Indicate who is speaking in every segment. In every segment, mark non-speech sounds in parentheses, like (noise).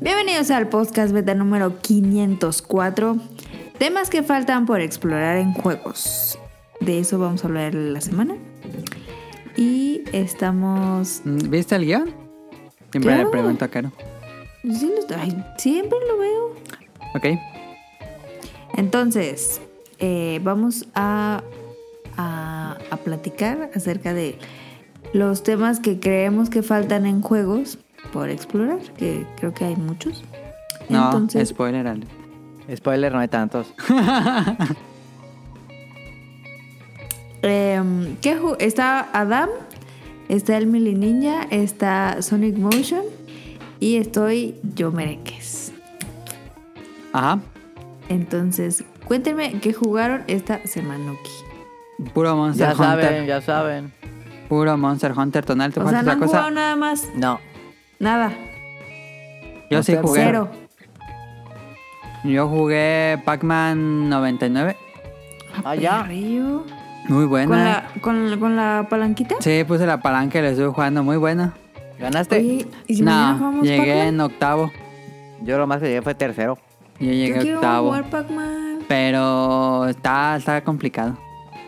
Speaker 1: Bienvenidos al podcast beta número 504. Temas que faltan por explorar en juegos. De eso vamos a hablar la semana. Y estamos...
Speaker 2: Mm, ¿Viste el guión? Siempre
Speaker 1: Claro.
Speaker 2: le pregunto a Caro.
Speaker 1: sí lo- ay, siempre lo veo.
Speaker 2: Ok.
Speaker 1: Entonces, eh, vamos a, a, a platicar acerca de los temas que creemos que faltan en juegos por explorar, que creo que hay muchos.
Speaker 2: No,
Speaker 1: Entonces,
Speaker 2: spoiler alert.
Speaker 3: Spoiler, no hay tantos.
Speaker 1: em, ¿qué ju- está Adam, está el Mili Ninja, está Sonic Motion y estoy yo merengues.
Speaker 2: Ajá.
Speaker 1: Entonces, cuéntenme qué jugaron esta semana. Nuki.
Speaker 2: Puro Monster
Speaker 3: Ya
Speaker 2: Hunter.
Speaker 3: saben, ya saben.
Speaker 2: Puro Monster Hunter tonal. ¿Te
Speaker 1: O sea, no
Speaker 2: falta otra
Speaker 1: han
Speaker 2: cosa?
Speaker 1: jugado nada más,
Speaker 3: No.
Speaker 1: nada,
Speaker 2: Yo sí
Speaker 3: Monster
Speaker 2: jugué.
Speaker 1: cero.
Speaker 2: Yo jugué Pac-Man 99.
Speaker 3: Ah, ya.
Speaker 1: Perrillo.
Speaker 2: Muy buena.
Speaker 1: ¿Con la, con, la- con la palanquita?
Speaker 2: Sí, puse la palanca y la estuve jugando. Muy buena.
Speaker 3: ¿Ganaste?
Speaker 1: Oye, ¿y si mañana
Speaker 2: no,
Speaker 1: jugamos
Speaker 2: llegué
Speaker 1: Pac-Man?
Speaker 2: en octavo.
Speaker 3: Yo lo más que llegué fue tercero.
Speaker 2: Yo
Speaker 1: Yo
Speaker 2: llegué
Speaker 1: quiero
Speaker 2: octavo.
Speaker 1: jugar Pac-Man.
Speaker 2: Pero está, está complicado.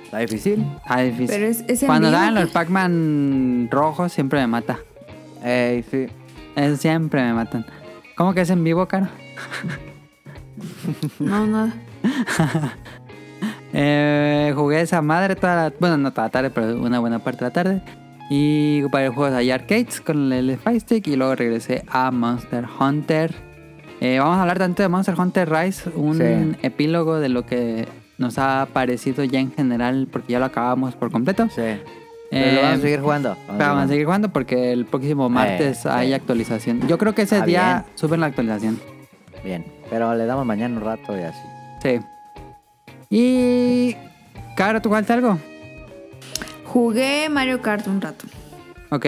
Speaker 3: Está difícil.
Speaker 2: Está Ah, difícil.
Speaker 1: Pero es- es en
Speaker 2: Cuando
Speaker 1: vivo,
Speaker 2: dan
Speaker 1: ¿qué?
Speaker 2: los Pac-Man rojos siempre me mata.
Speaker 3: Ey, sí.
Speaker 2: Eso siempre me matan. ¿Cómo que es en vivo, cara?
Speaker 1: No, nada.
Speaker 2: Eh, jugué esa madre toda la... Bueno, no toda la tarde, pero una buena parte de la tarde. Y para juegos allá arcades con el Fire Stick y luego regresé a Monster Hunter. Eh, vamos a hablar tanto de Monster Hunter Rise, un
Speaker 3: Sí.
Speaker 2: epílogo de lo que nos ha parecido ya en general, porque ya lo acabamos por completo.
Speaker 3: Sí. Pero lo vamos a seguir jugando.
Speaker 2: Pero vamos a seguir jugando porque el
Speaker 1: Eh,
Speaker 2: próximo martes
Speaker 3: sí.
Speaker 2: hay actualización. Yo creo que ese
Speaker 3: Ah,
Speaker 2: día suben la actualización.
Speaker 3: Bien. Pero le damos mañana un rato y así.
Speaker 2: Sí. Y... Caro, ¿tú jugaste algo?
Speaker 1: Jugué Mario Kart un rato.
Speaker 2: Ok.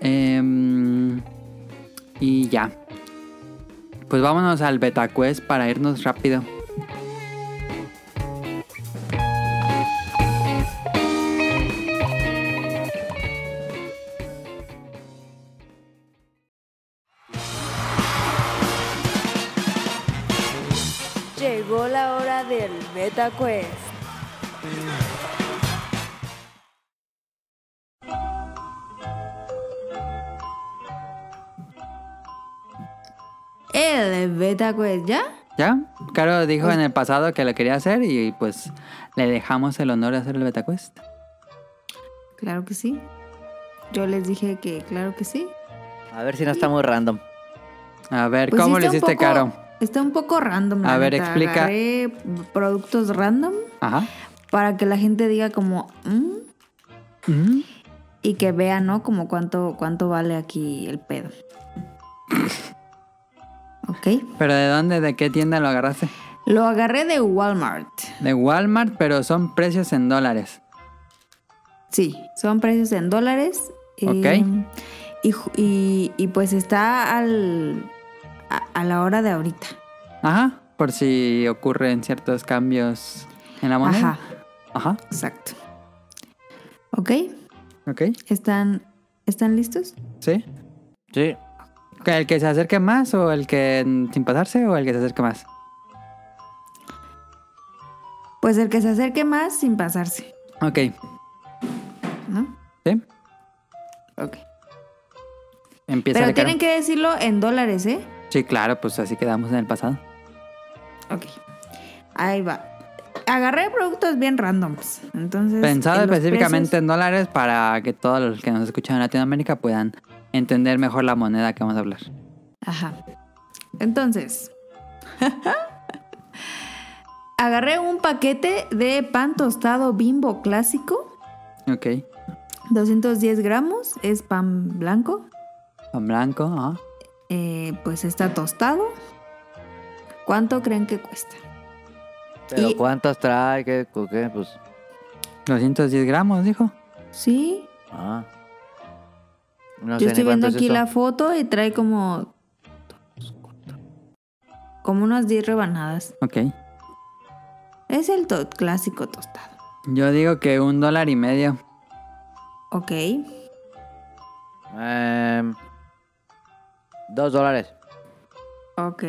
Speaker 2: Em, y ya. Pues vámonos al Betacuest para irnos rápido.
Speaker 4: Llegó la hora del Beta Quest.
Speaker 1: El Beta Quest, ¿ya?
Speaker 2: ¿Ya? Caro
Speaker 1: Pues
Speaker 2: dijo en el pasado que lo quería hacer y pues le dejamos el honor de hacer el Betacuest.
Speaker 1: Claro que sí. Yo les dije que claro que sí.
Speaker 3: A ver si no está muy random.
Speaker 2: A ver,
Speaker 1: Pues sí
Speaker 2: ¿cómo lo
Speaker 1: está un
Speaker 2: hiciste,
Speaker 1: poco-
Speaker 2: Caro?
Speaker 1: Está un poco random. la
Speaker 2: A ver,
Speaker 1: neta.
Speaker 2: explica.
Speaker 1: Agarré productos random
Speaker 2: Ajá.
Speaker 1: para que la gente diga como... "Mm",
Speaker 2: Mm.
Speaker 1: y que vea, ¿no? Como cuánto, cuánto vale aquí el pedo. ok.
Speaker 2: ¿Pero de dónde, de qué tienda lo agarraste?
Speaker 1: Lo agarré de Walmart.
Speaker 2: De Walmart, pero son precios en dólares.
Speaker 1: Sí, son precios en dólares. eh, y, ju- y- y pues está al, a, a la hora de ahorita.
Speaker 2: Ajá. Por si ocurren ciertos cambios en la moneda.
Speaker 1: Ajá,
Speaker 2: Ajá. Ajá.
Speaker 1: exacto. ¿Ok?
Speaker 2: Ok.
Speaker 1: ¿Están, ¿están listos?
Speaker 2: Sí.
Speaker 3: Sí.
Speaker 2: ¿El que se acerque más o el que mm, sin pasarse o el que se acerque más?
Speaker 1: Pues el que se acerque más sin pasarse,
Speaker 2: Ok,
Speaker 1: ¿no?
Speaker 2: ¿sí?
Speaker 1: Ok.
Speaker 2: Empieza
Speaker 1: Pero
Speaker 2: de cara.
Speaker 1: tienen que decirlo en dólares, ¿eh?
Speaker 2: Sí, claro, pues así quedamos en el pasado.
Speaker 1: Ok. Ahí va. Agarré productos bien randoms. Entonces.
Speaker 2: Pensado
Speaker 1: eh, los
Speaker 2: específicamente
Speaker 1: precios-
Speaker 2: en dólares para que todos los que nos escuchan en Latinoamérica puedan entender mejor la moneda que vamos a hablar.
Speaker 1: Ajá. Entonces. (laughs) agarré un paquete de pan tostado bimbo clásico.
Speaker 2: Ok,
Speaker 1: 210 gramos. Es pan blanco.
Speaker 2: con blanco, ah. ajá.
Speaker 1: eh, pues está tostado. ¿Cuánto creen que cuesta?
Speaker 3: Pero
Speaker 1: Y-
Speaker 3: ¿cuántos trae? ¿Qué? ¿Con qué? Pues.
Speaker 2: 210 gramos, dijo.
Speaker 1: Sí.
Speaker 3: Ah. No
Speaker 1: Yo estoy viendo
Speaker 3: cuánto es
Speaker 1: aquí
Speaker 3: eso.
Speaker 1: la foto y trae como. Como unas 10 rebanadas.
Speaker 2: Ok.
Speaker 1: Es el to- clásico tostado.
Speaker 2: Yo digo que un dólar y medio.
Speaker 1: Ok.
Speaker 3: Em, dos dólares.
Speaker 1: Ok.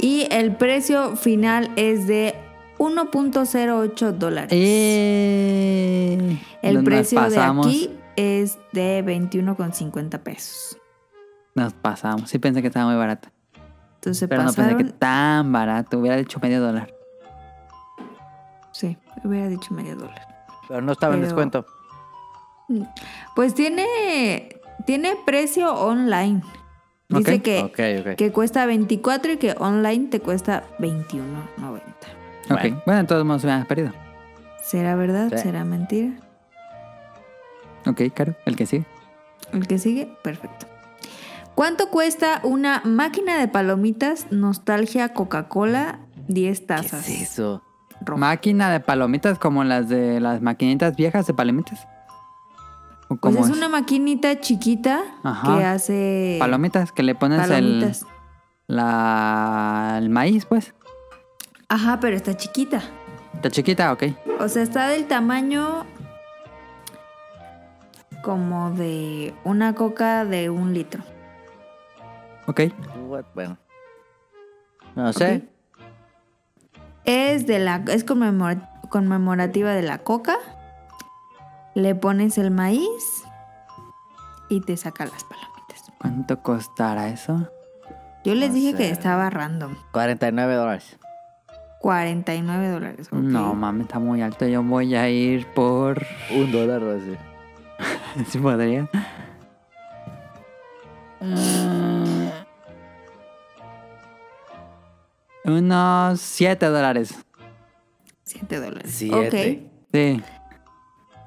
Speaker 1: Y el precio final es de 1.08 dólares.
Speaker 2: Eh,
Speaker 1: el
Speaker 2: nos
Speaker 1: precio
Speaker 2: pasamos,
Speaker 1: de aquí es de 21,50 pesos.
Speaker 2: Nos pasamos. Sí pensé que estaba muy barato.
Speaker 1: Entonces se
Speaker 2: Pero
Speaker 1: pasaron.
Speaker 2: no pensé que tan barato. Hubiera dicho medio dólar.
Speaker 1: Sí, hubiera dicho medio dólar.
Speaker 3: Pero no estaba en
Speaker 1: Pero-
Speaker 3: descuento.
Speaker 1: Pues tiene, tiene precio online. Dice
Speaker 2: Ok,
Speaker 1: que,
Speaker 3: Ok, ok.
Speaker 1: que cuesta 24 y que online te cuesta 21.90.
Speaker 2: Ok.
Speaker 3: Bueno.
Speaker 2: Bueno, en todos modos hubieras perdido.
Speaker 1: ¿Será verdad?
Speaker 3: Sí.
Speaker 1: ¿Será mentira?
Speaker 2: Ok, claro. El que sigue.
Speaker 1: El que sigue, perfecto. ¿Cuánto cuesta una máquina de palomitas nostalgia Coca-Cola? 10
Speaker 3: ¿Qué es
Speaker 1: tazas.
Speaker 3: eso?
Speaker 1: rojas.
Speaker 2: Máquina de palomitas como las de las maquinitas viejas de palomitas. ¿O
Speaker 1: Pues
Speaker 2: cómo
Speaker 1: es,
Speaker 2: es?
Speaker 1: una maquinita chiquita
Speaker 2: Ajá.
Speaker 1: que hace
Speaker 2: Palomitas que le pones
Speaker 1: palomitas.
Speaker 2: el la el maíz, pues.
Speaker 1: Ajá, pero está chiquita.
Speaker 2: Está chiquita, ok.
Speaker 1: O sea, está del tamaño como de una coca de un litro.
Speaker 2: Ok.
Speaker 3: What? Bueno. No sé.
Speaker 1: Es de la es conmemora- conmemorativa de la coca. Le pones el maíz y te saca las palomitas.
Speaker 2: ¿Cuánto costará eso?
Speaker 1: Yo les
Speaker 3: O
Speaker 1: dije que
Speaker 3: sea-
Speaker 1: estaba random.
Speaker 3: 49 dólares.
Speaker 1: 49 dólares. ok.
Speaker 2: No, mames, está muy alto. Yo voy a ir por... (laughs)
Speaker 3: Un dólar o así.
Speaker 2: Si podría. Eh, Unos 7 dólares.
Speaker 1: 7 dólares. Ok.
Speaker 3: Siete.
Speaker 2: Sí.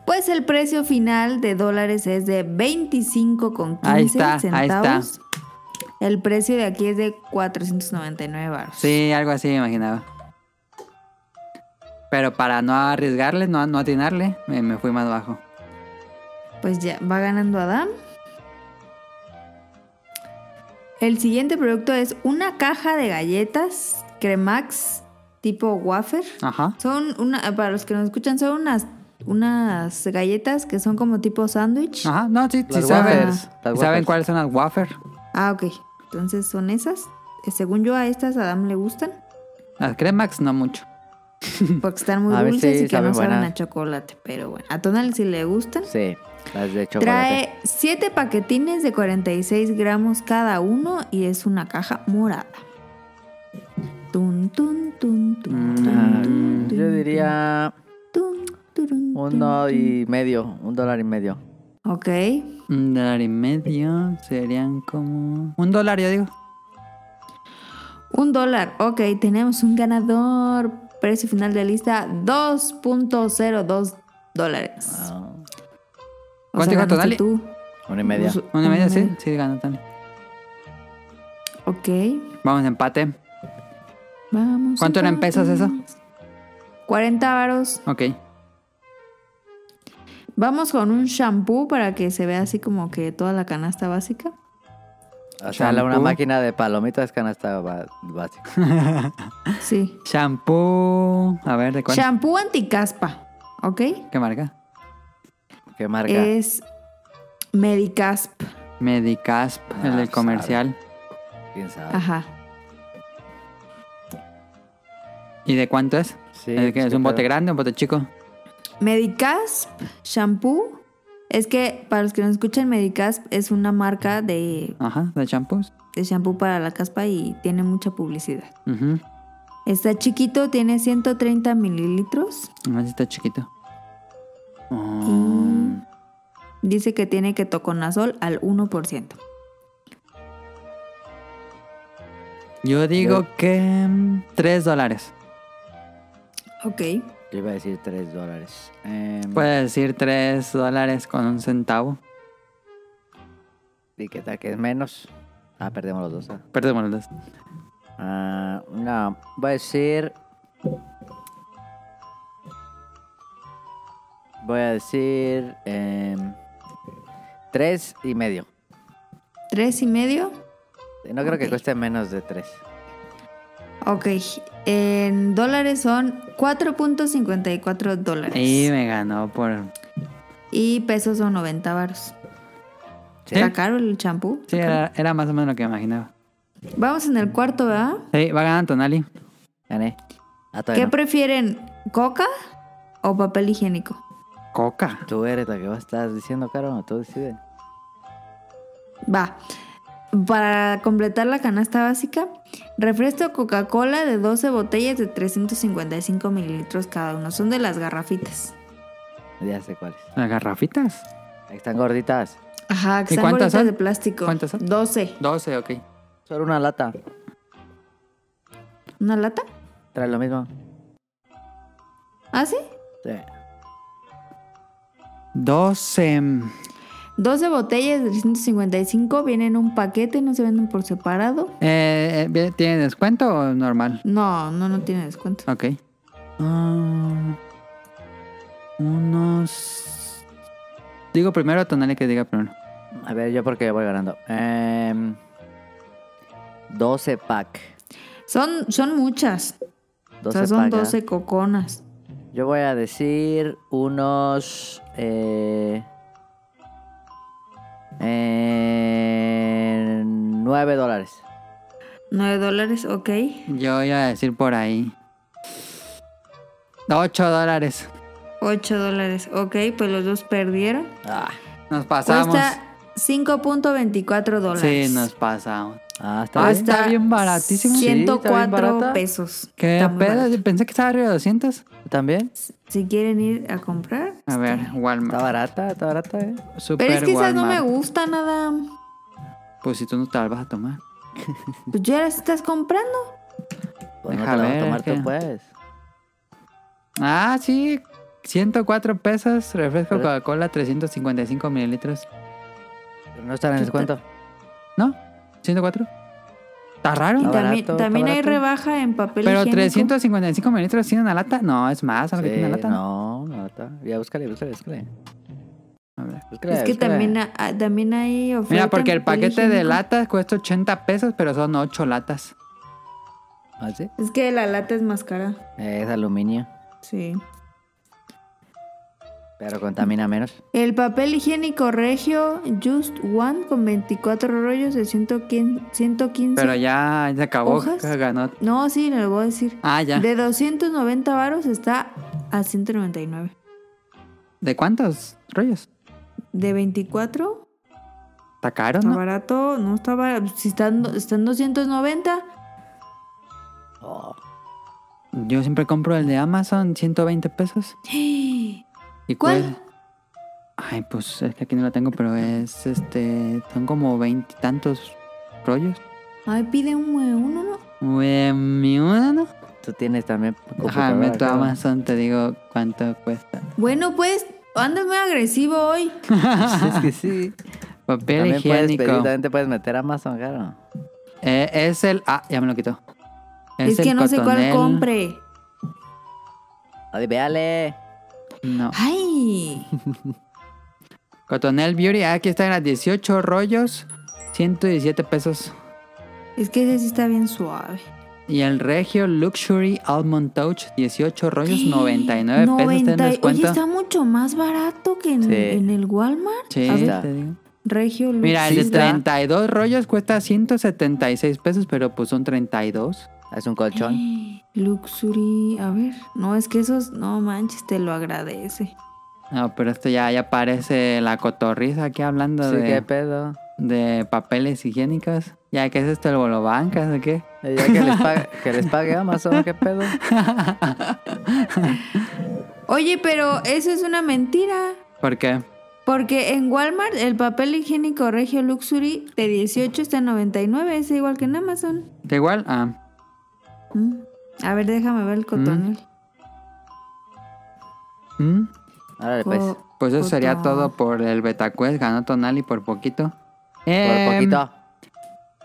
Speaker 1: Pues el precio final de dólares es de 25,15
Speaker 2: Ahí está, ahí
Speaker 1: centavos.
Speaker 2: está.
Speaker 1: El precio de aquí es de 499 baros.
Speaker 2: Sí, algo así me imaginaba. Pero para no arriesgarle, no, no atinarle, me, me fui más bajo.
Speaker 1: Pues ya va ganando Adam. El siguiente producto es una caja de galletas Cremax tipo wafer.
Speaker 2: Ajá.
Speaker 1: Son una para los que nos escuchan son unas unas galletas que son como tipo sándwich.
Speaker 2: Ajá. No, sí, sí
Speaker 3: Las
Speaker 2: saben.
Speaker 3: wafers,
Speaker 2: sí
Speaker 3: las
Speaker 2: ¿Saben
Speaker 3: wafers.
Speaker 2: cuáles son las wafer?
Speaker 1: Ah, ok. Entonces son esas. Eh, Según yo a estas a Adam le gustan
Speaker 2: Las Cremax no mucho.
Speaker 1: porque están muy
Speaker 3: (laughs) A ver,
Speaker 1: dulces
Speaker 3: sí,
Speaker 1: y que no
Speaker 3: saben
Speaker 1: saben
Speaker 3: buenas.
Speaker 1: a chocolate, pero bueno, a Tonal sí le gustan.
Speaker 3: Sí, las de chocolate.
Speaker 1: Trae 7 paquetines de 46 gramos cada uno y es una caja morada. Tun, tun, tun,
Speaker 2: Mm,
Speaker 1: tun, tun,
Speaker 3: Ah,
Speaker 1: tun,
Speaker 3: yo
Speaker 1: tun,
Speaker 3: diría
Speaker 1: tun, turun,
Speaker 3: uno
Speaker 1: tun,
Speaker 3: y medio, un dólar y medio.
Speaker 1: tun. Ok.
Speaker 2: Un dólar y medio serían como. Un dólar, yo digo.
Speaker 1: Un dólar. Ok, tenemos un ganador. Precio final de lista: 2.02 dólares.
Speaker 3: Ah,
Speaker 1: O sea,
Speaker 2: ¿Cuánto dijo
Speaker 1: ganaste
Speaker 2: Tonali?
Speaker 1: tú.
Speaker 3: uno y medio.
Speaker 1: Pues,
Speaker 2: Uno y medio, sí.
Speaker 1: medio.
Speaker 2: Sí, ganó también.
Speaker 1: Ok.
Speaker 2: Vamos, empate.
Speaker 1: Vamos.
Speaker 2: ¿Cuánto era en
Speaker 1: empate.
Speaker 2: pesos eso?
Speaker 1: 40 varos.
Speaker 2: Ok.
Speaker 1: Vamos con un shampoo para que se vea así como que toda la canasta básica.
Speaker 3: O sea, la- una
Speaker 2: Shampoo.
Speaker 3: máquina de palomitas canasta ba- básica.
Speaker 1: (laughs) Sí.
Speaker 2: Shampoo. A ver, ¿de cuál?
Speaker 1: Shampoo anticaspa, ¿ok?
Speaker 2: ¿Qué marca?
Speaker 3: ¿Qué marca?
Speaker 1: Es Medicasp.
Speaker 2: Medicasp, el
Speaker 3: Ah,
Speaker 2: del comercial.
Speaker 3: ¿Quién sabe?
Speaker 1: Ajá.
Speaker 2: ¿Y de cuánto es?
Speaker 3: Sí,
Speaker 2: ¿El que
Speaker 3: pues,
Speaker 2: ¿Es un
Speaker 3: qué
Speaker 2: bote
Speaker 3: pedo.
Speaker 2: grande, un bote chico?
Speaker 1: Medicasp shampoo. Es que para los que no escuchan, Medicasp es una marca de,
Speaker 2: Ajá, de shampoos.
Speaker 1: de shampoo para la caspa y tiene mucha publicidad.
Speaker 2: Ujú.
Speaker 1: Está chiquito, tiene 130 mililitros.
Speaker 2: Además está chiquito.
Speaker 3: Oh,
Speaker 1: Y dice que tiene ketoconazol al 1%.
Speaker 2: Yo digo que 3 dólares.
Speaker 1: Ok.
Speaker 3: Yo iba a decir 3 dólares. Em,
Speaker 1: Pues
Speaker 2: Puede decir 3 dólares con un centavo.
Speaker 3: ¿Y qué tal que es menos? Ah, perdemos los dos. ah.
Speaker 2: Perdemos los dos.
Speaker 3: Ah, no, voy a decir... Voy a decir... em, tres y medio.
Speaker 1: ¿Tres y medio?
Speaker 3: No creo que
Speaker 1: Ok.
Speaker 3: cueste menos de tres.
Speaker 1: Ok. En dólares son 4.54 dólares.
Speaker 2: Y me ganó por.
Speaker 1: Y pesos son 90 varos.
Speaker 3: Sí.
Speaker 1: ¿Está caro el champú?
Speaker 2: Sí, era, era más o menos lo que imaginaba.
Speaker 1: Vamos en el cuarto, ¿verdad?
Speaker 2: Sí, va ganando Tonali.
Speaker 3: Gané. Ah,
Speaker 1: ¿Qué
Speaker 3: todavía no.
Speaker 1: prefieren, coca o papel higiénico?
Speaker 2: Coca.
Speaker 3: Tú eres la que vas a estar diciendo, Caro. Tú decides.
Speaker 1: Va. Para completar la canasta básica, refresco Coca-Cola de 12 botellas de 355 mililitros cada uno. Son de las garrafitas.
Speaker 3: Ya sé cuáles.
Speaker 2: Las garrafitas.
Speaker 3: Están gorditas.
Speaker 1: Ajá, que
Speaker 2: ¿Y
Speaker 1: están bolitas
Speaker 2: cuántas son?
Speaker 1: de plástico.
Speaker 2: ¿Cuántas son?
Speaker 1: 12.
Speaker 2: 12, ok.
Speaker 3: Solo una lata.
Speaker 1: ¿Una lata?
Speaker 3: Trae lo mismo.
Speaker 1: ¿Ah, sí?
Speaker 3: Sí.
Speaker 2: 12.
Speaker 1: 12 botellas de 355 vienen en un paquete, no se venden por separado.
Speaker 2: Eh, eh, ¿Tiene descuento o normal?
Speaker 1: No, no, no tiene descuento.
Speaker 2: Ok. Ah, unos. Digo primero, Tonali que diga primero.
Speaker 3: A ver, yo porque voy ganando. Em, 12 pack.
Speaker 1: Son, son muchas.
Speaker 3: 12
Speaker 1: o sea, son
Speaker 3: pack, ¿ah?
Speaker 1: 12 coconas.
Speaker 3: Yo voy a decir unos. Eh, eh, 9 dólares.
Speaker 1: 9 dólares, ok.
Speaker 2: Yo iba a decir por ahí. 8 dólares.
Speaker 1: 8 dólares, ok, pues los dos perdieron.
Speaker 3: Ah,
Speaker 2: Nos pasamos.
Speaker 1: Cuesta 5.24 dólares.
Speaker 2: Sí, nos pasamos.
Speaker 3: ah está
Speaker 2: Ah,
Speaker 3: bien.
Speaker 2: está bien baratísimo.
Speaker 3: Sí, está bien
Speaker 1: 104
Speaker 3: barata.
Speaker 1: pesos.
Speaker 2: ¿Qué
Speaker 1: Está muy
Speaker 2: pedo?
Speaker 1: barato.
Speaker 2: Pensé que estaba arriba de 200.
Speaker 3: ¿También?
Speaker 1: Si quieren ir a comprar.
Speaker 2: A ver,
Speaker 3: Está
Speaker 2: Walmart.
Speaker 3: barata, está barata, eh.
Speaker 2: Super
Speaker 1: Pero es que esas no me
Speaker 2: Walmart.
Speaker 1: gusta nada.
Speaker 2: Pues si tú no te las vas a tomar.
Speaker 1: Pues ya las estás comprando.
Speaker 3: Pues no
Speaker 2: Deja
Speaker 3: te la vas a
Speaker 2: ver,
Speaker 3: tomar
Speaker 2: ¿qué?
Speaker 3: tú, pues.
Speaker 2: Ah, sí. 104 pesos. Refresco
Speaker 3: Pero-
Speaker 2: Coca-Cola, 355 mililitros.
Speaker 3: Pero No están en
Speaker 1: Quita-
Speaker 3: descuento.
Speaker 2: ¿No, 104. Está raro.
Speaker 1: Y
Speaker 3: Está
Speaker 1: también,
Speaker 3: barato, está
Speaker 1: también hay
Speaker 3: barato.
Speaker 1: rebaja en papel
Speaker 2: Pero
Speaker 1: higiénico.
Speaker 2: 355 mililitros tiene una lata. No, es más. algo que tiene
Speaker 3: Sí,
Speaker 2: una lata? ¿no?
Speaker 3: no, no está. Ya búscale, búscale, búscale.
Speaker 2: A ver.
Speaker 3: Búscale,
Speaker 1: Es que
Speaker 3: búscale.
Speaker 1: también, ha- ah, también hay oferta.
Speaker 2: Mira,
Speaker 1: en
Speaker 2: porque el
Speaker 1: papel
Speaker 2: paquete de
Speaker 1: higiénico.
Speaker 2: latas cuesta 80 pesos, pero son 8 latas.
Speaker 3: ¿Ah, sí?
Speaker 1: Es que la lata es más cara.
Speaker 3: Es aluminio,
Speaker 1: Sí.
Speaker 3: pero contamina menos.
Speaker 1: El papel higiénico regio Just One con 24 rollos de 115. 115.
Speaker 2: Pero ya se acabó.
Speaker 1: ¿Hojas?
Speaker 2: Ganó.
Speaker 1: No, sí, le voy a decir.
Speaker 2: Ah, ya.
Speaker 1: De 290 varos está a 199.
Speaker 2: ¿De cuántos rollos?
Speaker 1: De 24,
Speaker 2: Está caro,
Speaker 1: está
Speaker 2: ¿no?
Speaker 1: barato, no está barato. Si están, están (gasps) 290,
Speaker 3: Oh,
Speaker 2: Yo siempre compro el de Amazon, 120 pesos. ¿Y
Speaker 1: ¿Cuál?
Speaker 2: cuesta- Ay, pues es que aquí no la tengo, pero es este. Son como veintitantos rollos.
Speaker 1: ay, pide un uno, ¿no?
Speaker 2: Eh, Mi una, ¿no?
Speaker 3: Tú tienes también.
Speaker 2: Ajá,
Speaker 3: computadora,
Speaker 2: meto a
Speaker 3: creo.
Speaker 2: Amazon, te digo cuánto cuesta.
Speaker 1: Bueno, pues, andas muy agresivo hoy.
Speaker 3: es que (laughs) sí.
Speaker 2: Papel
Speaker 3: también puedes
Speaker 2: higiénico.
Speaker 3: pedir, también te puedes meter a Amazon, claro.
Speaker 2: Eh, es el. Ah, ya me lo quitó.
Speaker 1: Es, que
Speaker 2: el
Speaker 1: no sé cuál
Speaker 2: Cotonel.
Speaker 1: compre.
Speaker 3: Ay, Ah, véale.
Speaker 2: No.
Speaker 1: Ay,
Speaker 2: Cotonel Beauty, ah, aquí están las 18 rollos, 117 pesos.
Speaker 1: es que ese sí está bien suave.
Speaker 2: Y el Regio Luxury Almond Touch, 18 rollos, 99 pesos. ¿Te
Speaker 1: Noventa-
Speaker 2: das
Speaker 1: Oye,
Speaker 2: cuenta?
Speaker 1: está mucho más barato que en,
Speaker 3: Sí.
Speaker 1: en el Walmart.
Speaker 2: Sí,
Speaker 1: A ver,
Speaker 3: está.
Speaker 2: te digo.
Speaker 1: Regio
Speaker 2: Mira,
Speaker 1: Lux.
Speaker 2: el de
Speaker 3: está.
Speaker 2: 32 rollos cuesta 176 pesos, pero pues son 32.
Speaker 3: Es un colchón.
Speaker 1: Luxury, a ver. No, es que esos, no manches, te lo agradece.
Speaker 2: No, pero esto ya, ya parece la cotorriza aquí hablando
Speaker 3: Sí, qué
Speaker 2: de,
Speaker 3: pedo.
Speaker 2: de papeles higiénicos. Ya, ¿qué es esto? ¿El bolobancas o qué?
Speaker 3: Eh, Ya que les pague, que les pague Amazon, qué pedo.
Speaker 1: Oye, pero eso es una mentira.
Speaker 2: ¿Por qué?
Speaker 1: Porque en Walmart el papel higiénico Regio Luxury de 18 está en 99, es igual que en Amazon.
Speaker 2: ¿Da igual? Ah,
Speaker 1: Mm. A ver, déjame ver el cotonel.
Speaker 2: ¿mm?
Speaker 3: Ahora
Speaker 1: Co-
Speaker 3: pues.
Speaker 2: Pues eso sería
Speaker 1: Coto.
Speaker 2: todo por el Betacuest. Ganó Tonali por poquito.
Speaker 3: Por
Speaker 2: Em,
Speaker 3: poquito.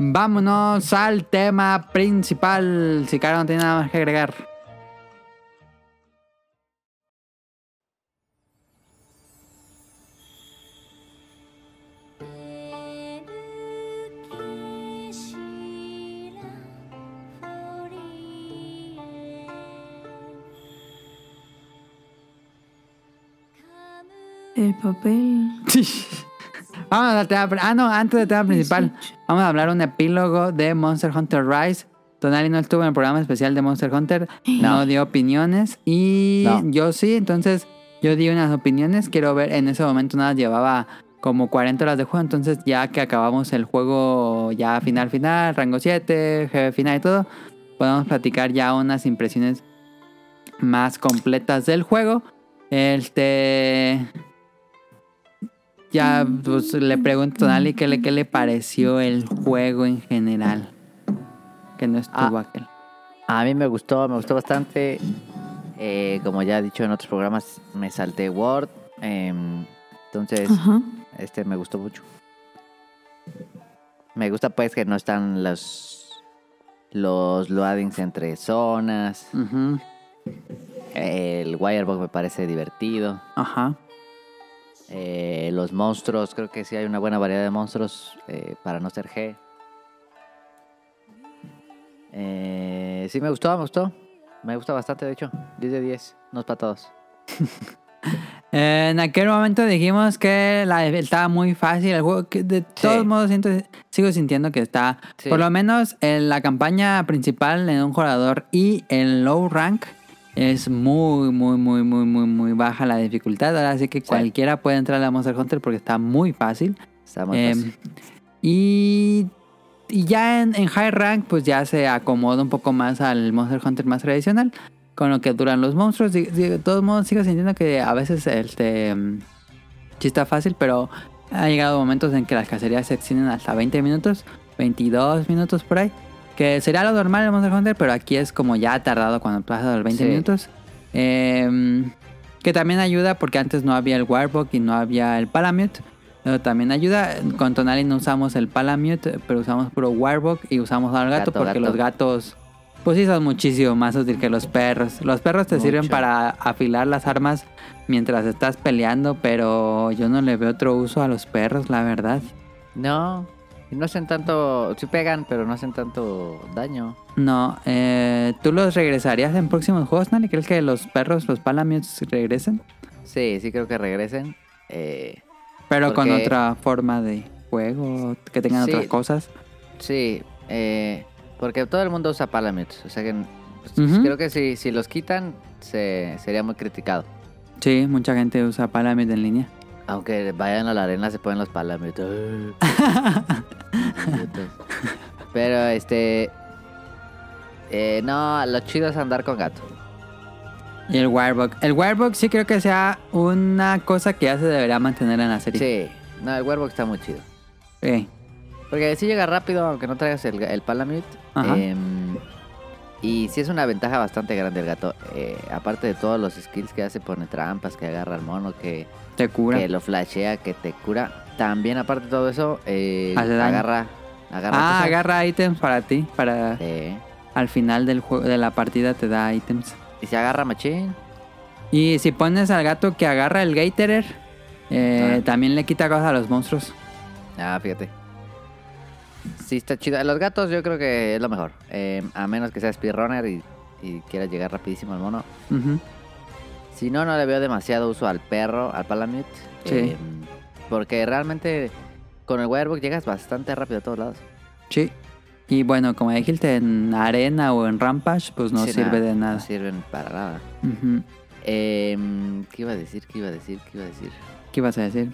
Speaker 2: Vámonos al tema principal. Si Caro no tiene nada más que agregar.
Speaker 1: El papel.
Speaker 2: Vamos al tema pri- Ah, no, antes del tema principal. Vamos a hablar un epílogo de Monster Hunter Rise. Tonali no estuvo en el programa especial de Monster Hunter. No, dio opiniones. Y
Speaker 3: No.
Speaker 2: yo sí, entonces yo di unas opiniones. Quiero ver, en ese momento nada, llevaba como 40 horas de juego. Entonces ya que acabamos el juego ya final final, rango 7, jefe final y todo, podemos platicar ya unas impresiones más completas del juego. Este. Ya pues, le pregunto a Tonali qué le, qué le pareció el juego en general. Que no estuvo aquel.
Speaker 3: A mí me gustó, me gustó bastante. Eh, como ya he dicho en otros programas, me salté Word. em, entonces,
Speaker 1: Ajá.
Speaker 3: este me gustó mucho. Me gusta pues que no están los los loadings entre zonas.
Speaker 2: Ujú,
Speaker 3: El Wirebox me parece divertido.
Speaker 2: Ajá.
Speaker 3: Eh, los monstruos, creo que sí hay una buena variedad de monstruos eh, para no ser G. Eh, sí, me gustó, me gustó. Me gusta bastante, de hecho. 10 de 10, no es para todos.
Speaker 2: Eh, en aquel momento dijimos que la, estaba muy fácil el juego. que de todos modos, siento- sigo sintiendo que está.
Speaker 3: Sí.
Speaker 2: Por lo menos en la campaña principal en un jugador y en low rank es muy, muy, muy, muy, muy, muy baja la dificultad. Ahora sí que cualquiera puede entrar a Monster Hunter porque está muy fácil.
Speaker 3: Está muy
Speaker 2: Eh,
Speaker 3: fácil.
Speaker 2: y, y ya en, en high rank, pues ya se acomoda un poco más al Monster Hunter más tradicional, con lo que duran los monstruos. Di- di- De todos modos, sigo sintiendo que a veces este mm, sí está fácil, pero ha llegado momentos en que las cacerías se extienden hasta 20 minutos, 22 minutos por ahí. Que sería lo normal en Monster Hunter, pero aquí es como ya tardado cuando pasa los 20
Speaker 3: Sí.
Speaker 2: minutos. Em, que también ayuda porque antes no había el Warbock y no había el Palamute. Pero también ayuda. Con Tonali no usamos el Palamute, pero usamos puro Warbock y usamos al gato,
Speaker 3: Gato,
Speaker 2: porque
Speaker 3: gato.
Speaker 2: los gatos, pues sí, son muchísimo más útil que los perros. Los perros te sirven
Speaker 3: Mucho.
Speaker 2: para afilar las armas mientras estás peleando, pero yo no le veo otro uso a los perros, la verdad.
Speaker 3: No, no hacen tanto. Sí pegan, pero no hacen tanto daño.
Speaker 2: No, eh, ¿tú los regresarías en próximos juegos, Nali? ¿Crees que los perros, los Palamutes, regresen?
Speaker 3: Sí, sí creo que regresen. Eh,
Speaker 2: Pero con
Speaker 3: Porque-
Speaker 2: otra forma de juego, que tengan
Speaker 3: Sí.
Speaker 2: otras cosas.
Speaker 3: sí, eh, porque todo el mundo usa Palamutes. O sea que pues,
Speaker 2: Ujú.
Speaker 3: creo que si, si los quitan, se, sería muy criticado.
Speaker 2: Sí, mucha gente usa Palamute en línea.
Speaker 3: Aunque vayan a la arena se ponen
Speaker 2: (laughs)
Speaker 3: los palamitos. Pero este. eh, no, lo chido es andar con gato.
Speaker 2: Y el Wirebox. El Wirebox sí creo que sea una cosa que ya se debería mantener en la serie. Eh,
Speaker 3: Sí. No, el Werewolf está muy chido.
Speaker 2: Sí.
Speaker 3: Porque si llega rápido, aunque no traigas el, el Palamute.
Speaker 2: Ajá.
Speaker 3: em, y sí es una ventaja bastante grande el gato. eh, aparte de todos los skills que hace, pone trampas, que agarra al mono, que,
Speaker 2: Te cura.
Speaker 3: que lo flashea, que te cura. También, aparte de todo eso, eh,
Speaker 2: Hace daño.
Speaker 3: agarra. agarra
Speaker 2: ah,
Speaker 3: cosas.
Speaker 2: agarra ítems para ti. Para
Speaker 3: Sí.
Speaker 2: al final del juego, de la partida te da ítems.
Speaker 3: Y se agarra machín.
Speaker 2: Y si pones al gato que agarra el Gaterer, eh,
Speaker 3: Ah.
Speaker 2: también le quita cosas a los monstruos.
Speaker 3: Ah, fíjate. Sí, está chido. Los gatos yo creo que es lo mejor. Eh, a menos que sea speedrunner y, y quiera llegar rapidísimo al mono.
Speaker 2: Ujú.
Speaker 3: Si no, no le veo demasiado uso al perro, al Palamute.
Speaker 2: Sí.
Speaker 3: Eh, porque realmente con el Wirebook llegas bastante rápido a todos lados.
Speaker 2: Sí. Y bueno, como dijiste, en arena o en rampage, pues no
Speaker 3: Sí,
Speaker 2: sirve de
Speaker 3: No
Speaker 2: nada.
Speaker 3: sirven para nada.
Speaker 2: Ujú.
Speaker 3: Eh, ¿Qué iba a decir? ¿Qué iba a decir? ¿Qué iba a decir?
Speaker 2: ¿Qué ibas a decir?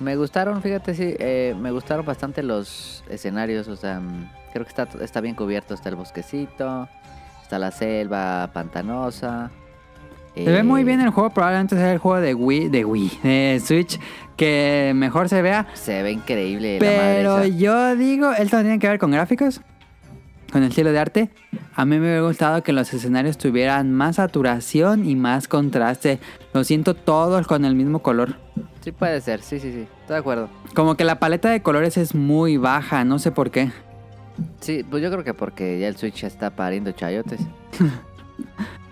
Speaker 3: Me gustaron, fíjate, sí, eh, me gustaron bastante los escenarios, o sea, mm, creo que está, está bien cubierto, está el bosquecito, está la selva pantanosa.
Speaker 2: Se ve muy bien
Speaker 3: eh,
Speaker 2: el juego, probablemente sea el juego de Wii, de Wii, de Switch, que mejor se vea.
Speaker 3: Se ve increíble la
Speaker 2: Pero
Speaker 3: madre. esa.
Speaker 2: yo digo, esto no tiene que ver con gráficos, con el estilo de arte. A mí me hubiera gustado que los escenarios tuvieran más saturación y más contraste. Lo siento todos con el mismo color.
Speaker 3: Sí puede ser, sí, sí, sí, estoy de acuerdo.
Speaker 2: Como que la paleta de colores es muy baja, no sé por qué.
Speaker 3: Sí, pues yo creo que porque ya el Switch ya está pariendo chayotes.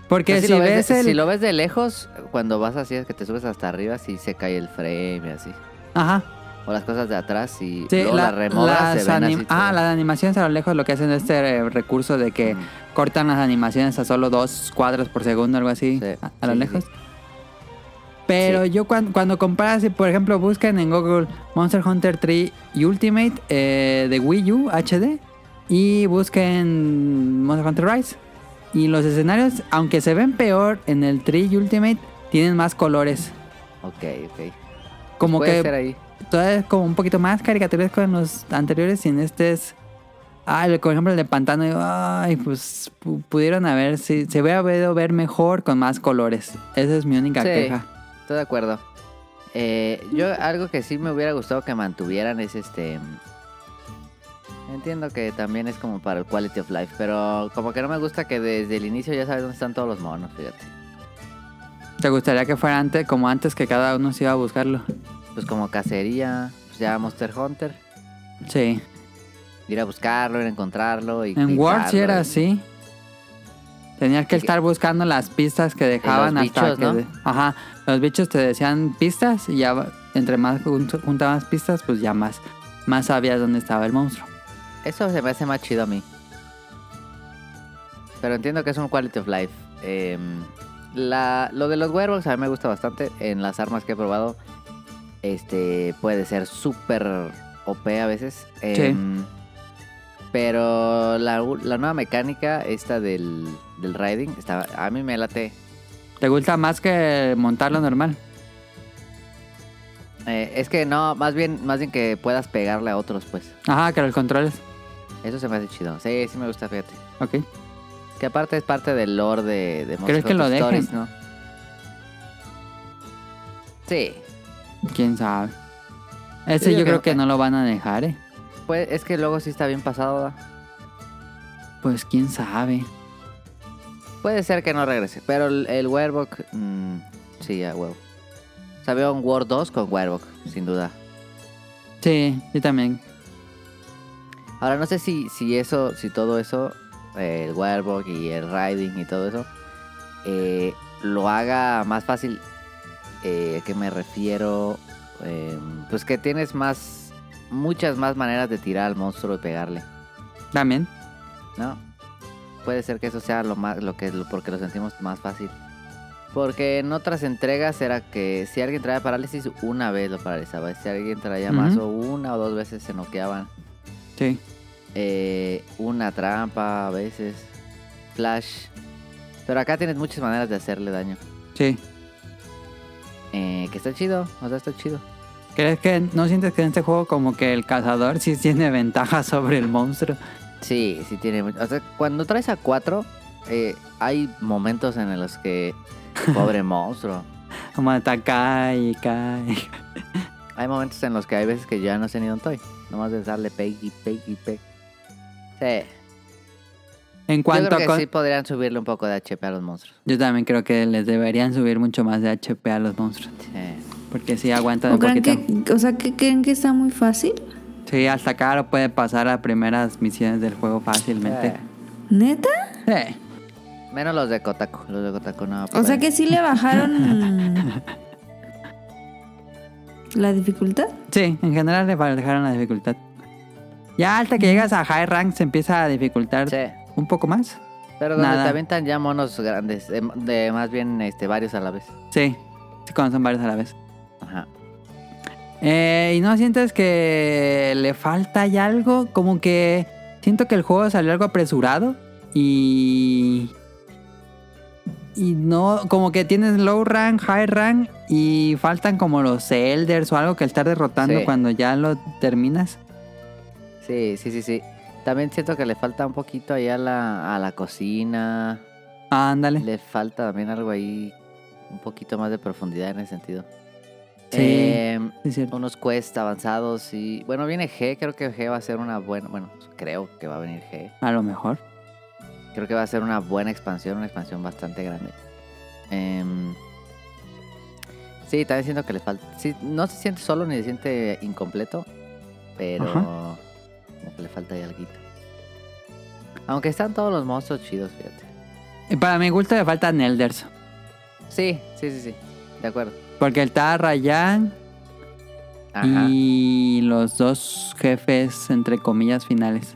Speaker 2: Porque
Speaker 3: O sea,
Speaker 2: si,
Speaker 3: lo
Speaker 2: ves,
Speaker 3: de-
Speaker 2: el...
Speaker 3: si lo ves de lejos, cuando vas así, es que te subes hasta arriba, sí se cae el frame y así.
Speaker 2: Ajá.
Speaker 3: O las cosas de atrás y
Speaker 2: Sí,
Speaker 3: luego
Speaker 2: la-
Speaker 3: las remodas
Speaker 2: las
Speaker 3: se ven así.
Speaker 2: anim- Ah,
Speaker 3: todo.
Speaker 2: las animaciones a lo lejos lo que hacen es este eh, recurso de que
Speaker 3: Mm.
Speaker 2: cortan las animaciones a solo dos cuadros por segundo, algo así,
Speaker 3: Sí,
Speaker 2: a, a lo
Speaker 3: sí,
Speaker 2: lejos.
Speaker 3: sí.
Speaker 2: Pero yo cuando, cuando compras, si, por ejemplo, buscan en Google Monster Hunter 3 Ultimate eh, de Wii U HD y busquen Monster Hunter Rise. Y los escenarios, aunque se ven peor en el 3 Ultimate, tienen más colores.
Speaker 3: Ok, ok.
Speaker 2: Como
Speaker 3: Puede
Speaker 2: que
Speaker 3: ser ahí.
Speaker 2: todavía es como un poquito más caricaturesco en los anteriores y en este es... Ah, el- por ejemplo, el de Pantano, digo, ay, pues pu- pudieron haber, sí, se hubiera podido ver mejor con más colores. Esa es mi única
Speaker 3: Sí.
Speaker 2: queja.
Speaker 3: Estoy de acuerdo. Eh, yo algo que sí me hubiera gustado que mantuvieran es este... mm, Entiendo que también es como para el quality of life, pero como que no me gusta que desde el inicio ya sabes dónde están todos los monos, fíjate.
Speaker 2: ¿Te gustaría que fuera antes, como antes que cada uno se iba a buscarlo?
Speaker 3: Pues como cacería, pues ya Monster Hunter,
Speaker 2: Sí.
Speaker 3: ir a buscarlo, ir a encontrarlo y...
Speaker 2: En World sí
Speaker 3: picarlo
Speaker 2: era
Speaker 3: y-
Speaker 2: así. Tenías que
Speaker 3: Y-
Speaker 2: estar buscando las pistas que dejaban
Speaker 3: los
Speaker 2: hasta
Speaker 3: bichos,
Speaker 2: que...
Speaker 3: ¿no?
Speaker 2: de- Ajá, los bichos te decían pistas y ya va- entre más jun- juntabas pistas, pues ya más, más sabías dónde estaba el monstruo.
Speaker 3: Eso se me hace más chido a mí. Pero entiendo que es un quality of life. Em, la- lo de los werewolves a mí me gusta bastante. En las armas que he probado, este puede ser súper OP a veces. Em, Pero la, u- la nueva mecánica, esta del, del riding, está, a mí me late.
Speaker 2: ¿Te gusta más que montarlo normal?
Speaker 3: Eh, es que no, más bien, más bien que puedas pegarle a otros, pues.
Speaker 2: Ajá, que los controles.
Speaker 3: Eso se me hace chido. Sí, sí me gusta, fíjate.
Speaker 2: Ok.
Speaker 3: Que aparte es parte del lore de, de Monster
Speaker 2: ¿Crees que
Speaker 3: Hunter
Speaker 2: lo dejen?
Speaker 3: Stories, ¿no? Sí.
Speaker 2: ¿Quién sabe? Ese
Speaker 3: Yo
Speaker 2: yo,
Speaker 3: digo que
Speaker 2: creo
Speaker 3: no-
Speaker 2: que no lo van a dejar, ¿eh?
Speaker 3: Pues es que luego sí está bien pasado. ¿verdad?
Speaker 2: Pues quién sabe.
Speaker 3: Puede ser que no regrese. Pero el, el Werewolf... mm, sí, a huevo. O sea, veo un War 2 con Werewolf, sin duda.
Speaker 2: Sí, yo también.
Speaker 3: Ahora no sé si, si eso, si todo eso, eh, el Werewolf y el Riding y todo eso, eh, lo haga más fácil. Eh, ¿A qué me refiero? Eh, pues que tienes más, muchas más maneras de tirar al monstruo y pegarle,
Speaker 2: También.
Speaker 3: ¿no? Puede ser que eso sea lo más, lo que, lo- porque lo sentimos más fácil. Porque en otras entregas era que si alguien traía parálisis, una vez lo paralizaba. Si alguien traía
Speaker 2: Ujú.
Speaker 3: mazo, una o dos veces se noqueaban.
Speaker 2: Sí.
Speaker 3: Eh, una trampa a veces. Flash. Pero acá tienes muchas maneras de hacerle daño.
Speaker 2: Sí.
Speaker 3: Eh, que está chido, o sea, está chido.
Speaker 2: ¿Crees que no sientes que en este juego como que el cazador sí (laughs) tiene ventaja sobre el monstruo?
Speaker 3: Sí, sí tiene. mu- O sea, cuando traes a cuatro, eh, hay momentos en los que. Pobre monstruo.
Speaker 2: Como hasta cae y cae.
Speaker 3: Hay momentos en los que hay veces que ya no sé ni dónde estoy. Nomás de darle peg y peg y peg. Sí.
Speaker 2: En
Speaker 3: Yo
Speaker 2: cuanto
Speaker 3: creo
Speaker 2: a...
Speaker 3: que
Speaker 2: con-
Speaker 3: sí podrían subirle un poco de HP a los monstruos.
Speaker 2: Yo también creo que les deberían subir mucho más de HP a los monstruos.
Speaker 3: Sí.
Speaker 2: Porque sí
Speaker 1: ¿O
Speaker 2: aguantan un
Speaker 1: creen
Speaker 2: poquito.
Speaker 1: que, o sea, que creen que está muy fácil?
Speaker 2: Sí, hasta acá lo puede pasar a primeras misiones del juego fácilmente.
Speaker 3: Sí.
Speaker 1: ¿Neta?
Speaker 2: Sí.
Speaker 3: Menos los de Kotaku. Los de Kotaku no.
Speaker 1: O sea
Speaker 3: pueden.
Speaker 1: que sí le bajaron la dificultad.
Speaker 2: Sí, en general le bajaron la dificultad. Ya hasta que llegas a high rank se empieza a dificultar
Speaker 3: Sí.
Speaker 2: un poco más.
Speaker 3: Pero donde
Speaker 2: Nada.
Speaker 3: te avientan ya monos grandes, de, de más bien este, varios a la vez.
Speaker 2: Sí, sí, cuando son varios a la vez.
Speaker 3: Ajá.
Speaker 2: Eh, ¿Y no sientes que le falta ya algo? Como que siento que el juego salió algo apresurado y... Y no, como que tienes low rank, high rank y faltan como los elders o algo que estar derrotando
Speaker 3: Sí.
Speaker 2: cuando ya lo terminas.
Speaker 3: Sí, sí, sí, sí. También siento que le falta un poquito allá a la, a la cocina.
Speaker 2: Ándale.
Speaker 3: Le falta también algo ahí, un poquito más de profundidad en ese sentido.
Speaker 2: Sí.
Speaker 3: Eh,
Speaker 2: Sí, es cierto.
Speaker 3: unos quests avanzados y... Bueno, viene G, creo que G va a ser una buena... Bueno, creo que va a venir G.
Speaker 2: A lo mejor.
Speaker 3: Creo que va a ser una buena expansión, una expansión bastante grande. Em, sí, también siento que le falta. sí, no se siente solo ni se siente incompleto, pero
Speaker 2: Ajá.
Speaker 3: como que le falta ahí algo. Aunque están todos los monstruos chidos, fíjate.
Speaker 2: Y para mi gusto le faltan elders.
Speaker 3: Sí, sí, sí, sí. De acuerdo.
Speaker 2: Porque está Rayan
Speaker 3: Ajá.
Speaker 2: y los dos jefes, entre comillas, finales.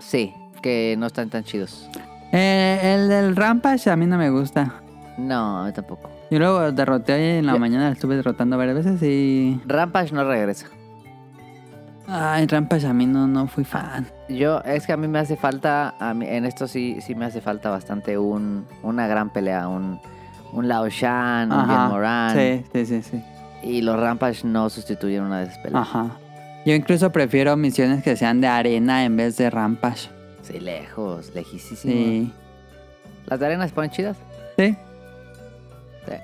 Speaker 3: Sí, que no están tan chidos.
Speaker 2: Eh, el del Rampage a mí no me gusta.
Speaker 3: No, a mí tampoco.
Speaker 2: Yo luego derroté en la
Speaker 3: Ya.
Speaker 2: mañana, lo estuve derrotando varias veces y.
Speaker 3: Rampage no regresa.
Speaker 2: Ay, Rampage a mí no, no fui fan.
Speaker 3: Yo, es que a mí me hace falta, a mí- en esto sí, sí me hace falta bastante un, una gran pelea, un, un Lao Shan, un Bien Moran.
Speaker 2: Sí, sí, sí, sí.
Speaker 3: Y los Rampage no sustituyen una de esas peleas.
Speaker 2: Ajá. Yo incluso prefiero misiones que sean de arena en vez de Rampage.
Speaker 3: Sí, lejos, lejísimo.
Speaker 2: Ah. Sí.
Speaker 3: Las de arena se ponen chidas.
Speaker 2: Sí.
Speaker 3: Sí.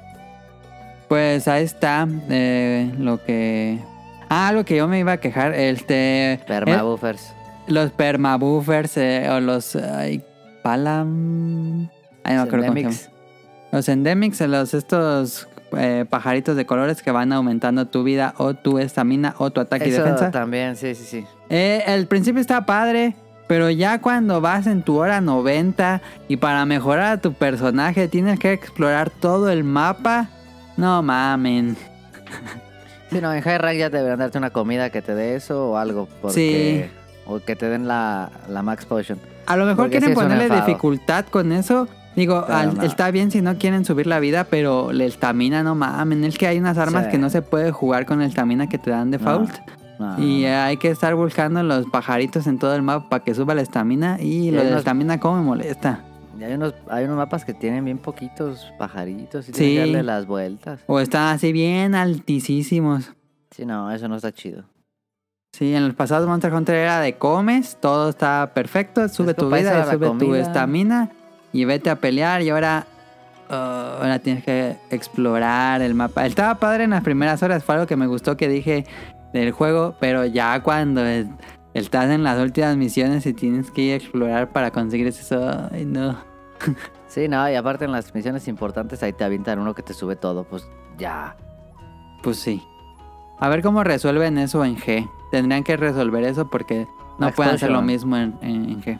Speaker 2: Pues ahí está eh, lo que. Ah, lo que yo me iba a quejar, este. eh,
Speaker 3: Permabuffers.
Speaker 2: Los permabuffers eh, o los. ay, palam. Ay, no me acuerdo cómo se llama.
Speaker 3: Endemics.
Speaker 2: Los endemics, eh, los estos eh, pajaritos de colores que van aumentando tu vida o tu estamina o tu ataque y
Speaker 3: Eso
Speaker 2: defensa.
Speaker 3: también, sí, sí, sí.
Speaker 2: Eh, el principio está padre, pero ya cuando vas en tu hora 90 y para mejorar a tu personaje tienes que explorar todo el mapa. No mamen.
Speaker 3: Sí, no, en High Rank ya deberían darte una comida que te dé eso o algo. Porque, O que te den la, la Max Potion.
Speaker 2: A lo mejor
Speaker 3: Porque
Speaker 2: quieren
Speaker 3: sí es un
Speaker 2: ponerle
Speaker 3: enfado.
Speaker 2: dificultad con eso. Digo,
Speaker 3: Pero
Speaker 2: al-
Speaker 3: no.
Speaker 2: está bien si no quieren subir la vida, pero la estamina no mamen. Es que hay unas armas
Speaker 3: Sí.
Speaker 2: que no se puede jugar con la estamina que te dan de
Speaker 3: No.
Speaker 2: default.
Speaker 3: No.
Speaker 2: Y eh, hay que estar buscando los pajaritos en todo el mapa para que suba la estamina. Y
Speaker 3: Y
Speaker 2: lo de
Speaker 3: hay
Speaker 2: la
Speaker 3: unos-
Speaker 2: estamina, ¿cómo me molesta?
Speaker 3: Y hay unos, hay unos mapas que tienen bien poquitos pajaritos
Speaker 2: Sí.
Speaker 3: y tienes que darle las vueltas.
Speaker 2: O están así bien altísimos.
Speaker 3: Sí, no, eso no está chido.
Speaker 2: Sí, en los pasados Monster Hunter era de comes, todo está perfecto, sube tu
Speaker 3: para eso
Speaker 2: vida,
Speaker 3: era la
Speaker 2: sube tu
Speaker 3: comida.
Speaker 2: estamina y vete a pelear y ahora, uh, ahora tienes que explorar el mapa. Estaba padre en las primeras horas, fue algo que me gustó que dije del juego, pero ya cuando es- estás en las últimas misiones y tienes que ir a explorar para conseguir eso, ay, no.
Speaker 3: Sí, no, y aparte en las misiones importantes ahí te avientan uno que te sube todo, pues ya.
Speaker 2: Pues sí. A ver cómo resuelven eso en G. Tendrían que resolver eso porque no
Speaker 3: Max
Speaker 2: pueden hacer lo
Speaker 3: Potion.
Speaker 2: mismo en, en- en G.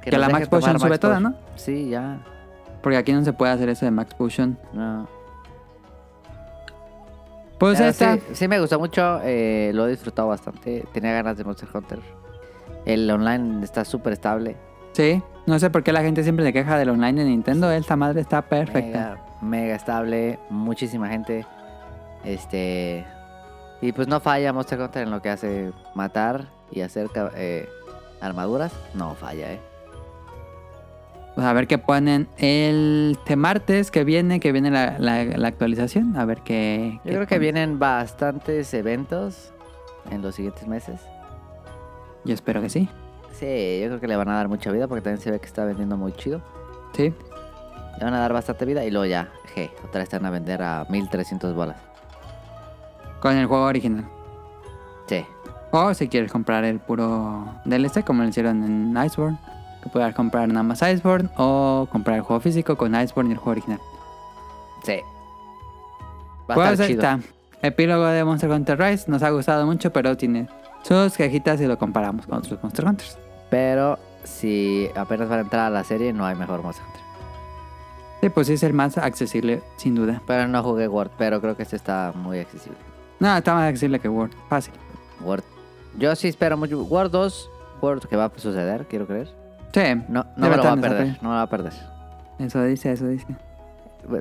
Speaker 2: Que
Speaker 3: nos
Speaker 2: la
Speaker 3: deje
Speaker 2: Max Potion
Speaker 3: tomar
Speaker 2: sube toda,
Speaker 3: Potion.
Speaker 2: ¿no?
Speaker 3: Sí, ya.
Speaker 2: Porque aquí no se puede hacer eso de Max Potion.
Speaker 3: No.
Speaker 2: Pues
Speaker 3: Pero
Speaker 2: ahí está.
Speaker 3: sí, sí me gustó mucho, eh, lo he disfrutado bastante. Tenía ganas de Monster Hunter. El online está súper estable.
Speaker 2: Sí. No sé por qué la gente siempre se queja del online de Nintendo. Esta madre está perfecta.
Speaker 3: Mega, mega estable, muchísima gente. Este. Y pues no falla Monster Hunter en lo que hace matar y hacer ca- eh, armaduras. No falla, eh.
Speaker 2: Pues a ver qué ponen el este martes que viene, que viene la, la- la actualización. A ver qué.
Speaker 3: Yo
Speaker 2: qué
Speaker 3: creo que
Speaker 2: ponen.
Speaker 3: vienen bastantes eventos en los siguientes meses.
Speaker 2: Yo espero que sí.
Speaker 3: Sí, yo creo que le van a dar mucha vida porque también se ve que está vendiendo muy chido.
Speaker 2: Sí.
Speaker 3: Le van a dar bastante vida y luego ya, je, otra vez te van a vender a 1300 bolas.
Speaker 2: Con el juego original.
Speaker 3: Sí,
Speaker 2: O si quieres comprar el puro DLC, como lo hicieron en Iceborne, que puedas comprar nada más Iceborne o comprar el juego físico con Iceborne y el juego original.
Speaker 3: sí. Va a
Speaker 2: Pues
Speaker 3: estar
Speaker 2: ahí
Speaker 3: chido.
Speaker 2: está. Epílogo de Monster Hunter Rise nos ha gustado mucho, pero tiene sus quejitas si lo comparamos con otros Monster Hunters.
Speaker 3: Pero si apenas van a entrar a la serie, no hay mejor Monster Hunter.
Speaker 2: Sí, pues es el más accesible, sin duda.
Speaker 3: Pero no jugué Word, pero creo que este está muy accesible.
Speaker 2: No, está más accesible que Word, fácil.
Speaker 3: Word. Yo sí espero mucho. Word 2, Word que va a suceder, quiero creer.
Speaker 2: Sí, Debe
Speaker 3: No, no me lo va
Speaker 2: estar
Speaker 3: a
Speaker 2: en
Speaker 3: perder,
Speaker 2: desarrollo.
Speaker 3: no me lo va a perder.
Speaker 2: eso dice, eso dice.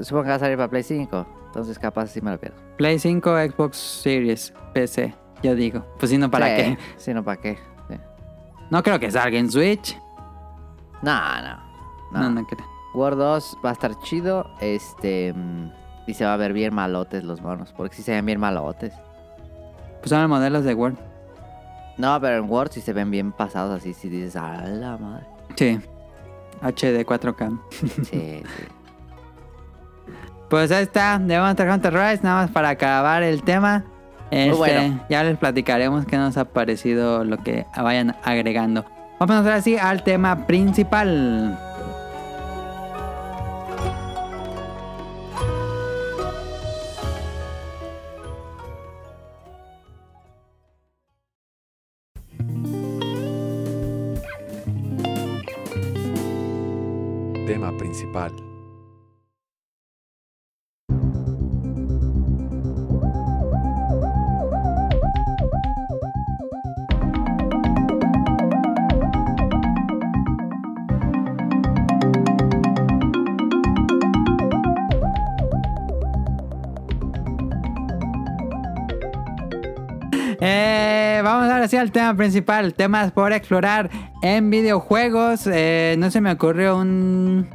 Speaker 3: Supongo que va a salir para Play 5, entonces capaz sí me lo pierdo.
Speaker 2: Play 5, Xbox Series, PC, yo digo. Pues si no, ¿para
Speaker 3: Sí,
Speaker 2: qué?
Speaker 3: Sí, no, ¿para qué? Sí.
Speaker 2: No creo que salga en Switch.
Speaker 3: No, no. No.
Speaker 2: No, no creo.
Speaker 3: Word 2 va a estar chido. Este. mm, Y se va a ver bien malotes los monos. Porque sí se ven bien malotes.
Speaker 2: Pues son los modelos de Word.
Speaker 3: No, pero en Word sí se ven bien pasados así. Si dices, a la madre.
Speaker 2: Sí. HD 4K.
Speaker 3: Sí, sí.
Speaker 2: Pues ahí está, de Monster Hunter Rise, nada más para acabar el tema. Este,
Speaker 3: bueno.
Speaker 2: Ya les platicaremos qué nos ha parecido lo que vayan agregando. Vamos ahora sí al tema principal.
Speaker 5: Tema principal.
Speaker 2: Eh, ahora sí al tema principal, temas por explorar en videojuegos. Eh, no se me ocurrió un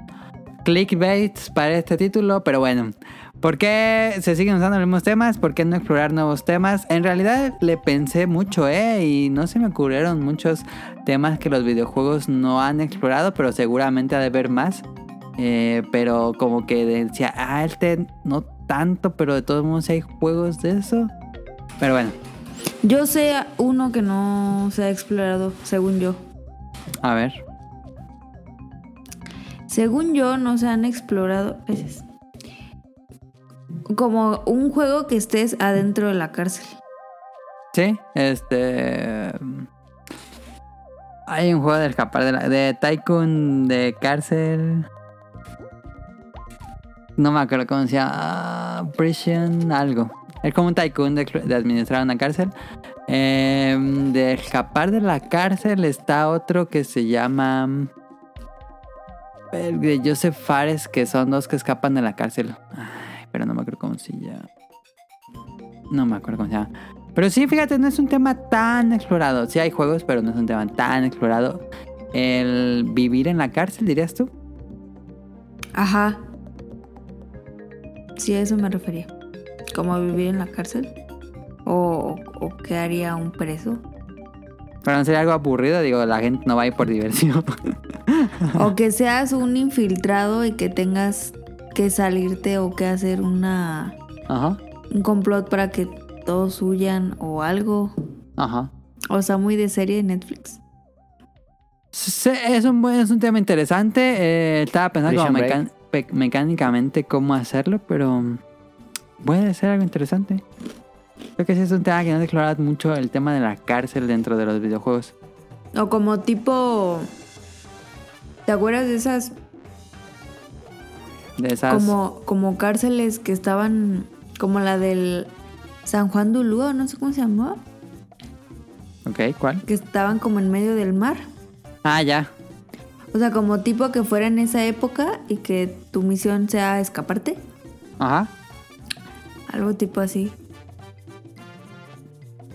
Speaker 2: clickbait para este título, pero bueno. ¿Por qué se siguen usando los mismos temas? ¿Por qué no explorar nuevos temas? En realidad le pensé mucho, ¿eh? Y no se me ocurrieron muchos temas que los videojuegos no han explorado, pero seguramente ha de haber más. Eh, pero como que decía, ah, este no tanto, pero de todos modos hay juegos de eso. Pero bueno,
Speaker 1: Yo sé uno que no se ha explorado, según yo.
Speaker 2: a ver.
Speaker 1: Según yo, no se han explorado. Gracias. Como un juego que estés adentro de la cárcel.
Speaker 2: Sí, este. Hay un juego de escapar de la. de Tycoon de cárcel. No me acuerdo cómo se llama. ah, Prison algo. Es como un tycoon de, de administrar una cárcel. Eh, de escapar de la cárcel está otro que se llama. El de Joseph Fares, que son dos que escapan de la cárcel. Ay, pero no me acuerdo cómo se llama. No me acuerdo cómo se llama. Pero sí, fíjate, no es un tema tan explorado. Sí hay juegos, pero no es un tema tan explorado. El vivir en la cárcel, dirías tú.
Speaker 1: Ajá. Sí, a eso me refería. Como vivir en la cárcel. O, o qué haría un preso.
Speaker 2: Pero no sería algo aburrido, digo, la gente no va a ir por diversión. (laughs)
Speaker 1: O que seas un infiltrado y que tengas que salirte o que hacer una
Speaker 2: Ajá,
Speaker 1: un complot para que todos huyan o algo.
Speaker 2: ajá.
Speaker 1: O sea, muy de serie de Netflix.
Speaker 2: Sí, es, un, buen- es un tema interesante. eh, estaba pensando como
Speaker 3: Prison
Speaker 2: mecan- pe- mecánicamente cómo hacerlo, pero puede ser algo interesante. Creo que sí es un tema que no se explora mucho, el tema de la cárcel dentro de los videojuegos.
Speaker 1: O como tipo. ¿Te acuerdas de esas
Speaker 2: De esas...
Speaker 1: como, como cárceles que estaban. como la del San Juan Dulú, o no sé cómo se llamaba?
Speaker 2: Ok, ¿cuál?
Speaker 1: Que estaban como en medio del mar.
Speaker 2: Ah, ya.
Speaker 1: O sea, como tipo que fuera en esa época y que tu misión sea escaparte.
Speaker 2: Ajá.
Speaker 1: Algo tipo así.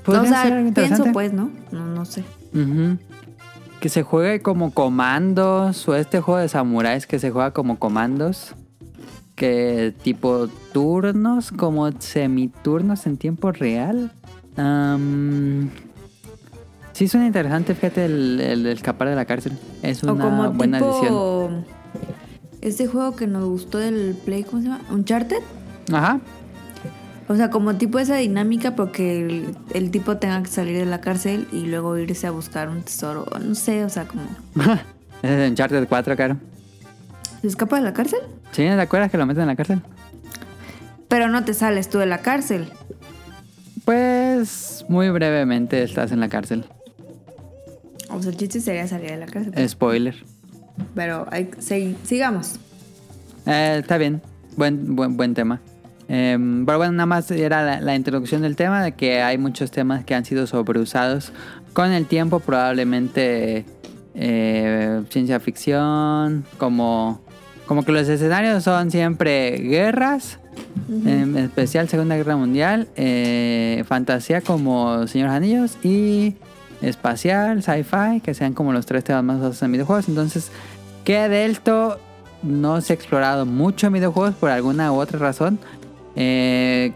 Speaker 2: Podría
Speaker 1: o sea,
Speaker 2: ser algo
Speaker 1: pienso
Speaker 2: interesante.
Speaker 1: pues, ¿no? No, no sé.
Speaker 2: Ujú. Que se juegue como comandos o este juego de samuráis que se juega como comandos. Que tipo turnos, como semiturnos en tiempo real. Am, sí suena interesante, fíjate, el, el escapar de la cárcel. Es
Speaker 1: o
Speaker 2: una
Speaker 1: como
Speaker 2: buena decisión.
Speaker 1: tipo. Este juego que nos gustó del Play, ¿cómo se llama? ¿Uncharted?
Speaker 2: Ajá. (laughs)
Speaker 1: O sea, como tipo esa dinámica porque el, el tipo tenga que salir de la cárcel y luego irse a buscar un tesoro. o No sé, o sea, como...
Speaker 2: Ese es de Uncharted 4, claro.
Speaker 1: ¿Se escapa de la cárcel?
Speaker 2: ¿Sí? ¿Te acuerdas que lo meten en la cárcel?
Speaker 1: Pero no te sales tú de la cárcel.
Speaker 2: Pues muy brevemente estás en la cárcel.
Speaker 1: O sea, el chiste sería salir de la cárcel. pues.
Speaker 2: Spoiler.
Speaker 1: Pero hay, segui- sigamos.
Speaker 2: Eh, está bien, buen, buen, buen tema. Eh, pero bueno, nada más era la, la introducción del tema, de que hay muchos temas que han sido sobreusados con el tiempo, probablemente eh, ciencia ficción, como, como que los escenarios son siempre guerras, en especial Segunda Guerra Mundial, eh, fantasía como Señor de los Anillos y espacial, sci-fi, que sean como los tres temas más usados en videojuegos. Entonces, que Delto no se ha explorado mucho en videojuegos por alguna u otra razón. Eh,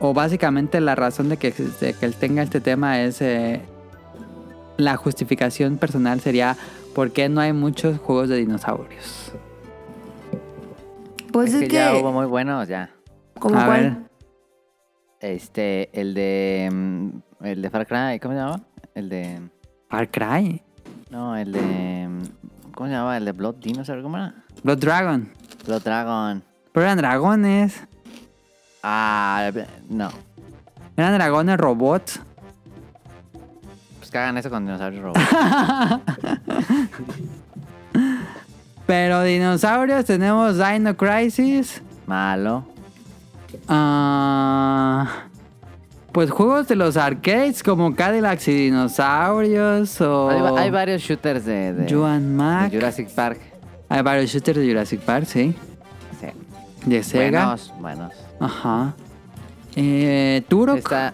Speaker 2: o básicamente la razón de que, de que él tenga este tema es eh, la justificación personal sería por qué no hay muchos juegos de dinosaurios.
Speaker 1: Pues
Speaker 3: es
Speaker 1: es,
Speaker 3: que, ya hubo
Speaker 1: que...
Speaker 3: muy buenos, ya.
Speaker 1: ¿Como
Speaker 2: A ver.
Speaker 1: cuál?
Speaker 3: Este, el de. mm, El de Far Cry, ¿cómo se llamaba? El de.
Speaker 2: Far Cry,
Speaker 3: No, el de. mm, ¿Cómo se llamaba? El de Blood Dinosaur, ¿cómo era?
Speaker 2: Blood Dragon,
Speaker 3: Blood Dragon.
Speaker 2: pero eran dragones,
Speaker 3: Ah, no.
Speaker 2: eran dragones robots.
Speaker 3: Pues que hagan eso con dinosaurios robots.
Speaker 2: (laughs) Pero dinosaurios tenemos Dino Crisis.
Speaker 3: Malo.
Speaker 2: Ah, pues juegos de los arcades como Cadillacs y Dinosaurios o
Speaker 3: Hay, va- hay varios shooters de. de-
Speaker 2: Oh. Joan Mac.
Speaker 3: de Jurassic Park.
Speaker 2: Hay varios shooters de Jurassic Park, sí.
Speaker 3: Sí.
Speaker 2: De Sega.
Speaker 3: Buenos, buenos.
Speaker 2: Ajá. Eh, Turok.
Speaker 3: Está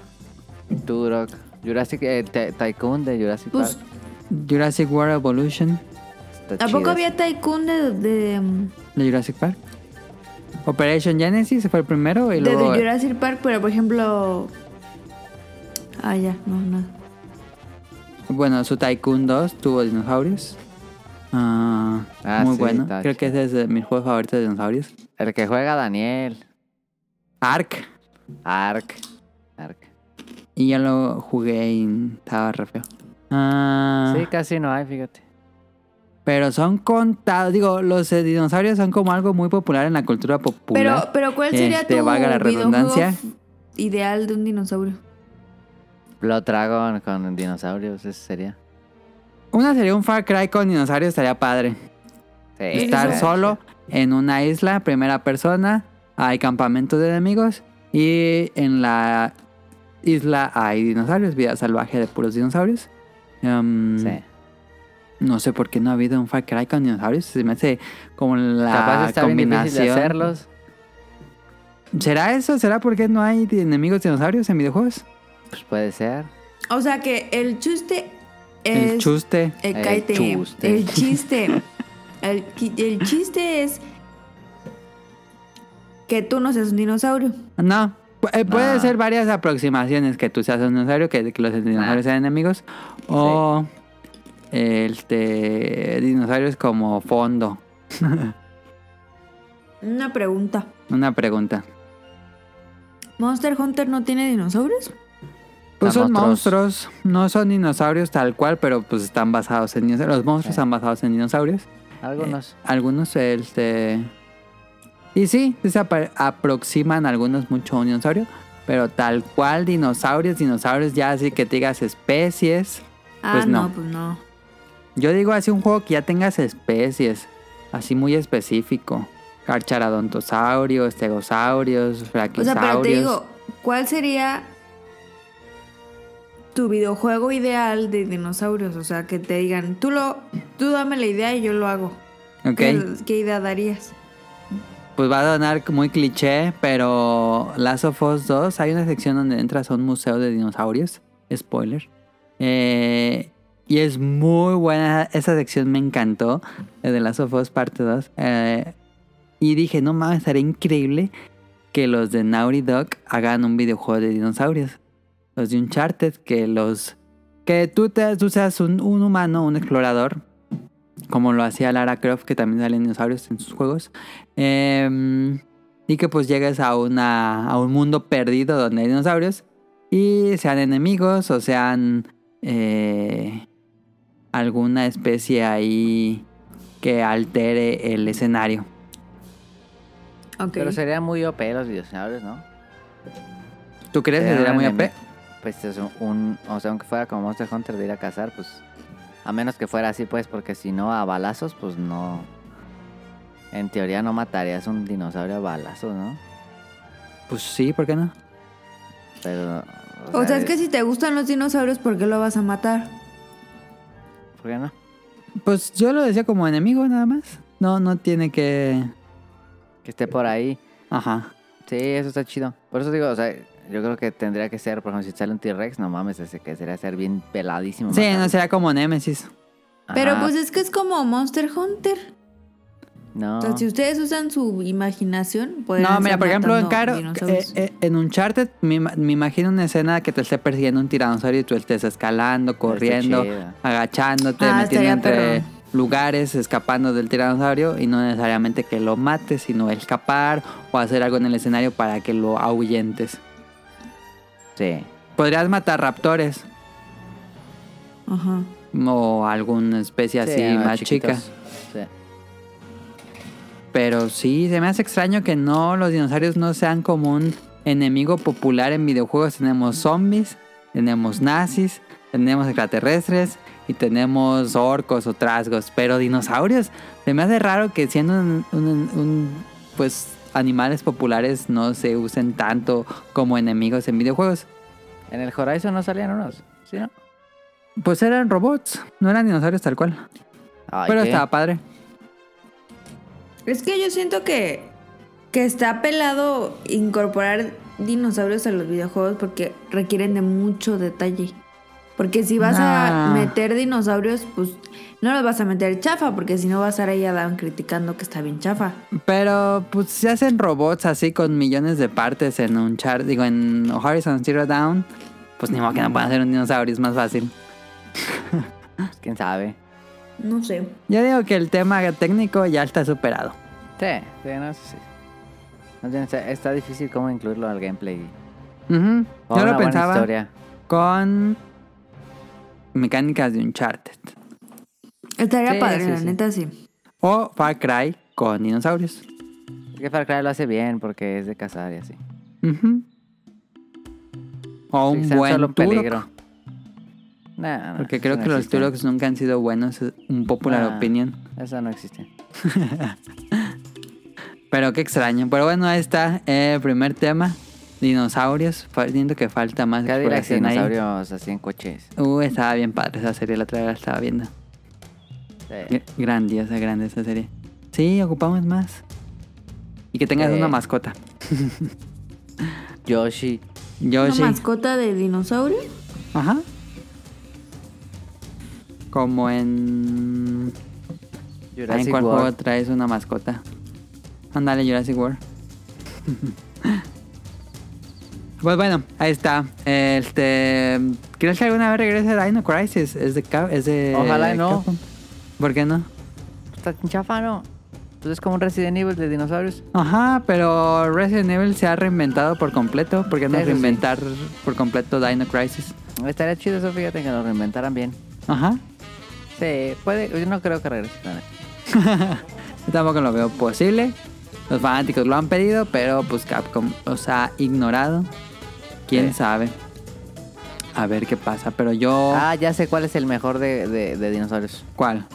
Speaker 3: Turok. Jurassic eh, Ty- Tycoon de Jurassic
Speaker 1: Pues,
Speaker 3: Park.
Speaker 2: Jurassic World Evolution
Speaker 3: Está
Speaker 1: ¿A poco
Speaker 3: chido.
Speaker 1: había Tycoon de, de,
Speaker 2: de Jurassic Park. Operation Genesis fue el primero y
Speaker 1: de- de
Speaker 2: luego... eh,
Speaker 1: Jurassic Park? Pero por ejemplo. Ah, ya, no, no.
Speaker 2: eh, Bueno, su Tycoon 2 tuvo dinosaurios. Ah,
Speaker 3: Ah,
Speaker 2: muy
Speaker 3: sí,
Speaker 2: bueno.
Speaker 3: está
Speaker 2: Creo que ese es de mis juegos favoritos de dinosaurios.
Speaker 3: El que juega Daniel.
Speaker 2: Ark.
Speaker 3: Ark. Ark.
Speaker 2: Y ya lo jugué y estaba re feo. Ah,
Speaker 3: Sí, casi no hay, fíjate.
Speaker 2: Pero son contados. Digo, los eh, dinosaurios son como algo muy popular en la cultura
Speaker 1: Pero,
Speaker 2: popular.
Speaker 1: pero ¿cuál sería
Speaker 2: Este,
Speaker 1: tu
Speaker 2: valga la
Speaker 1: videojuego
Speaker 2: redundancia.
Speaker 1: f- ideal de un dinosaurio?
Speaker 3: Blood Dragon con dinosaurios, ese sería.
Speaker 2: Una sería un Far Cry con dinosaurios, estaría padre.
Speaker 3: Sí,
Speaker 2: Estar
Speaker 3: sí.
Speaker 2: solo en una isla, primera persona. Hay campamentos de enemigos. Y en la isla hay dinosaurios, vida salvaje de puros dinosaurios. Em,
Speaker 3: Sí.
Speaker 2: No sé por qué no ha habido un Far Cry con dinosaurios. Se me hace como la
Speaker 3: Capaz está bien
Speaker 2: combinación.
Speaker 3: difícil de hacerlos.
Speaker 2: ¿Será eso? ¿Será porque no hay di- enemigos dinosaurios en videojuegos?
Speaker 3: Pues puede ser.
Speaker 1: O sea que el chuste es.
Speaker 2: El chuste.
Speaker 1: El,
Speaker 3: El
Speaker 1: caite,
Speaker 2: (laughs)
Speaker 3: chuste.
Speaker 1: el chiste. el, qui- el chiste es. Que tú no seas un dinosaurio.
Speaker 2: No. Pu- eh, puede
Speaker 3: No.
Speaker 2: ser varias aproximaciones. Que tú seas un dinosaurio, que, que los dinosaurios sean enemigos. O este, dinosaurios como fondo.
Speaker 1: Una pregunta.
Speaker 2: Una pregunta.
Speaker 1: ¿Monster Hunter no tiene dinosaurios?
Speaker 2: Pues
Speaker 3: Son
Speaker 2: son
Speaker 3: monstruos.
Speaker 2: monstruos, no son dinosaurios tal cual, pero pues están basados en dinosaurios. Los monstruos
Speaker 3: Sí.
Speaker 2: están basados en dinosaurios.
Speaker 3: Algunos.
Speaker 2: Algunos, este. Y sí, sí se apar- aproximan algunos mucho a un dinosaurio. Pero tal cual, dinosaurios, dinosaurios, ya así que te digas especies.
Speaker 1: Ah,
Speaker 2: Pues no.
Speaker 1: no, pues no.
Speaker 2: Yo digo así un juego que ya tengas especies. Así muy específico. Carcharadontosaurios, estegosaurios,
Speaker 1: O sea,
Speaker 2: fraquisaurios.
Speaker 1: pero te digo, ¿cuál sería tu videojuego ideal de dinosaurios? O sea, que te digan, tú lo, tú dame la idea y yo lo hago.
Speaker 2: Ok.
Speaker 1: ¿Qué, qué idea darías?
Speaker 2: Pues va a donar muy cliché, pero Last of Us 2, hay una sección donde entras a un museo de dinosaurios, spoiler. Eh, y es muy buena, esa sección me encantó, de Last of Us parte 2. Eh, y dije, no mames, estaría increíble que los de Naughty Dog hagan un videojuego de dinosaurios. Los de Uncharted, que los... Que tú, te, tú seas un, un humano, un explorador, como lo hacía Lara Croft, que también salen dinosaurios en sus juegos. Em, y que pues llegues a, una, a un mundo perdido donde hay dinosaurios. Y sean enemigos o sean eh, alguna especie ahí que altere el escenario.
Speaker 1: Ok.
Speaker 3: Pero sería muy OP los dinosaurios, ¿no?
Speaker 2: ¿Tú crees que
Speaker 3: Pero
Speaker 2: sería muy
Speaker 3: enemi-
Speaker 2: OP?
Speaker 3: Pues es un... O sea, aunque fuera como Monster Hunter de ir a cazar, pues... A menos que fuera así, pues, porque si no a balazos, pues no... En teoría no matarías un dinosaurio a balazos, ¿no?
Speaker 2: Pues sí, ¿por qué no?
Speaker 3: Pero...
Speaker 1: o sea, es que si te gustan los dinosaurios, ¿por qué lo vas a matar?
Speaker 3: ¿Por qué no?
Speaker 2: Pues yo lo decía como enemigo nada más. No, no tiene que...
Speaker 3: Que esté por ahí.
Speaker 2: Ajá.
Speaker 3: Sí, eso está chido. Por eso digo, o sea, yo creo que tendría que ser, por ejemplo, si sale un T-Rex, no mames, ese que sería ser bien peladísimo.
Speaker 2: Sí,
Speaker 3: matarlo.
Speaker 2: no será como Nemesis.
Speaker 3: Ajá,
Speaker 1: Pero pues es que es como Monster Hunter.
Speaker 3: No.
Speaker 1: O sea, si ustedes usan su imaginación, pueden
Speaker 2: Ah. No, mira, por ejemplo, en Caro, eh, eh, en Uncharted, me, ima- me imagino una escena que te esté persiguiendo un tiranosaurio y tú estés escalando, corriendo,
Speaker 3: chida.
Speaker 2: agachándote,
Speaker 1: Ah,
Speaker 2: metiendo
Speaker 1: estaría
Speaker 2: entre
Speaker 1: perrón.
Speaker 2: lugares, escapando del tiranosaurio y no necesariamente que lo mates, sino escapar o hacer algo en el escenario para que lo ahuyentes.
Speaker 3: Sí.
Speaker 2: Podrías matar raptores
Speaker 1: Ajá.
Speaker 2: o alguna especie así
Speaker 3: Sí,
Speaker 2: más chica.
Speaker 3: chiquitos. Sí.
Speaker 2: Pero sí, se me hace extraño que no los dinosaurios no sean como un enemigo popular en videojuegos. Tenemos zombies, tenemos nazis, tenemos extraterrestres y tenemos orcos o trasgos. Pero dinosaurios, se me hace raro que siendo un, un- un, pues animales populares no se usen tanto como enemigos en videojuegos.
Speaker 3: En el Horizon no salían unos. ¿Sí, no?
Speaker 2: Pues eran robots, no eran dinosaurios tal cual.
Speaker 3: Ay,
Speaker 2: Pero
Speaker 3: ¿qué?
Speaker 2: estaba padre.
Speaker 1: Es que yo siento que, que está pelado incorporar dinosaurios a los videojuegos porque requieren de mucho detalle. Porque si vas
Speaker 2: Nah.
Speaker 3: Ah.
Speaker 1: a meter dinosaurios, pues no los vas a meter chafa, porque si no vas a estar ahí a Dan criticando que está bien chafa.
Speaker 2: Pero pues se hacen robots así con millones de partes en un char, digo, en Horizon Zero Down, pues ni modo que no puedan hacer un dinosaurio, es más fácil.
Speaker 3: Pues, ¿Quién sabe?
Speaker 1: No sé.
Speaker 2: Yo digo que el tema técnico ya está superado.
Speaker 3: Sí, sí, no, eso sí. Más bien, está- está difícil cómo incluirlo al gameplay.
Speaker 2: Ujú. Yo
Speaker 3: O una
Speaker 2: lo
Speaker 3: buena
Speaker 2: pensaba
Speaker 3: historia.
Speaker 2: con mecánicas de Uncharted.
Speaker 1: Estaría
Speaker 3: Sí,
Speaker 1: padre,
Speaker 3: sí,
Speaker 1: la
Speaker 3: sí.
Speaker 1: neta sí.
Speaker 2: O Far Cry con dinosaurios.
Speaker 3: Es que Far Cry lo hace bien porque es de cazar y así.
Speaker 2: Ujú. O
Speaker 3: Sí,
Speaker 2: un
Speaker 3: sean
Speaker 2: buen
Speaker 3: solo
Speaker 2: Turok,
Speaker 3: peligro. Ah, No, no,
Speaker 2: Porque
Speaker 3: eso
Speaker 2: creo
Speaker 3: no
Speaker 2: que los
Speaker 3: existe.
Speaker 2: Turoks nunca han sido buenos, es un popular
Speaker 3: Ah.
Speaker 2: opinion.
Speaker 3: Eso no existe.
Speaker 2: Pero qué extraño. Pero bueno, ahí está eh, el primer tema. Dinosaurios. Fa- Siento que falta más
Speaker 3: Cadillacs y
Speaker 2: exploración ahí.
Speaker 3: dinosaurios así en coches.
Speaker 2: Uh, estaba bien padre esa serie. La otra vez la estaba viendo.
Speaker 3: Sí.
Speaker 2: Gr- Grandiosa, grande esa serie. Sí, ocupamos más. Y que tengas
Speaker 3: Eh.
Speaker 2: una mascota.
Speaker 3: Yoshi.
Speaker 2: Yoshi.
Speaker 1: ¿Una mascota de dinosaurio?
Speaker 2: Ajá. Como en... Ay, ¿En
Speaker 3: Jurassic
Speaker 2: cuál juego
Speaker 3: World.
Speaker 2: traes una mascota? Ándale, Jurassic World. (laughs) pues bueno, ahí está. Este, ¿Crees que alguna vez regrese Dino Crisis? Es de, Cap- es de
Speaker 3: Ojalá y no.
Speaker 2: Capcom. ¿Por qué no?
Speaker 3: Está chafano. Entonces es como un Resident Evil de dinosaurios.
Speaker 2: Ajá, pero Resident Evil se ha reinventado por completo. ¿Por qué no
Speaker 3: Eso sí.
Speaker 2: reinventar por completo Dino Crisis?
Speaker 3: Estaría chido eso, fíjate que lo reinventaran bien.
Speaker 2: Ajá.
Speaker 3: Sí, puede. Yo no creo que regrese. la neta.
Speaker 2: (laughs) Yo tampoco lo veo posible. Los fanáticos lo han pedido, pero pues Capcom los ha ignorado. Quién
Speaker 3: Sí.
Speaker 2: sabe. A ver qué pasa. Pero yo.
Speaker 3: Ah, ya sé cuál es el mejor de, de- de dinosaurios.
Speaker 2: ¿Cuál?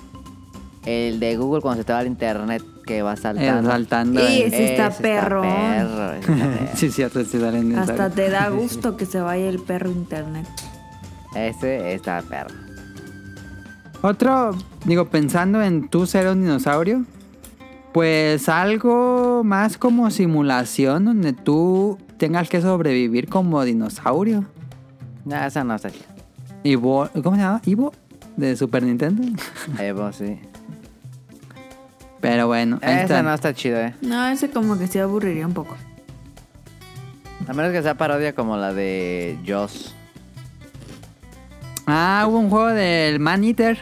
Speaker 3: El de Google cuando se te va al internet que va
Speaker 2: Eh,
Speaker 3: saltando.
Speaker 2: saltando.
Speaker 1: Y
Speaker 2: en-
Speaker 1: Ese está perro.
Speaker 3: perro,
Speaker 2: (laughs)
Speaker 3: ese está perro.
Speaker 2: sí, cierto, sí, sale en
Speaker 1: Hasta
Speaker 2: Instagram.
Speaker 1: te da gusto que se vaya el perro internet.
Speaker 3: Ese está perro.
Speaker 2: Otro, digo, pensando en tú ser un dinosaurio, pues algo más como simulación donde tú tengas que sobrevivir como dinosaurio.
Speaker 3: No, esa no está
Speaker 2: (laughs)
Speaker 3: chida.
Speaker 2: Ivo, ¿Cómo se llama? ¿Ivo? ¿De Super Nintendo? (laughs)
Speaker 3: Evo, Eh, pues sí.
Speaker 2: Pero bueno, ahí
Speaker 3: Esa
Speaker 2: está.
Speaker 3: no está chida, eh.
Speaker 1: No, ese como que se aburriría un poco.
Speaker 3: A menos que sea parodia como la de Joss.
Speaker 2: Ah, hubo un juego del Man Eater.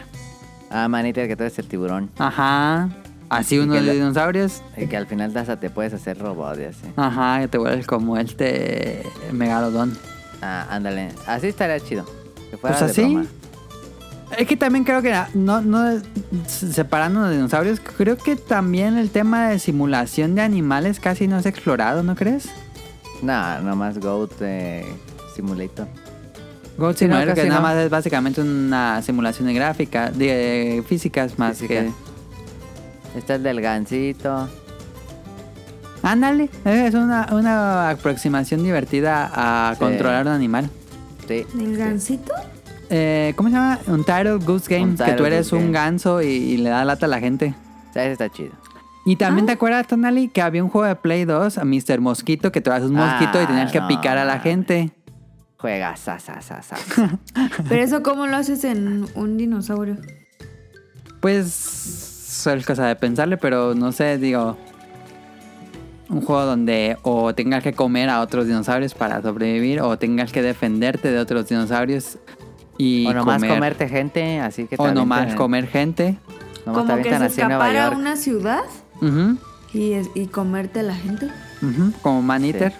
Speaker 3: Ah, manita, que tú eres el tiburón.
Speaker 2: Ajá. Así uno
Speaker 3: que
Speaker 2: de los
Speaker 3: la-
Speaker 2: dinosaurios.
Speaker 3: Y que al final hasta te puedes hacer robot y así.
Speaker 2: Ajá, que te vuelves como este megalodón.
Speaker 3: Ah, ándale. Así estaría chido. Que fuera
Speaker 2: Pues
Speaker 3: de
Speaker 2: así.
Speaker 3: broma.
Speaker 2: Es que también creo que la- no, no separando los dinosaurios, creo que también el tema de simulación de animales casi no es explorado, ¿no crees?
Speaker 3: No, nomás Goat eh, Simulator.
Speaker 2: Goat
Speaker 3: Sí, no,
Speaker 2: Simulator, que
Speaker 3: casi
Speaker 2: nada
Speaker 3: no.
Speaker 2: más es básicamente una simulación de gráfica, de físicas más
Speaker 3: Física.
Speaker 2: que.
Speaker 3: Está el Este del gancito.
Speaker 2: Ándale, eh, es una, una aproximación divertida a
Speaker 3: Sí.
Speaker 2: controlar un animal.
Speaker 3: Sí.
Speaker 1: ¿El gancito?
Speaker 2: Eh, ¿Cómo se llama? Untitled Goose Game. que
Speaker 3: Untitled
Speaker 2: tú eres
Speaker 3: Goose
Speaker 2: un
Speaker 3: Game.
Speaker 2: ganso y, y le da lata a la gente.
Speaker 3: O sea, ese está chido.
Speaker 2: Y también te acuerdas, Tonali, que había un juego de Play 2, a Mr. Mosquito, que te vas un mosquito y
Speaker 3: Ah,
Speaker 2: tenías que
Speaker 3: no,
Speaker 2: picar a la
Speaker 3: mames.
Speaker 2: gente.
Speaker 3: Juega, sa, sa, sa, sa, sa.
Speaker 1: Pero eso, ¿cómo lo haces en un dinosaurio?
Speaker 2: Pues. Es cosa de pensarle, pero no sé, digo. Un juego donde o tengas que comer a otros dinosaurios para sobrevivir, o tengas que defenderte de otros dinosaurios (laughs) y
Speaker 3: o nomás
Speaker 2: comer-
Speaker 3: comerte gente, así que te
Speaker 2: o nomás
Speaker 3: avientan-
Speaker 2: comer gente.
Speaker 3: nomás te
Speaker 1: como que
Speaker 3: avientan
Speaker 1: se
Speaker 3: así en Nueva
Speaker 1: escapara a
Speaker 3: York.
Speaker 1: una ciudad
Speaker 2: Ujú.
Speaker 1: y, es- y comerte a la gente.
Speaker 2: Ujú, como Man
Speaker 3: Sí.
Speaker 2: Eater.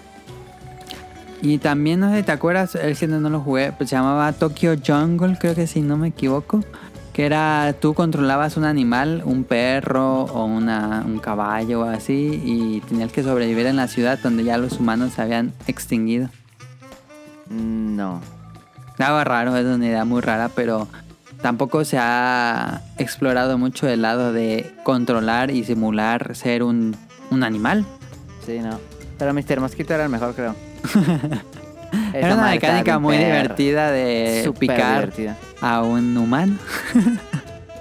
Speaker 2: Y también, no sé si te acuerdas, el que no lo jugué, pues se llamaba Tokyo Jungle, creo que si no me equivoco. Que era, tú controlabas un animal, un perro o una, un caballo o así, y tenías que sobrevivir en la ciudad donde ya los humanos se habían extinguido.
Speaker 3: Mm, No.
Speaker 2: Estaba raro, es una idea muy rara, pero tampoco se ha explorado mucho el lado de controlar y simular ser un, un animal.
Speaker 3: Sí, no. Pero Mr. Mosquito era el
Speaker 2: (laughs)
Speaker 3: mejor, creo. Esa
Speaker 2: Era una
Speaker 3: madre estaba
Speaker 2: mecánica
Speaker 3: bien
Speaker 2: muy
Speaker 3: perra.
Speaker 2: divertida de
Speaker 3: Súper
Speaker 2: picar
Speaker 3: divertida.
Speaker 2: a un humano.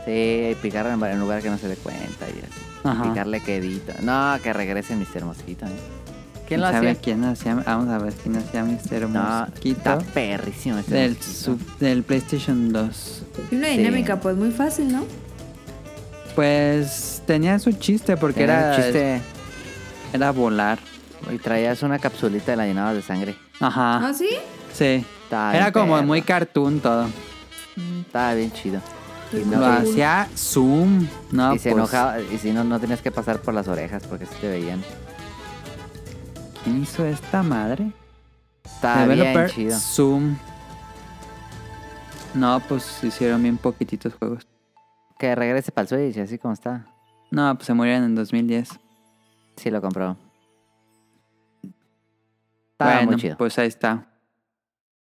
Speaker 3: Sí, picarle en en lugar que no se dé cuenta y así.
Speaker 2: Ajá.
Speaker 3: Picarle quedito. No, que regrese Mr. Mosquito. ¿eh? ¿Quién lo
Speaker 2: ¿Sabe
Speaker 3: hacía?
Speaker 2: quién hacía? Vamos a ver quién hacía Mr.
Speaker 3: No,
Speaker 2: Mosquito
Speaker 3: está perrísimo este
Speaker 2: del,
Speaker 3: mosquito.
Speaker 2: sub- del PlayStation 2.
Speaker 1: Y Una
Speaker 3: Sí.
Speaker 1: dinámica, pues muy fácil, ¿no?
Speaker 2: Pues tenía su chiste porque
Speaker 3: Tenía
Speaker 2: era, este
Speaker 3: un chiste
Speaker 2: era volar.
Speaker 3: y traías una capsulita y la llenabas de sangre.
Speaker 2: Ajá.
Speaker 1: ¿No sí?
Speaker 2: Sí.
Speaker 3: Está bien
Speaker 2: Era como
Speaker 3: Ah. perro.
Speaker 2: muy cartoon todo.
Speaker 3: Estaba bien chido. Y
Speaker 2: Lo
Speaker 3: no, y-
Speaker 2: hacía Zoom. No,
Speaker 3: y se
Speaker 2: pues,
Speaker 3: enojaba, y si no, no tenías que pasar por las orejas porque si te veían.
Speaker 2: ¿Quién hizo esta madre?
Speaker 3: Estaba Ah, bien
Speaker 2: Developer
Speaker 3: chido.
Speaker 2: Zoom. No, pues hicieron bien poquititos juegos.
Speaker 3: Que regrese para el Switch, así como está.
Speaker 2: No, pues se murieron en 2010.
Speaker 3: Sí, lo compró. Estaba
Speaker 2: bueno,
Speaker 3: muy chido.
Speaker 2: pues ahí está.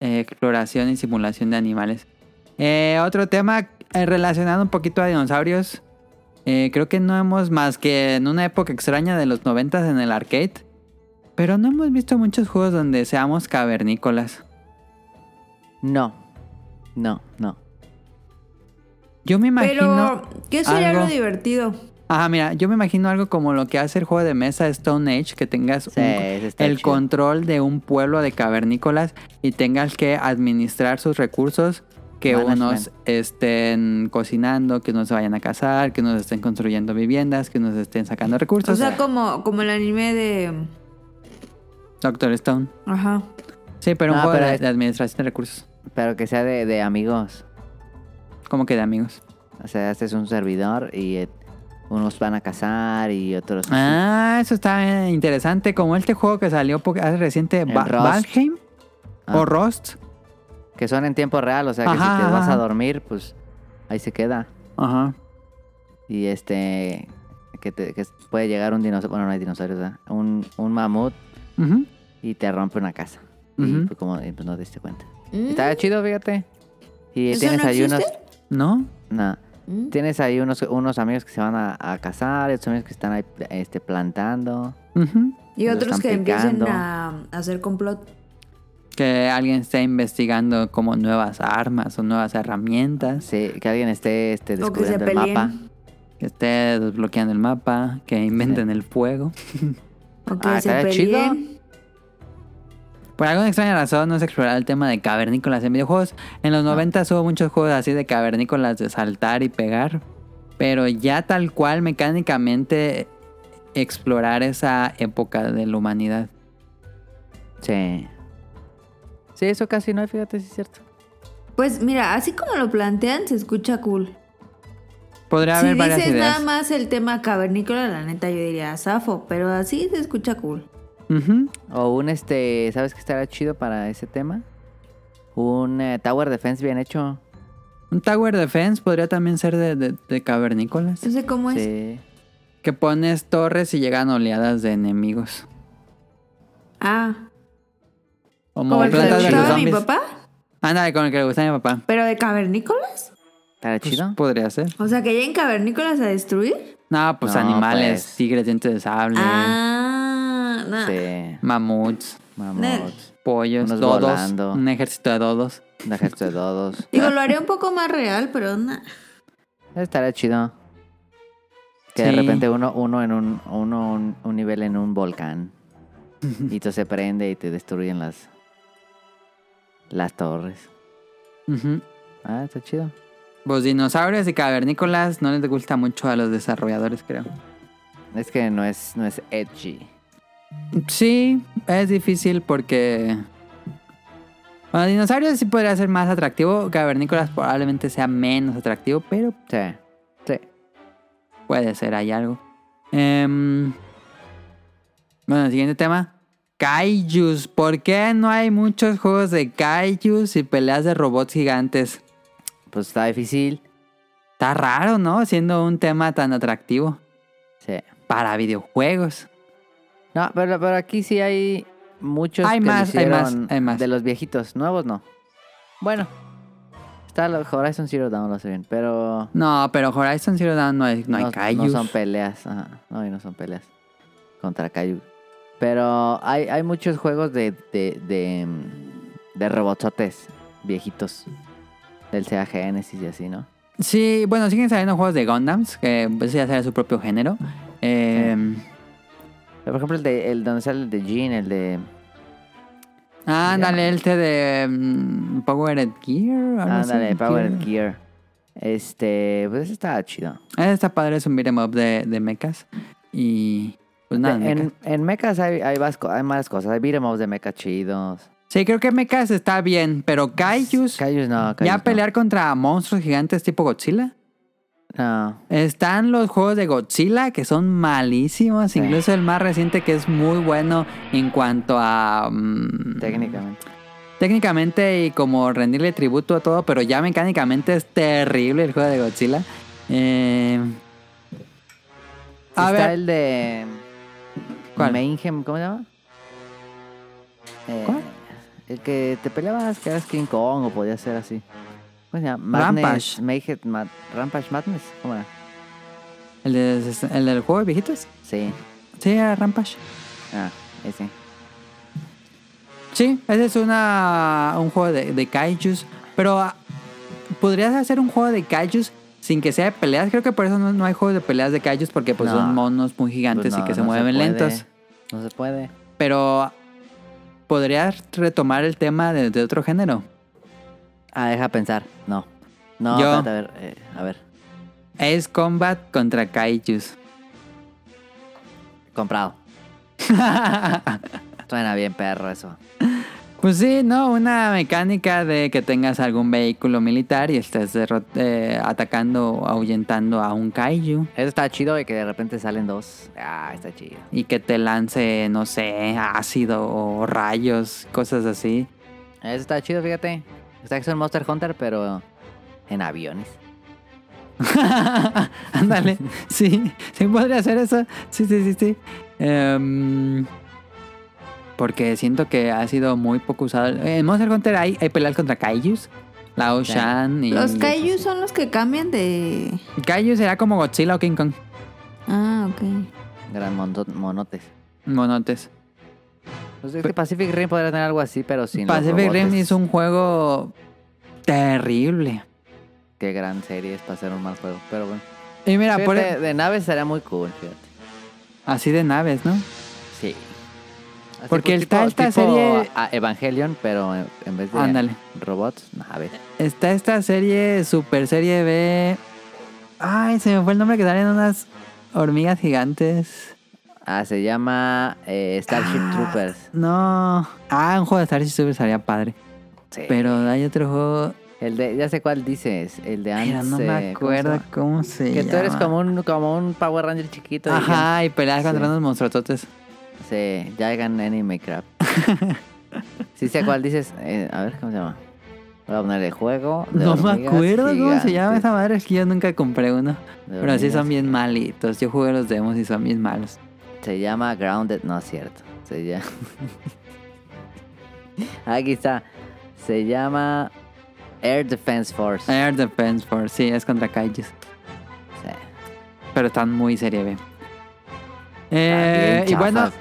Speaker 2: Eh, exploración y simulación de animales. Eh, otro tema eh, relacionado un poquito a dinosaurios. Eh, creo que no hemos más que en una época extraña de los noventas en el arcade. Pero no hemos visto muchos juegos donde seamos cavernícolas.
Speaker 3: No. No, no.
Speaker 2: Yo me imagino...
Speaker 1: Pero, ¿qué sería
Speaker 2: algo-
Speaker 1: lo divertido?
Speaker 2: Ajá, Ah, mira, yo me imagino algo como lo que hace el juego de mesa Stone Age, que tengas
Speaker 3: Sí,
Speaker 2: un-
Speaker 3: ese está
Speaker 2: el
Speaker 3: chido.
Speaker 2: control de un pueblo de cavernícolas y tengas que administrar sus recursos, que
Speaker 3: Management.
Speaker 2: unos estén cocinando, que unos se vayan a cazar, que unos estén construyendo viviendas, que unos estén sacando recursos.
Speaker 1: O sea, como, como el anime de...
Speaker 2: Doctor Stone.
Speaker 1: Ajá.
Speaker 2: Sí, pero un
Speaker 3: No,
Speaker 2: juego
Speaker 3: pero
Speaker 2: de,
Speaker 3: es-
Speaker 2: de administración de recursos,
Speaker 3: Pero que sea de, de amigos.
Speaker 2: como que de amigos.
Speaker 3: O sea, este es un servidor y eh, unos van a cazar y otros.
Speaker 2: Ah, eso está eh, interesante, como este juego que salió po- hace reciente,
Speaker 3: El
Speaker 2: Ba-
Speaker 3: Rust.
Speaker 2: Valheim
Speaker 3: Ah.
Speaker 2: o Rust.
Speaker 3: Que son en tiempo real, o sea, que
Speaker 2: Ajá,
Speaker 3: si te vas
Speaker 2: ajá.
Speaker 3: a dormir, pues ahí se queda.
Speaker 2: Ajá.
Speaker 3: Y este. Que, te- que puede llegar un dinosaurio. Bueno, no hay dinosaurios, ¿verdad? Un, un mamut
Speaker 2: Ujú.
Speaker 3: y te rompe una casa. Y
Speaker 2: Ujú.
Speaker 3: pues, como y, pues, no te diste cuenta.
Speaker 1: Mm,
Speaker 3: Estaba chido, fíjate. Y
Speaker 1: ¿Eso
Speaker 3: tienes
Speaker 1: no
Speaker 3: ahí unos.
Speaker 1: existe?
Speaker 2: ¿No?
Speaker 3: No.
Speaker 1: mm.
Speaker 3: Tienes ahí unos, unos amigos que se van a, a cazar, otros amigos que están ahí este, plantando.
Speaker 2: Ujú.
Speaker 1: Y
Speaker 3: Lo
Speaker 1: otros
Speaker 3: están
Speaker 1: que empiecen
Speaker 3: picando.
Speaker 1: a a hacer complot.
Speaker 2: Que alguien esté investigando como nuevas armas o nuevas herramientas,
Speaker 3: Sí, que alguien esté este,
Speaker 1: O que se
Speaker 3: descubriendo el
Speaker 1: peleen.
Speaker 3: mapa.
Speaker 2: que esté desbloqueando el mapa, que inventen el fuego.
Speaker 1: O que
Speaker 3: Ah,
Speaker 1: se
Speaker 3: estaría chido.
Speaker 1: peleen.
Speaker 2: Por alguna extraña razón no se exploraba el tema de cavernícolas en videojuegos. En
Speaker 3: Ah.
Speaker 2: los 90 hubo muchos juegos así de cavernícolas de saltar y pegar. Pero ya tal cual mecánicamente explorar esa época de la humanidad.
Speaker 3: Sí. Sí, eso casi no hay, fíjate, sí es cierto.
Speaker 1: Pues mira, así como lo plantean, se escucha cool.
Speaker 2: Podría
Speaker 1: si
Speaker 2: haber varias
Speaker 1: dices
Speaker 2: ideas.
Speaker 1: nada más el tema cavernícola, la neta yo diría zafo, pero así se escucha cool.
Speaker 2: Ujú.
Speaker 3: O un, este, ¿sabes qué estará chido para ese tema? Un eh, Tower Defense bien hecho.
Speaker 2: Un Tower Defense podría también ser de, de- de cavernícolas.
Speaker 1: No sé cómo es.
Speaker 3: Sí.
Speaker 2: Que pones torres y llegan oleadas de enemigos.
Speaker 1: Ah,
Speaker 2: Como
Speaker 1: como el que le
Speaker 2: plantas versus
Speaker 1: gustaba a mi
Speaker 2: zombies.
Speaker 1: papá,
Speaker 2: Ándale, con el que le gusta a mi papá.
Speaker 1: pero de cavernícolas.
Speaker 3: ¿Estará
Speaker 2: Pues,
Speaker 3: chido?
Speaker 2: Podría ser.
Speaker 1: O sea, que lleguen cavernícolas a destruir.
Speaker 2: No, pues
Speaker 3: No,
Speaker 2: animales,
Speaker 3: pues.
Speaker 2: tigres, dientes de sable,
Speaker 1: Ah, no.
Speaker 3: Sí.
Speaker 2: mamuts,
Speaker 3: Mamut.
Speaker 2: pollos,
Speaker 3: Unos
Speaker 2: dodos.
Speaker 3: volando.
Speaker 2: Un ejército de dodos.
Speaker 3: Un ejército de dodos.
Speaker 1: Digo, lo haría un poco más real, pero no.
Speaker 3: Estará chido. Que de
Speaker 2: Sí.
Speaker 3: repente uno, uno en un, uno un, un nivel en
Speaker 2: (laughs)
Speaker 3: un volcán. y todo se prende y te destruyen las las torres.
Speaker 2: Ujú.
Speaker 3: Ah, está chido.
Speaker 2: Pues dinosaurios y cavernícolas no les gusta mucho a los desarrolladores, creo.
Speaker 3: Es que no es, no es edgy.
Speaker 2: Sí, es difícil porque... Bueno, dinosaurios sí podría ser más atractivo. Cavernícolas probablemente sea menos atractivo, pero
Speaker 3: Sí. Sí.
Speaker 2: Puede ser, hay algo. Em, bueno, siguiente tema. Kaijus. ¿Por qué no hay muchos juegos de kaijus y peleas de robots gigantes?
Speaker 3: Pues está difícil.
Speaker 2: Está raro, ¿no? Siendo un tema tan atractivo
Speaker 3: Sí.
Speaker 2: para videojuegos.
Speaker 3: No, pero, pero aquí sí hay muchos
Speaker 2: Hay
Speaker 3: que lo
Speaker 2: más, hay más,
Speaker 3: hicieron
Speaker 2: hay más.
Speaker 3: de los viejitos. Nuevos no. Bueno. Está lo- Horizon Zero Dawn, lo sé bien. Pero
Speaker 2: No, pero Horizon Zero Dawn no hay, no hay
Speaker 3: no
Speaker 2: kaijus.
Speaker 3: son peleas. Ajá. No, y no son peleas. Contra Kaiju. Pero hay, hay muchos juegos de, de, de, mm, de robotsotes viejitos. Del Sega Genesis y así, ¿no?
Speaker 2: Sí, bueno, pues Em, siguen saliendo juegos de Gundams, que eso ya será su propio género. Eh,
Speaker 3: Por ejemplo, el de el donde sale el de Jean, el de.
Speaker 2: Ah, ándale, el té de mm, Powered Gear. algo así.
Speaker 3: Ándale, Power Gear. Este, pues ese estaba chido.
Speaker 2: Ah, Está padre, es un beat'em up de, de mechas. Y pues nada,
Speaker 3: De- en,
Speaker 2: mechas.
Speaker 3: en mechas hay, hay, vas- hay más cosas. Hay beat'em ups de mechas chidos.
Speaker 2: Sí, creo que mechas está bien, pero Kaijus,
Speaker 3: Kaijus no. Kaijus
Speaker 2: ya
Speaker 3: no.
Speaker 2: pelear contra monstruos gigantes tipo Godzilla.
Speaker 3: No.
Speaker 2: Están los juegos de Godzilla que son malísimos,
Speaker 3: Sí.
Speaker 2: incluso el más reciente que es muy bueno en cuanto a... mm,
Speaker 3: Técnicamente.
Speaker 2: técnicamente y como rendirle tributo a todo, pero ya mecánicamente es terrible el juego de Godzilla. Eh, a
Speaker 3: Está
Speaker 2: ver,
Speaker 3: el de.
Speaker 2: ¿Cuál?
Speaker 3: Mayhem, ¿cómo se llama? Eh,
Speaker 2: ¿Cuál?
Speaker 3: El que te peleabas que eras King Kong o podías ser así. ¿Cómo se llama?
Speaker 2: Rampage.
Speaker 3: Mayhem, Ma- Rampage Madness. ¿Cómo era?
Speaker 2: ¿El, de- el del juego de viejitos.
Speaker 3: Sí.
Speaker 2: Sí, era Rampage.
Speaker 3: Ah, ese.
Speaker 2: Sí, ese es una, un juego de, de kaijus. Pero ah, podrías hacer un juego de kaijus sin que sea de peleas. Creo que por eso no, no hay juegos de peleas de kaijus porque pues
Speaker 3: No.
Speaker 2: son monos muy gigantes
Speaker 3: Pues
Speaker 2: y
Speaker 3: no,
Speaker 2: que se
Speaker 3: no
Speaker 2: mueven
Speaker 3: puede.
Speaker 2: lentos.
Speaker 3: No se puede.
Speaker 2: Pero podrías retomar el tema de, de otro género.
Speaker 3: Ah, deja pensar. No. No,
Speaker 2: Yo.
Speaker 3: espérate, a ver. eh, a ver.
Speaker 2: Ace Combat contra kaijus. (laughs)
Speaker 3: Comprado. Suena bien, perro, eso.
Speaker 2: Pues sí, ¿no? Una mecánica de que tengas algún vehículo militar y estés derro- eh, atacando o ahuyentando a un kaiju.
Speaker 3: Eso está chido y que de repente salen dos. Ah, está chido.
Speaker 2: Y que te lance, no sé, ácido o rayos, cosas así. (laughs)
Speaker 3: Eso está chido, fíjate. Está que es un Monster Hunter, pero en aviones. (laughs)
Speaker 2: Ándale, sí, sí podría hacer eso. Sí, sí, sí, sí. Em, porque siento que ha sido muy poco usado. Eh, En Monster Hunter hay, hay peleas contra kaijus. Lao
Speaker 3: Sí.
Speaker 2: Shan y...
Speaker 1: Los kaijus son los que cambian de...
Speaker 2: Kaiju será como Godzilla o King Kong.
Speaker 1: Ah, ok.
Speaker 3: Gran monto- monotes.
Speaker 2: Monotes.
Speaker 3: Pues es que Pacific Rim podría tener algo así, pero sin los
Speaker 2: Pacific Rim
Speaker 3: robotes.
Speaker 2: es un juego terrible.
Speaker 3: Qué gran serie es para hacer un mal juego. Pero bueno.
Speaker 2: Y mira,
Speaker 3: Fíjate,
Speaker 2: por- e-
Speaker 3: De naves estaría muy cool, fíjate.
Speaker 2: así de naves, ¿no?
Speaker 3: Sí. Así
Speaker 2: Porque
Speaker 3: pues,
Speaker 2: está esta serie-
Speaker 3: a- Evangelion, pero en- en vez de
Speaker 2: Ándale.
Speaker 3: robots, naves.
Speaker 2: Está esta serie, Super Serie B. Ay, se me fue el nombre que salen unas hormigas gigantes.
Speaker 3: Ah, se llama eh, Starship
Speaker 2: Ah,
Speaker 3: Troopers.
Speaker 2: No. Ah, un juego de Starship Super sería padre.
Speaker 3: Sí.
Speaker 2: Pero hay otro juego.
Speaker 3: El de, ya sé cuál dices, el de
Speaker 2: Pero
Speaker 3: antes. eh,
Speaker 2: no me acuerdo cómo se
Speaker 3: Que tú eres
Speaker 2: llama.
Speaker 3: como un, como un Power Ranger chiquito. y
Speaker 2: Ajá, y peleas contra
Speaker 3: Sí.
Speaker 2: unos monstruototes.
Speaker 3: ya- Sí, Gigan Anime Crap. sí sé cuál dices. eh, a ver, ¿cómo se llama? Voy a poner el juego. de
Speaker 2: No me
Speaker 3: hormigas
Speaker 2: acuerdo cómo se llama
Speaker 3: gigantes.
Speaker 2: esa madre, es que yo nunca compré uno.
Speaker 3: De
Speaker 2: Pero sí
Speaker 3: hormigas
Speaker 2: son bien malitos. Yo jugué los demos y son bien malos.
Speaker 3: Se llama Grounded, no es cierto. Se llama. (laughs) Aquí está. Se llama Air Defense Force.
Speaker 2: Air Defense Force, sí, es contra Kaijus.
Speaker 3: Sí. Ah,
Speaker 2: Pero están muy serie B.
Speaker 3: Está
Speaker 2: Eh,
Speaker 3: bien
Speaker 2: y bueno,
Speaker 3: chafas.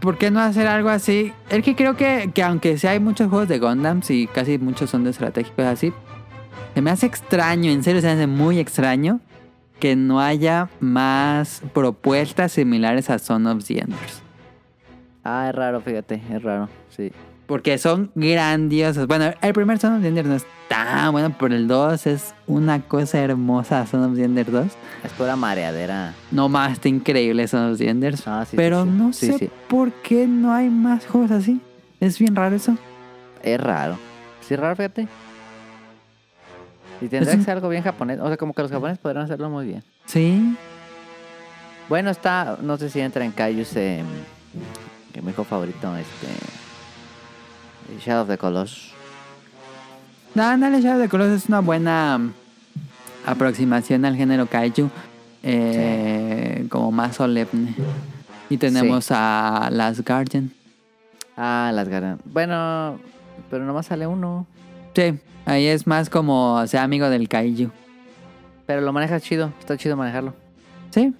Speaker 2: ¿por qué no hacer algo así? Es que creo que, que aunque sí hay muchos juegos de Gundams y casi muchos son de estratégicos así, se me hace extraño, en serio se me hace muy extraño que no haya más propuestas similares a Son of the Enders.
Speaker 3: Ah, es raro, fíjate, es raro. Sí.
Speaker 2: Porque son grandiosas. Bueno, el primer Son of the Enders no es tan bueno, pero el 2 es una cosa hermosa, Son of the Enders 2.
Speaker 3: Es pura mareadera.
Speaker 2: No más, está increíble Son of the Enders.
Speaker 3: Ah, sí, sí,
Speaker 2: Pero
Speaker 3: sí.
Speaker 2: no
Speaker 3: Sí,
Speaker 2: sé
Speaker 3: sí.
Speaker 2: por qué no hay más juegos así. Es bien raro eso.
Speaker 3: Es raro. Sí, es raro, fíjate. Y tendría
Speaker 2: un-
Speaker 3: que ser algo bien japonés. O sea, como que los japoneses podrían hacerlo muy bien.
Speaker 2: Sí.
Speaker 3: Bueno, está. No sé si entra en Kaijus. eh, que mi hijo favorito, este. Shadow of the Colossus.
Speaker 2: No, Ándale, Shadow de Colossus es una buena mm, aproximación al género kaiju. eh, Como más solemne. Y tenemos a Last Guardian.
Speaker 3: Ah, las garan. Bueno, pero nomás sale uno.
Speaker 2: Sí, ahí es más como sea amigo del kaiju.
Speaker 3: Pero lo manejas chido. Está chido manejarlo.
Speaker 2: Sí.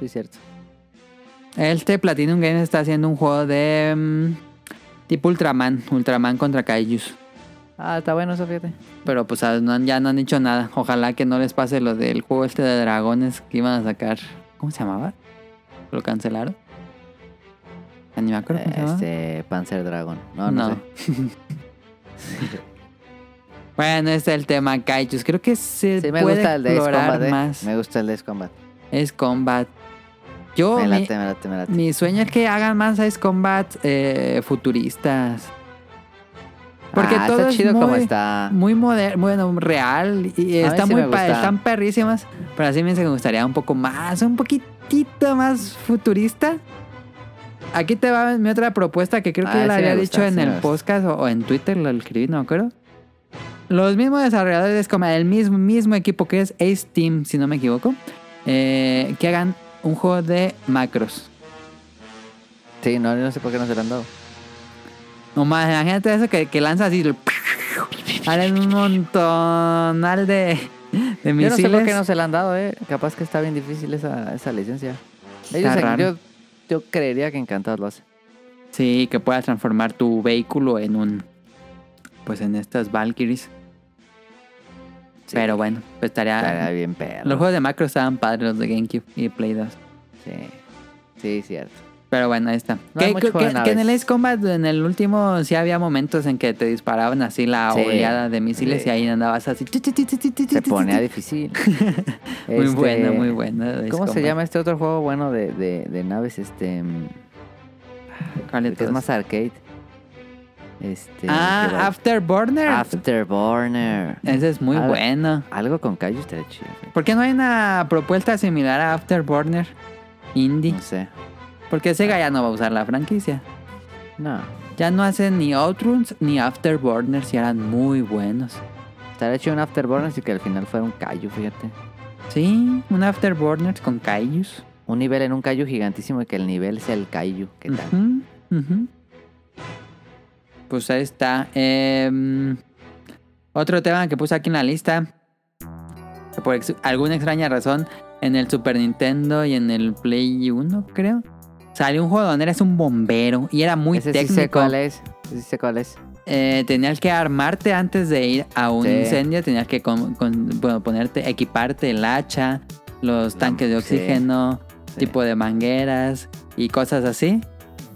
Speaker 3: Sí, cierto.
Speaker 2: Este Platinum Games está haciendo un juego de... mm, tipo Ultraman. Ultraman contra kaijus.
Speaker 3: Ah, está bueno eso, fíjate.
Speaker 2: Pero pues ah, no han- ya no han hecho nada. Ojalá que no les pase lo del juego este de dragones que iban a sacar. ¿Cómo se llamaba? Lo cancelaron. Ya Ni me acuerdo cómo se llamaba.
Speaker 3: Este, Panzer Dragon. No, no, sé.
Speaker 2: (laughs) bueno, este es el tema Kaijus. Creo que se
Speaker 3: Sí, me
Speaker 2: puede
Speaker 3: gusta el de Ace
Speaker 2: explorar
Speaker 3: Combat, eh.
Speaker 2: más.
Speaker 3: Me gusta el de Ace Combat.
Speaker 2: Es Combat. Yo,
Speaker 3: Me
Speaker 2: Oh, mi-
Speaker 3: late, me late, me late.
Speaker 2: mi sueño es que hagan más Ace Combat eh, futuristas. Porque
Speaker 3: Ah,
Speaker 2: todo
Speaker 3: está
Speaker 2: es
Speaker 3: chido como
Speaker 2: muy-
Speaker 3: está.
Speaker 2: Muy moderno, bueno, real. Y
Speaker 3: A mí
Speaker 2: está
Speaker 3: sí
Speaker 2: muy
Speaker 3: me
Speaker 2: padre,
Speaker 3: gusta.
Speaker 2: están perrísimas. Pero así me gustaría un poco más, un poquitito más futurista. Aquí te va mi otra propuesta que creo que
Speaker 3: Ah,
Speaker 2: ya la
Speaker 3: sí me
Speaker 2: había
Speaker 3: gusta,
Speaker 2: dicho
Speaker 3: sí
Speaker 2: en
Speaker 3: me
Speaker 2: el
Speaker 3: gusta.
Speaker 2: podcast o, o en Twitter, lo escribí, no me acuerdo. Los mismos desarrolladores, como el mismo, mismo equipo que es Ace Team, si no me equivoco, eh, que hagan un juego de macros.
Speaker 3: Sí, no, yo no sé por qué no se lo han dado.
Speaker 2: Nomás, imagínate eso que, que lanza así. (laughs) Salen un montonal de, de
Speaker 3: Yo no sé por
Speaker 2: misiles.
Speaker 3: qué no se la han dado, eh. Capaz que está bien difícil esa, esa licencia.
Speaker 2: Está
Speaker 3: Ellos,
Speaker 2: raro.
Speaker 3: yo, yo creería que encantados lo hacen.
Speaker 2: Sí, que puedas transformar tu vehículo en un. Pues en estas Valkyries.
Speaker 3: Sí.
Speaker 2: Pero bueno, pues estaría.
Speaker 3: Estaría ah, bien perro.
Speaker 2: Los juegos de macro estaban padres, los de GameCube y Play 2.
Speaker 3: Sí. Sí, cierto.
Speaker 2: Pero bueno, ahí está.
Speaker 3: No hay
Speaker 2: que,
Speaker 3: mucho
Speaker 2: que-
Speaker 3: juego de
Speaker 2: que- que en el
Speaker 3: naves.
Speaker 2: Ace Combat, en el último, sí había momentos en que te disparaban así la
Speaker 3: Sí.
Speaker 2: oleada de misiles
Speaker 3: Sí.
Speaker 2: y ahí andabas así.
Speaker 3: Se ponía difícil.
Speaker 2: (laughs) Muy
Speaker 3: Este,
Speaker 2: bueno, muy bueno. Ace
Speaker 3: ¿Cómo se
Speaker 2: Combat.
Speaker 3: llama este otro juego bueno de, de, de naves? Este. mm,
Speaker 2: ¿Cuál de
Speaker 3: el que es
Speaker 2: todos?
Speaker 3: más arcade. Este. que
Speaker 2: Ah,
Speaker 3: va-
Speaker 2: Afterburner. Eh.
Speaker 3: Afterburner.
Speaker 2: Ese es muy
Speaker 3: Ah.
Speaker 2: bueno.
Speaker 3: Algo con Kaiju estaría chido. güey.
Speaker 2: ¿Por qué no hay una propuesta similar a Afterburner Indie?
Speaker 3: No sé.
Speaker 2: Porque Sega ya no va a usar la franquicia.
Speaker 3: No.
Speaker 2: Ya no hacen ni Outruns ni Afterburners y eran muy buenos.
Speaker 3: Estaría chido un Afterburner y que al final fuera un Kaiju, fíjate.
Speaker 2: Sí, un Afterburners con Kaijus.
Speaker 3: Un nivel en un Kaiju gigantísimo y que el nivel sea el Kaiju. ¿Qué tal?
Speaker 2: Ujú, ujú. Pues ahí está. Em, otro tema que puse aquí en la lista. que Por ex- alguna extraña razón, en el Super Nintendo y en el Play 1, creo. Salió un juego donde eres un bombero y era muy
Speaker 3: Ese sí sé
Speaker 2: técnico.
Speaker 3: cuál es. Ese sí sé cuál es.
Speaker 2: Eh, tenías que armarte antes de ir a un
Speaker 3: Sí.
Speaker 2: incendio, tenías que con- con- bueno, ponerte, equiparte el hacha, los
Speaker 3: La-
Speaker 2: tanques de
Speaker 3: sí,
Speaker 2: oxígeno,
Speaker 3: sí.
Speaker 2: tipo de mangueras y cosas así.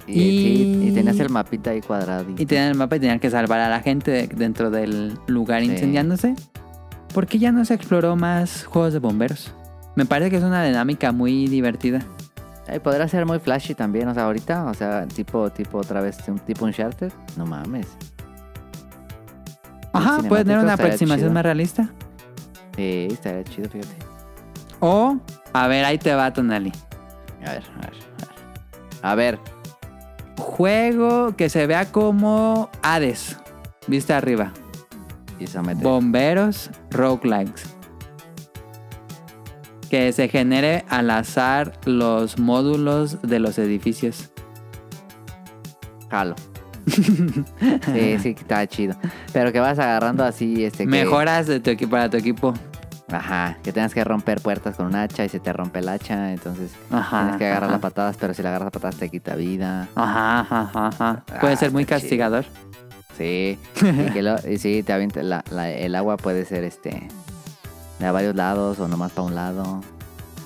Speaker 3: Y, sí,
Speaker 2: Y-
Speaker 3: y tenías el mapita ahí cuadrado.
Speaker 2: Y tenían el mapa y tenían que salvar a la gente de- dentro del lugar
Speaker 3: Sí.
Speaker 2: incendiándose. Porque ya no se exploró más juegos de bomberos. Me parece que es una dinámica muy divertida.
Speaker 3: Ay, podría ser muy flashy también, o sea, ahorita, o sea, tipo, tipo otra vez, un tipo Uncharted, no mames.
Speaker 2: Ajá, puede tener una
Speaker 3: cinemático estaría
Speaker 2: aproximación
Speaker 3: chido.
Speaker 2: más realista.
Speaker 3: Sí, estaría chido, fíjate.
Speaker 2: O, a ver, ahí te va, Tonali.
Speaker 3: A ver, a ver, a ver. A ver,
Speaker 2: Juego que se vea como Hades. Vista arriba.
Speaker 3: y se mete.
Speaker 2: Bomberos, roguelikes. Que se genere al azar los módulos de los edificios. (laughs)
Speaker 3: Jalo. sí, sí, está chido. Pero que vas agarrando así, este. que-
Speaker 2: Mejoras de tu equipo para tu equipo.
Speaker 3: Ajá, que tengas que romper puertas con un hacha y se te rompe el hacha, entonces
Speaker 2: Ajá,
Speaker 3: tienes que agarrar
Speaker 2: ajá.
Speaker 3: las patadas, pero si la agarras a patadas te quita vida.
Speaker 2: Ajá, ajá, ajá. Puede
Speaker 3: Ah,
Speaker 2: ser muy
Speaker 3: está chido.
Speaker 2: castigador. (laughs)
Speaker 3: Sí, y que lo- y sí, te avienta- la- la- el agua puede ser este de a varios lados o nomás para un lado.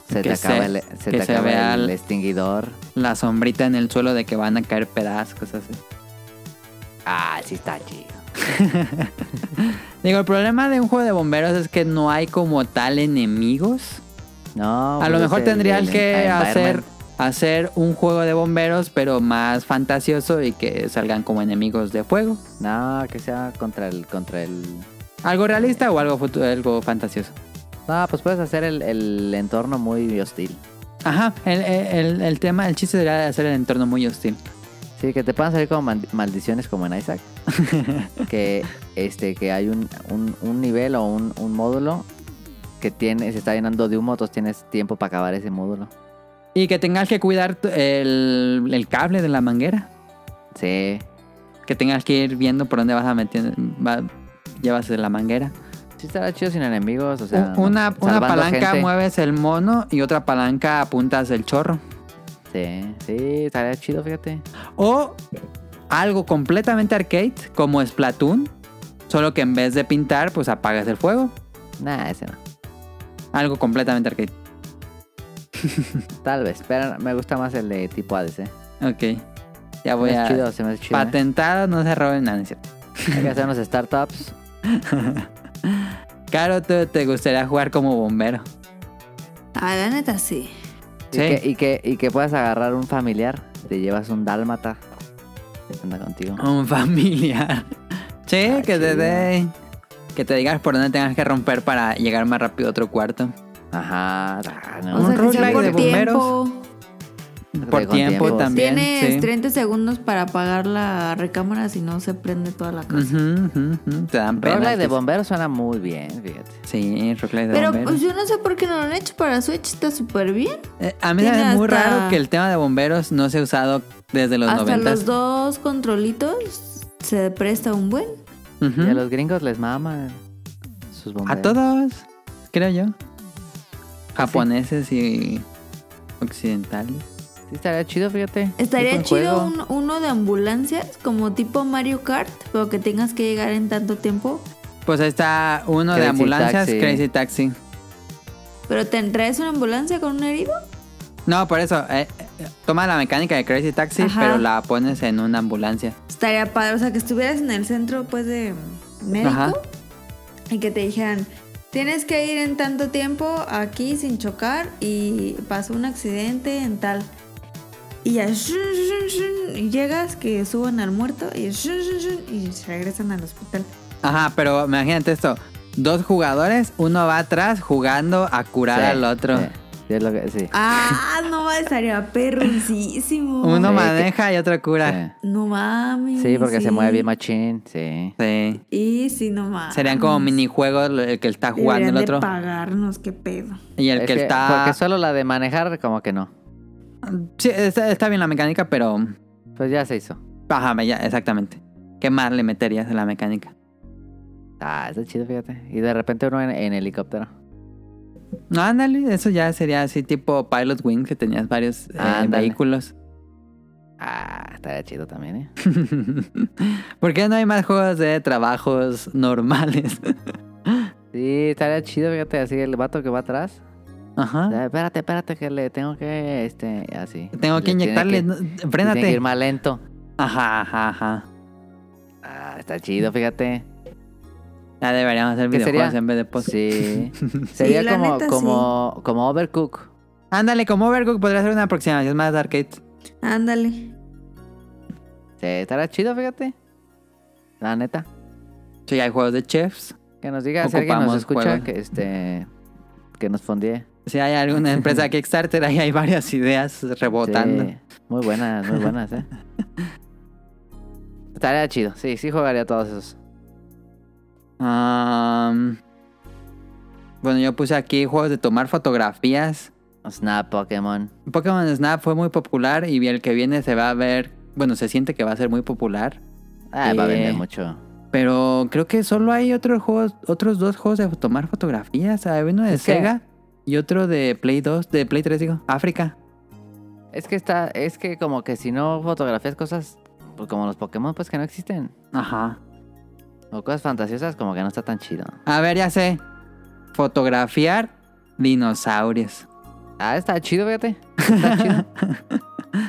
Speaker 3: Se
Speaker 2: Que
Speaker 3: te acaba
Speaker 2: se-
Speaker 3: el,
Speaker 2: que
Speaker 3: se te
Speaker 2: se
Speaker 3: acaba
Speaker 2: vea
Speaker 3: el
Speaker 2: el-
Speaker 3: extinguidor.
Speaker 2: La sombrita en el suelo de que van a caer pedazos, cosas así.
Speaker 3: Ah, sí está chido.
Speaker 2: Digo, el problema de un juego de bomberos es que no hay como tal enemigos.
Speaker 3: No,
Speaker 2: A
Speaker 3: pues
Speaker 2: lo
Speaker 3: es
Speaker 2: mejor
Speaker 3: el-
Speaker 2: tendrían
Speaker 3: el
Speaker 2: que
Speaker 3: environment.
Speaker 2: hacer, hacer un juego de bomberos, pero más fantasioso y que salgan como enemigos de fuego.
Speaker 3: No, que sea contra el contra el
Speaker 2: ¿Algo realista o algo, futu- algo fantasioso?
Speaker 3: No, pues puedes hacer el, el entorno muy hostil.
Speaker 2: Ajá, el, el- el tema, el chiste sería hacer el entorno muy hostil.
Speaker 3: Sí, que te puedan salir como mal- maldiciones como en
Speaker 2: (laughs)
Speaker 3: Isaac. que este que hay un, un- un nivel o un, un módulo que tiene se está llenando de humo, entonces tienes tiempo para acabar ese módulo.
Speaker 2: Y que tengas que cuidar tu- el, el cable de la manguera.
Speaker 3: Sí,
Speaker 2: Que tengas que ir viendo por dónde vas a meter. va- llevas la manguera.
Speaker 3: sí estará chido sin enemigos, o sea,
Speaker 2: Un- una, una
Speaker 3: salvando
Speaker 2: palanca
Speaker 3: gente.
Speaker 2: mueves el mono y otra palanca apuntas el chorro.
Speaker 3: Sí, sí, estaría chido, fíjate.
Speaker 2: O algo completamente arcade, como Splatoon. Solo que en vez de pintar, pues apagas el fuego.
Speaker 3: Nah, ese no.
Speaker 2: Algo completamente arcade.
Speaker 3: Tal vez, pero me gusta más el de tipo ADC.
Speaker 2: Ok. Ya voy
Speaker 3: Se me
Speaker 2: a
Speaker 3: hace chido, se me hace chido. ¿eh?
Speaker 2: patentar, no se roben nada, ¿no es cierto?
Speaker 3: Hay que hacer unos startups.
Speaker 2: Caro, ¿tú te gustaría jugar como bombero? (laughs)
Speaker 1: Ah, la neta sí.
Speaker 3: Y,
Speaker 2: Sí.
Speaker 3: que, y, que, y que puedas agarrar un familiar. Te llevas un dálmata. Anda contigo.
Speaker 2: Un familiar. Sí,
Speaker 3: Ah,
Speaker 2: que te
Speaker 3: chido.
Speaker 2: dé. Que te digas por dónde tengas que romper para llegar más rápido a otro cuarto.
Speaker 3: Ajá. ah, no.
Speaker 1: O
Speaker 2: Un
Speaker 1: sea, que sea
Speaker 2: roguelike
Speaker 1: por
Speaker 2: de
Speaker 1: tiempo.
Speaker 2: Por
Speaker 3: con
Speaker 2: tiempo,
Speaker 3: tiempo,
Speaker 2: también.
Speaker 1: Tienes
Speaker 2: sí.
Speaker 1: 30 segundos para apagar la recámara si no se prende toda la casa.
Speaker 2: Ujú, ujú, ujú. Te dan pena.
Speaker 3: Roguelike de bomberos suena muy bien, fíjate.
Speaker 2: Sí, roguelike de
Speaker 1: Pero
Speaker 2: bombero.
Speaker 1: pues, yo no sé por qué no lo han hecho para Switch, está súper bien.
Speaker 2: Eh, a mí me
Speaker 1: tiene
Speaker 2: parece muy
Speaker 1: hasta-
Speaker 2: raro que el tema de bomberos no se ha usado desde los
Speaker 1: Hasta
Speaker 2: 90.
Speaker 1: los dos controlitos se presta un buen.
Speaker 3: Y a los gringos les maman sus bomberos.
Speaker 2: A todos, creo yo. Japoneses y occidentales.
Speaker 3: Sí, estaría chido, fíjate.
Speaker 1: Estaría
Speaker 3: Tipo un
Speaker 1: chido
Speaker 3: juego.
Speaker 1: un- uno de ambulancias, como tipo Mario Kart, pero que tengas que llegar en tanto tiempo.
Speaker 2: Pues ahí está uno de
Speaker 3: Crazy
Speaker 2: ambulancias,
Speaker 3: Taxi.
Speaker 2: Crazy Taxi.
Speaker 1: Pero te traes una ambulancia con un herido.
Speaker 2: No, por eso, eh, eh, toma la mecánica de Crazy Taxi,
Speaker 1: Ajá.
Speaker 2: pero la pones en una ambulancia.
Speaker 1: Estaría padre, o sea, que estuvieras en el centro, pues, de médico
Speaker 2: Ajá.
Speaker 1: y que te dijeran, tienes que ir en tanto tiempo aquí sin chocar y pasó un accidente en tal. Y ya, shun, shun, shun, y llegas, que suban al muerto y, shun, shun, shun, y se regresan al hospital.
Speaker 2: Ajá, pero imagínate esto. Dos jugadores, uno va atrás jugando a curar
Speaker 3: Sí,
Speaker 2: al otro.
Speaker 3: sí, sí, es lo que- sí,
Speaker 1: Ah, no, mames, estaría perroncísimo.
Speaker 2: Uno
Speaker 3: Sí,
Speaker 2: maneja y otro cura.
Speaker 3: sí.
Speaker 1: No mames.
Speaker 3: Sí, porque se mueve bien machín, sí.
Speaker 2: Sí.
Speaker 1: Y sí, no mames.
Speaker 2: Serían como minijuegos el que está jugando
Speaker 1: Deberían
Speaker 2: el
Speaker 1: Ah. de
Speaker 2: otro.
Speaker 1: pagarnos, qué pedo.
Speaker 2: Y el
Speaker 3: Es
Speaker 2: que,
Speaker 3: que-
Speaker 2: está...
Speaker 3: Porque solo la de manejar, como que no.
Speaker 2: Sí, está, está bien la mecánica, pero...
Speaker 3: Pues ya se hizo.
Speaker 2: Bájame ya, exactamente. ¿Qué más le meterías a la mecánica?
Speaker 3: Ah, está chido, fíjate. Y de repente uno en, en helicóptero.
Speaker 2: No, ándale, eso ya sería así tipo Pilot Wing, que tenías varios eh,
Speaker 3: Ándale.
Speaker 2: vehículos. (laughs)
Speaker 3: Ah, estaría chido también, ¿eh?
Speaker 2: ¿Por qué no hay más juegos de trabajos normales? (laughs)
Speaker 3: Sí, estaría chido, fíjate, así el vato que va atrás.
Speaker 2: Ajá.
Speaker 3: Ah, Espérate, espérate, que le tengo que, este, así.
Speaker 2: Tengo
Speaker 3: Le
Speaker 2: que
Speaker 3: tiene
Speaker 2: inyectarle.
Speaker 3: que-
Speaker 2: no,
Speaker 3: Tiene que
Speaker 2: Frénate.
Speaker 3: ir más lento.
Speaker 2: Ajá, ajá, ajá.
Speaker 3: Ah, está chido, fíjate.
Speaker 2: Ya deberíamos hacer
Speaker 3: ¿Qué
Speaker 2: videojuegos
Speaker 3: sería?
Speaker 2: en vez de post.
Speaker 3: Sí. Sería
Speaker 1: la
Speaker 3: como,
Speaker 1: neta,
Speaker 3: como, como Overcook.
Speaker 2: Ándale, como Overcook podría ser una aproximación más de arcade.
Speaker 1: Ándale.
Speaker 3: Sí, estará chido, fíjate. La neta.
Speaker 2: Sí, hay juegos de chefs.
Speaker 3: Que nos diga si alguien nos
Speaker 2: Ocupamos
Speaker 3: escucha
Speaker 2: juegos.
Speaker 3: que este que nos fondee.
Speaker 2: Si hay alguna (laughs) empresa Kickstarter, ahí hay varias ideas rebotando.
Speaker 3: Sí, Muy buenas, muy buenas, eh. Estaría chido, sí, sí jugaría todos esos.
Speaker 2: Am, bueno, yo puse aquí juegos de tomar fotografías.
Speaker 3: Snap, Pokémon.
Speaker 2: Pokémon Snap fue muy popular y el que viene se va a ver, bueno, se siente que va a ser muy popular.
Speaker 3: Ah, va a vender
Speaker 2: Eh.
Speaker 3: mucho.
Speaker 2: Pero creo que solo hay otros juegos, otros dos juegos de tomar fotografías. Hay uno de
Speaker 3: Es que-
Speaker 2: Sega y otro de Play 2, de Play 3 digo, África.
Speaker 3: Es que está, es que como que si no fotografías cosas pues como los Pokémon, pues que no existen.
Speaker 2: Ajá.
Speaker 3: O cosas fantasiosas, como que no está tan chido.
Speaker 2: A ver, ya sé. Fotografiar dinosaurios.
Speaker 3: Ah, está chido, fíjate. Está chido.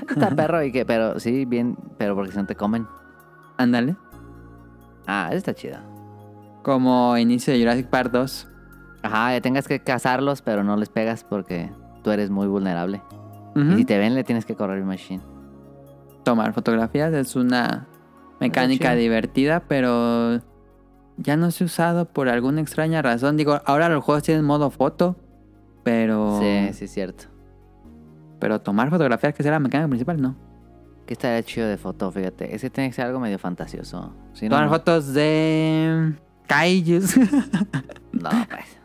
Speaker 3: está perro y que, pero sí, bien, pero porque si no te comen.
Speaker 2: Ándale.
Speaker 3: Ah, eso está chido.
Speaker 2: Como inicio de Jurassic Park 2.
Speaker 3: Ajá, ya tengas que cazarlos, pero no les pegas porque tú eres muy vulnerable. Y
Speaker 2: Ujú.
Speaker 3: si te ven, le tienes que correr el machine.
Speaker 2: tomar fotografías. Es una mecánica
Speaker 3: chido.
Speaker 2: divertida, pero ya no se ha usado por alguna extraña razón. Digo, ahora los juegos tienen modo foto, pero,
Speaker 3: Sí, sí, es cierto.
Speaker 2: pero tomar fotografías, que sea la mecánica principal, no.
Speaker 3: ¿Qué estaría chido de foto, fíjate? Ese tiene que ser algo medio fantasioso. Si no,
Speaker 2: tomar
Speaker 3: no.
Speaker 2: fotos de kaijus. (laughs)
Speaker 3: No, pues.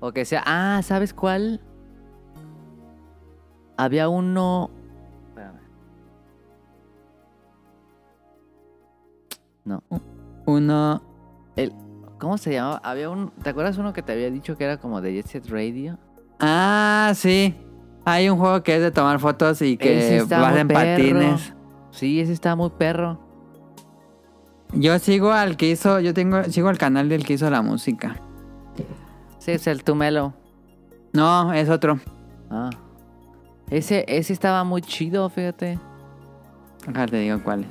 Speaker 3: O que sea. Ah, ¿sabes cuál? Había uno. Espérame.
Speaker 2: Uno.
Speaker 3: El- ¿Cómo se llamaba? Había un. ¿Te acuerdas uno que te había dicho que era como de Jet Set Radio?
Speaker 2: Ah, sí. Hay un juego que es de tomar fotos y
Speaker 3: Ese
Speaker 2: que
Speaker 3: está
Speaker 2: vas
Speaker 3: muy
Speaker 2: en
Speaker 3: perro.
Speaker 2: patines.
Speaker 3: Sí, ese estaba muy perro.
Speaker 2: Yo sigo al que hizo, yo tengo, sigo al canal del que hizo la música.
Speaker 3: Sí, es el Tumelo.
Speaker 2: No, es otro.
Speaker 3: Ah. Ese, ese estaba muy chido, fíjate.
Speaker 2: Acá te digo cuál.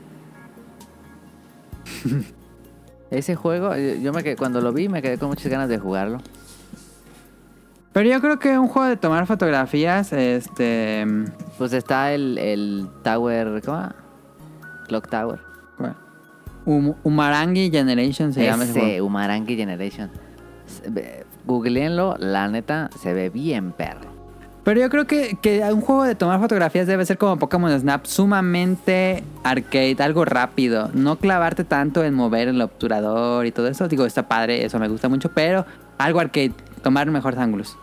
Speaker 3: Ese juego, yo yo me quedé, cuando lo vi me quedé con muchas ganas de jugarlo.
Speaker 2: Pero yo creo que un juego de tomar fotografías, este...
Speaker 3: Pues está el, el Tower, ¿cómo? Clock Tower.
Speaker 2: Bueno, Hum- Um, Umarangi Generation se llama ese
Speaker 3: Ese,
Speaker 2: juego.
Speaker 3: Umarangi Generation. Se ve- Googleenlo, la neta, se ve bien perro.
Speaker 2: Pero yo creo que, que un juego de tomar fotografías debe ser como Pokémon Snap, sumamente arcade, algo rápido. No clavarte tanto en mover el obturador y todo eso. Digo, está padre, eso me gusta mucho, pero algo arcade, tomar mejores ángulos.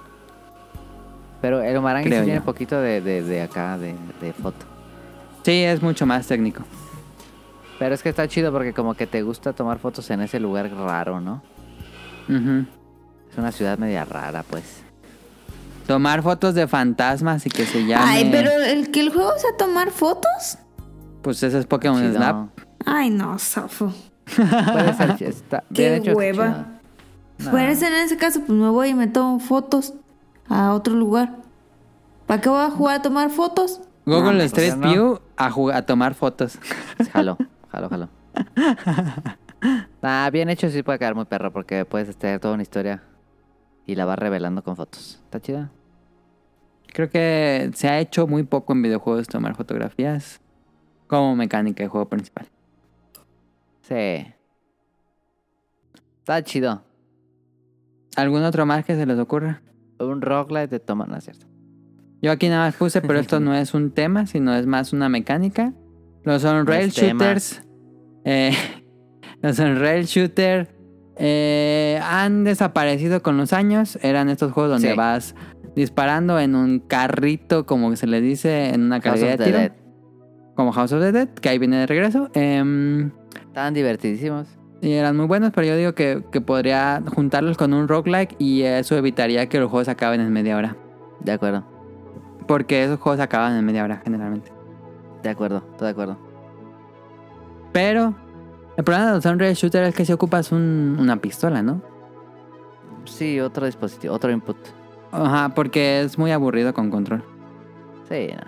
Speaker 3: Pero el Umarangi sí
Speaker 2: Creo
Speaker 3: tiene
Speaker 2: yo.
Speaker 3: poquito de, de- de acá, de, de foto.
Speaker 2: Sí, es mucho más técnico.
Speaker 3: Pero es que está chido porque como que te gusta tomar fotos en ese lugar raro, ¿no?
Speaker 2: Ujú.
Speaker 3: Es una ciudad media rara, pues.
Speaker 2: Tomar fotos de fantasmas y que se llame...
Speaker 1: Ay, pero el que el juego sea tomar fotos.
Speaker 2: Pues ese es Pokémon
Speaker 3: Chido.
Speaker 2: Snap.
Speaker 1: Ay, no, Safo.
Speaker 3: Puede ser ch- está
Speaker 1: (laughs)
Speaker 3: bien
Speaker 1: Qué
Speaker 3: hecho, está
Speaker 1: hueva. Pues en ese caso, pues me voy y me tomo fotos a otro lugar. ¿Para qué voy a jugar a tomar fotos?
Speaker 2: Google
Speaker 3: pues
Speaker 2: Street
Speaker 3: ya no.
Speaker 2: View a, ju- a tomar fotos.
Speaker 3: chido. Jaló, jaló, jaló. Ah, bien hecho sí puede quedar muy perro porque puedes tener toda una historia y la vas revelando con fotos. Está chida.
Speaker 2: Creo que se ha hecho muy poco en videojuegos tomar fotografías como mecánica de juego principal.
Speaker 3: Sí. Está chido.
Speaker 2: ¿Algún otro más que se les ocurra?
Speaker 3: Un roguelite de toma, no es cierto.
Speaker 2: Yo aquí nada más puse, pero esto no es un tema, sino es más una mecánica. Los on-rail
Speaker 3: es tema.
Speaker 2: shooters. eh, (laughs) los on-rail shooter eh, han desaparecido con los años. Eran estos juegos donde
Speaker 3: Sí.
Speaker 2: vas disparando en un carrito, como se le dice, en una
Speaker 3: House of
Speaker 2: carrera de
Speaker 3: the
Speaker 2: tiro.
Speaker 3: Dead.
Speaker 2: Como House of the Dead, que ahí viene de regreso. Em,
Speaker 3: Estaban divertidísimos.
Speaker 2: Y eran muy buenos, pero yo digo que, que podría juntarlos con un roguelike y eso evitaría que los juegos acaben en media hora.
Speaker 3: De acuerdo,
Speaker 2: Porque esos juegos acaban en media hora generalmente.
Speaker 3: de acuerdo, estoy de acuerdo.
Speaker 2: Pero el problema de los Unreal Shooter es que si ocupas un- una pistola, ¿no?
Speaker 3: Sí, otro dispositivo, otro input.
Speaker 2: Ajá, porque es muy aburrido con control.
Speaker 3: Sí, no.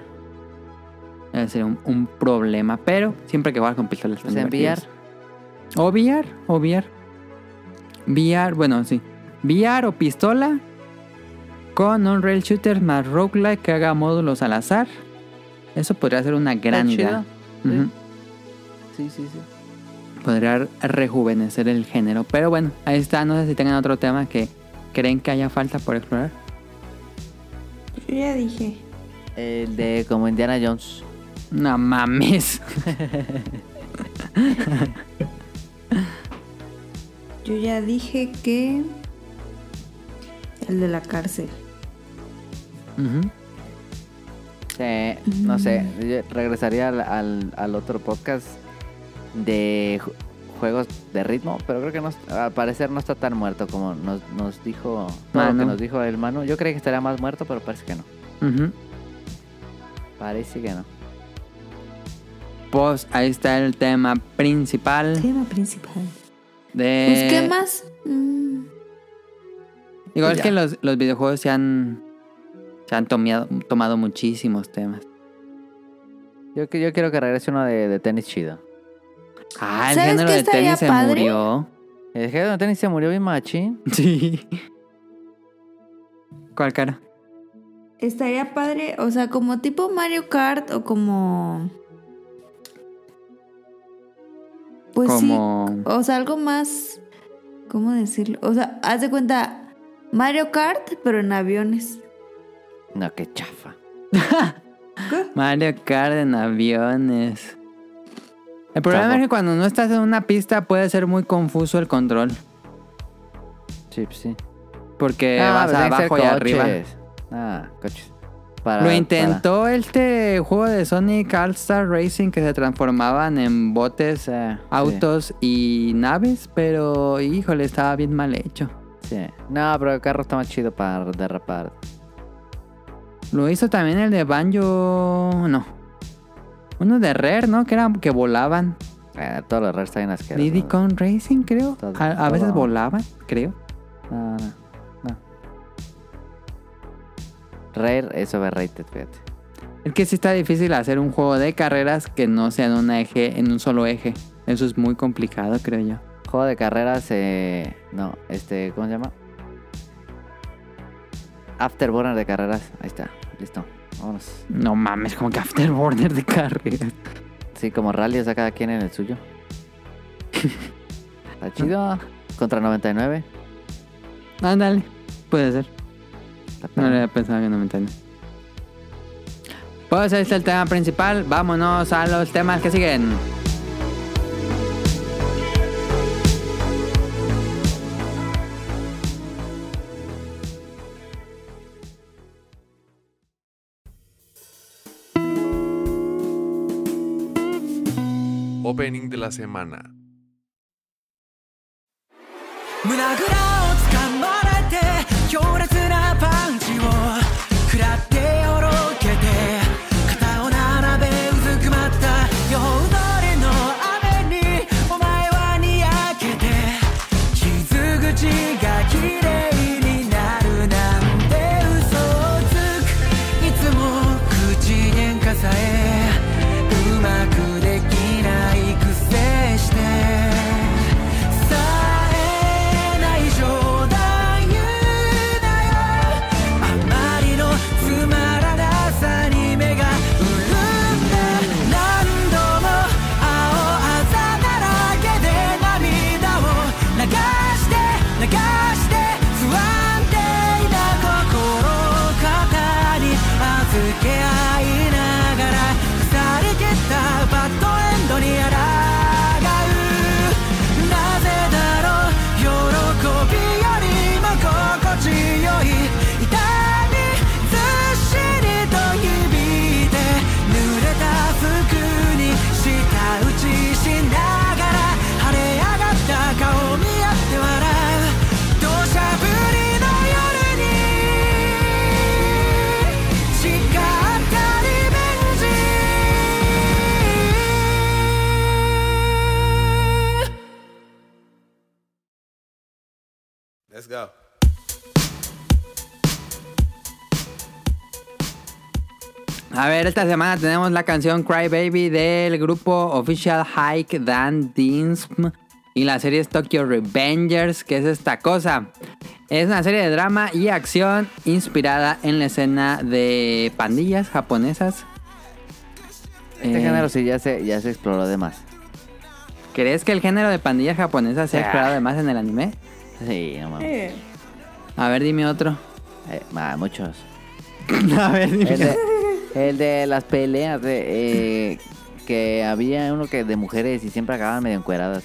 Speaker 2: Ese Eh, sería un, un problema, pero siempre que juegas con pistolas.
Speaker 3: Pues
Speaker 2: están
Speaker 3: en VR.
Speaker 2: divertidos. O VR, o VR. VR, bueno, sí. VR o pistola con Unreal Shooter más roguelike que haga módulos al azar. Eso podría ser una gran
Speaker 3: Está
Speaker 2: idea.
Speaker 3: chido, sí.
Speaker 2: Ujú.
Speaker 3: Sí, sí, sí.
Speaker 2: Podría rejuvenecer el género. Pero bueno, ahí está. No sé si tengan otro tema que creen que haya falta por explorar.
Speaker 1: Yo ya dije.
Speaker 3: El de como Indiana Jones.
Speaker 2: No mames.
Speaker 1: Yo ya dije que. El de la cárcel.
Speaker 2: Ujú.
Speaker 3: Sí, no sé. yo regresaría al, al- al otro podcast de ju- juegos de ritmo, pero creo que no, est- al parecer no está tan muerto como nos, nos dijo todo lo
Speaker 2: Manu.
Speaker 3: que nos dijo el Manu. Yo creía que estaría más muerto, pero parece que no.
Speaker 2: (laughs) Ujú.
Speaker 3: Parece que no.
Speaker 2: Pues ahí está el tema principal.
Speaker 1: Tema principal.
Speaker 2: De...
Speaker 1: Pues, ¿qué más? Mm,
Speaker 2: Igual
Speaker 3: Pues
Speaker 2: que
Speaker 3: ya.
Speaker 2: los, los videojuegos se han, se han tomiado- tomado muchísimos temas.
Speaker 3: Yo, que- yo quiero que regrese uno de, de tenis chido.
Speaker 2: Ah, el
Speaker 1: ¿Sabes
Speaker 2: género
Speaker 1: qué
Speaker 2: de
Speaker 1: estaría
Speaker 2: tenis se
Speaker 1: padre?
Speaker 2: murió. (laughs)
Speaker 3: El jefe de tenis se murió bien machín.
Speaker 2: Sí. ¿Cuál cara?
Speaker 1: Estaría padre, o sea, como tipo Mario Kart o como. Pues
Speaker 2: Como...
Speaker 1: sí. O sea, algo más. ¿Cómo decirlo? O sea, haz de cuenta. Mario Kart, pero en aviones.
Speaker 3: No, qué chafa.
Speaker 2: Mario Kart en aviones. El problema
Speaker 3: Chavo.
Speaker 2: es que cuando no estás en una pista puede ser muy confuso el control.
Speaker 3: Sí, pues sí.
Speaker 2: Porque
Speaker 3: Ah,
Speaker 2: Eh, vas
Speaker 3: pero tienen que ser
Speaker 2: abajo y arriba.
Speaker 3: coches. Ah, coches. Para-
Speaker 2: Lo
Speaker 3: para-
Speaker 2: intentó este juego de Sonic All Star Racing que se transformaban en botes eh,
Speaker 3: Sí, sí.
Speaker 2: autos y naves, pero híjole, estaba bien mal hecho.
Speaker 3: Sí. No, pero el carro está más chido para derrapar.
Speaker 2: Lo hizo también el de Banjo, no. Uno de Rare, ¿no? Que eran que volaban.
Speaker 3: Eh, todos los rest están asquerosos.
Speaker 2: Diddy Kong Racing, creo.
Speaker 3: Todo-
Speaker 2: A, a veces
Speaker 3: todo.
Speaker 2: volaban, creo.
Speaker 3: No, no, no. Rare es overrated, fíjate.
Speaker 2: Es que sí está difícil hacer un juego de carreras que no sea en, un eje, en un solo eje. Eso es muy complicado, creo yo.
Speaker 3: Juego de carreras, eh, no, este, ¿cómo se llama? Afterburner de carreras, ahí está, listo, vámonos.
Speaker 2: No mames, como que Afterburner de carreras.
Speaker 3: Sí, como rally, o sea, cada quien en el suyo. (laughs) Está chido. Contra 99.
Speaker 2: Ándale, puede ser.
Speaker 3: Está
Speaker 2: No
Speaker 3: padre.
Speaker 2: lo había pensado que no me entiende. Pues ahí está el tema principal. Vámonos a los temas que siguen.
Speaker 5: Opening de la semana.
Speaker 6: 胸ぐらをつかまれて強烈なパンチを食らってよろけて肩を並べうずくまった夜通りの雨にお前はにやけて傷口が綺麗になるなんて嘘をつくいつも口喧嘩さえうまくできないくせしてさえない冗談言うなよあまりのつまらなさに目が潤んだ何度も青あざだらけで涙を流して流して不安定な心を肩に預け合いながら腐りきったバッドエンドに抗うなぜだろう喜びよりも心地よい痛みずっしりと響いて濡れた服に舌打ちしながら晴れ上がった顔見合って笑う土砂降りの夜に誓ったリベンジ
Speaker 2: A ver, esta semana tenemos la canción Cry Baby del grupo Official Hike Dan Dinsm y la serie es Tokyo Revengers, que es esta cosa. Es una serie de drama y acción inspirada en la escena de pandillas japonesas.
Speaker 3: Este
Speaker 2: Eh,
Speaker 3: género sí ya se, ya se exploró de más.
Speaker 2: ¿Crees que el género de pandillas japonesas se ha
Speaker 3: Ah.
Speaker 2: explorado además en el anime?
Speaker 3: Sí, no mames.
Speaker 4: Eh,
Speaker 2: A ver, dime otro.
Speaker 3: Eh, ah, muchos.
Speaker 2: (laughs) A ver, dime.
Speaker 3: El de, el de las peleas de, eh, que había uno que de mujeres y siempre acababan medio encueradas.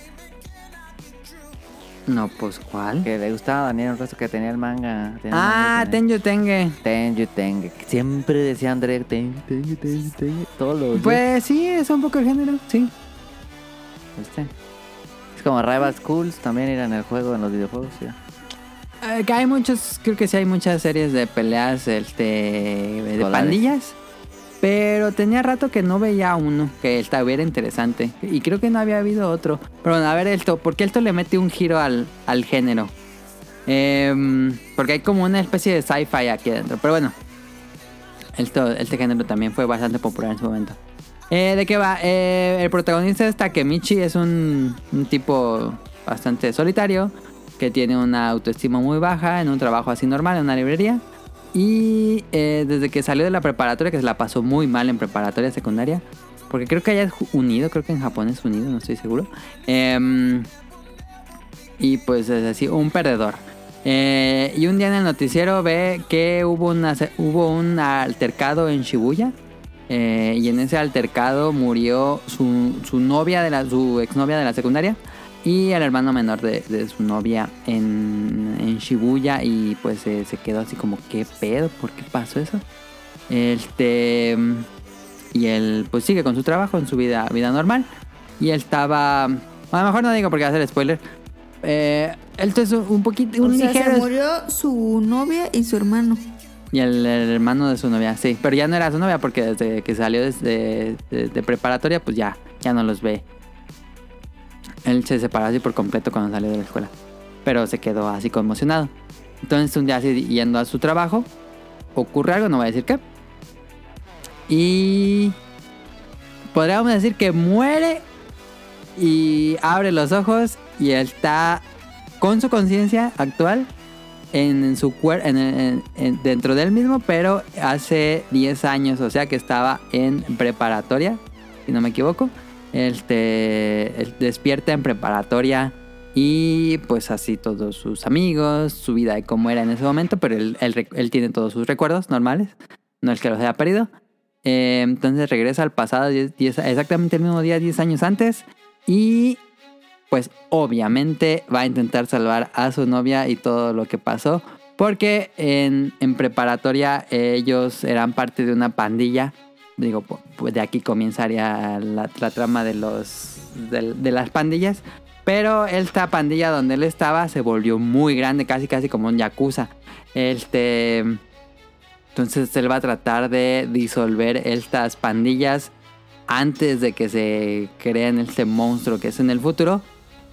Speaker 2: No, pues ¿cuál?
Speaker 3: Que le gustaba a Daniel un resto que tenía el manga. Tenía el
Speaker 2: Ah,
Speaker 3: manga, tenía-
Speaker 2: Tenjo Tenge.
Speaker 3: Tengu Tengu. Siempre decía André Tengu Tengu Tengu Tengu. Todos los días.
Speaker 2: Pues sí, es un poco el género, sí.
Speaker 3: ¿Viste? Es como Rival Schools también era en el juego, en los videojuegos. sí.
Speaker 2: Eh, que hay muchos, creo que sí hay muchas series de peleas este, de
Speaker 3: Escolares.
Speaker 2: pandillas. Pero tenía rato que no veía uno que estuviera interesante. Y creo que no había habido otro. Pero bueno, a ver esto, ¿por qué esto le mete un giro al, al género? Em, porque hay como una especie de sci-fi aquí adentro. Pero bueno, esto, este género también fue bastante popular en su momento. Eh, ¿De qué va? Eh, el protagonista es Takemichi, es un, un tipo bastante solitario que tiene una autoestima muy baja en un trabajo así normal, en una librería. Y eh, desde que salió de la preparatoria, que se la pasó muy mal en preparatoria secundaria, porque creo que allá es ju- unido, creo que en Japón es unido, no estoy seguro. Em, y pues es así, un perdedor. Eh, y un día en el noticiero ve que hubo, una, hubo un altercado en Shibuya. eh, y en ese altercado murió su, su novia de la, su exnovia de la secundaria y el hermano menor de, de su novia en, en Shibuya. Y pues eh, se quedó así como, ¿qué pedo? ¿Por qué pasó eso? Este. Y él pues sigue con su trabajo, en su vida, vida normal. Y él estaba. A lo mejor no digo porque va a ser spoiler. Eh, él es un- un poquito. Un
Speaker 1: o sea,
Speaker 2: ligero
Speaker 1: se murió su novia y su hermano.
Speaker 2: y el, el hermano de su novia, sí. Pero ya no era su novia porque desde que salió desde, de, de preparatoria, pues ya, ya no los ve. Él se separó así por completo cuando salió de la escuela. Pero se quedó así conmocionado. Entonces un día así yendo a su trabajo, ocurre algo, no voy a decir qué. Y podríamos decir que muere y abre los ojos y él está con su conciencia actual en, en su cuerpo dentro del mismo, pero hace 10 años, o sea que estaba en preparatoria, si no me equivoco. Él, te, él despierta en preparatoria y pues así todos sus amigos, su vida de cómo era en ese momento, pero él, él rec- él tiene todos sus recuerdos normales, no es que los haya perdido. Eh, entonces regresa al pasado 10 10 exactamente el mismo día, 10 años antes, y pues obviamente va a intentar salvar a su novia y todo lo que pasó. Porque en, en preparatoria eh, ellos eran parte de una pandilla. Digo, po- pues de aquí comenzaría la, la trama de, los, de, de las pandillas. Pero esta pandilla donde él estaba se volvió muy grande, casi casi como un yakuza. Este, entonces él va a tratar de disolver estas pandillas antes de que se creen este monstruo que es en el futuro.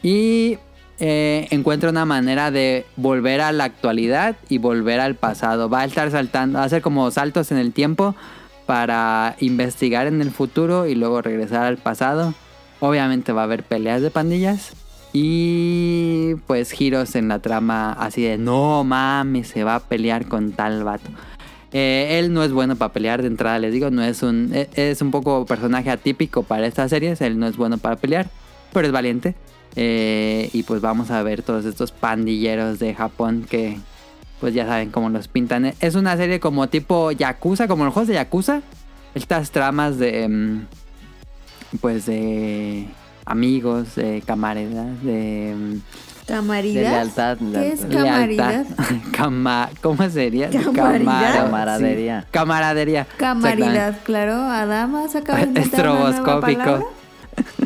Speaker 2: Y eh, encuentra una manera de volver a la actualidad y volver al pasado. Va a estar saltando, va a hacer como saltos en el tiempo para investigar en el futuro y luego regresar al pasado. Obviamente va a haber peleas de pandillas y pues giros en la trama así de no mames, se va a pelear con tal vato. Eh, él no es bueno para pelear de entrada, les digo, no es un e- es un poco personaje atípico para estas series, él no es bueno para pelear, pero es valiente. Eh, y pues vamos a ver todos estos pandilleros de Japón que pues ya saben cómo los pintan. Es una serie como tipo Yakuza, como los juegos de Yakuza, estas tramas de em, pues de amigos, de camaradas, de em,
Speaker 1: Camaridad.
Speaker 3: De lealtad,
Speaker 1: ¿Qué es
Speaker 3: lealtad.
Speaker 1: camaridad?
Speaker 2: (laughs) Cama, ¿Cómo sería?
Speaker 1: ¿Camaridad?
Speaker 2: Camara-
Speaker 3: Camaradería.
Speaker 2: sí, camaradería. Exactamente.
Speaker 1: Camaridad, claro. Adama, se acaba de inventar una nueva
Speaker 2: Estroboscópico.
Speaker 1: palabra.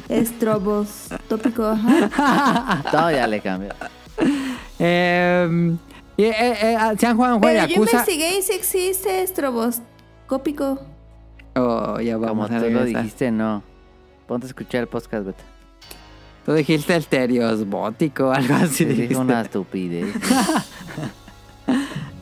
Speaker 1: Estroboscópico, ajá.
Speaker 3: Todo ya le cambió.
Speaker 2: Em, y, eh, eh, ah, ¿Se han jugado un juego
Speaker 1: Pero
Speaker 2: de
Speaker 1: yo
Speaker 2: Yakuza?
Speaker 1: investigué y si existe estroboscópico.
Speaker 2: Oh, ya
Speaker 3: Como
Speaker 2: vamos a
Speaker 3: tú lo
Speaker 2: regresar.
Speaker 3: dijiste, no. Ponte a escuchar el podcast, Beto.
Speaker 2: Tú dijiste estereosbótico, (laughs) algo así.
Speaker 3: Sí,
Speaker 2: dijiste.
Speaker 3: dijo una estupidez.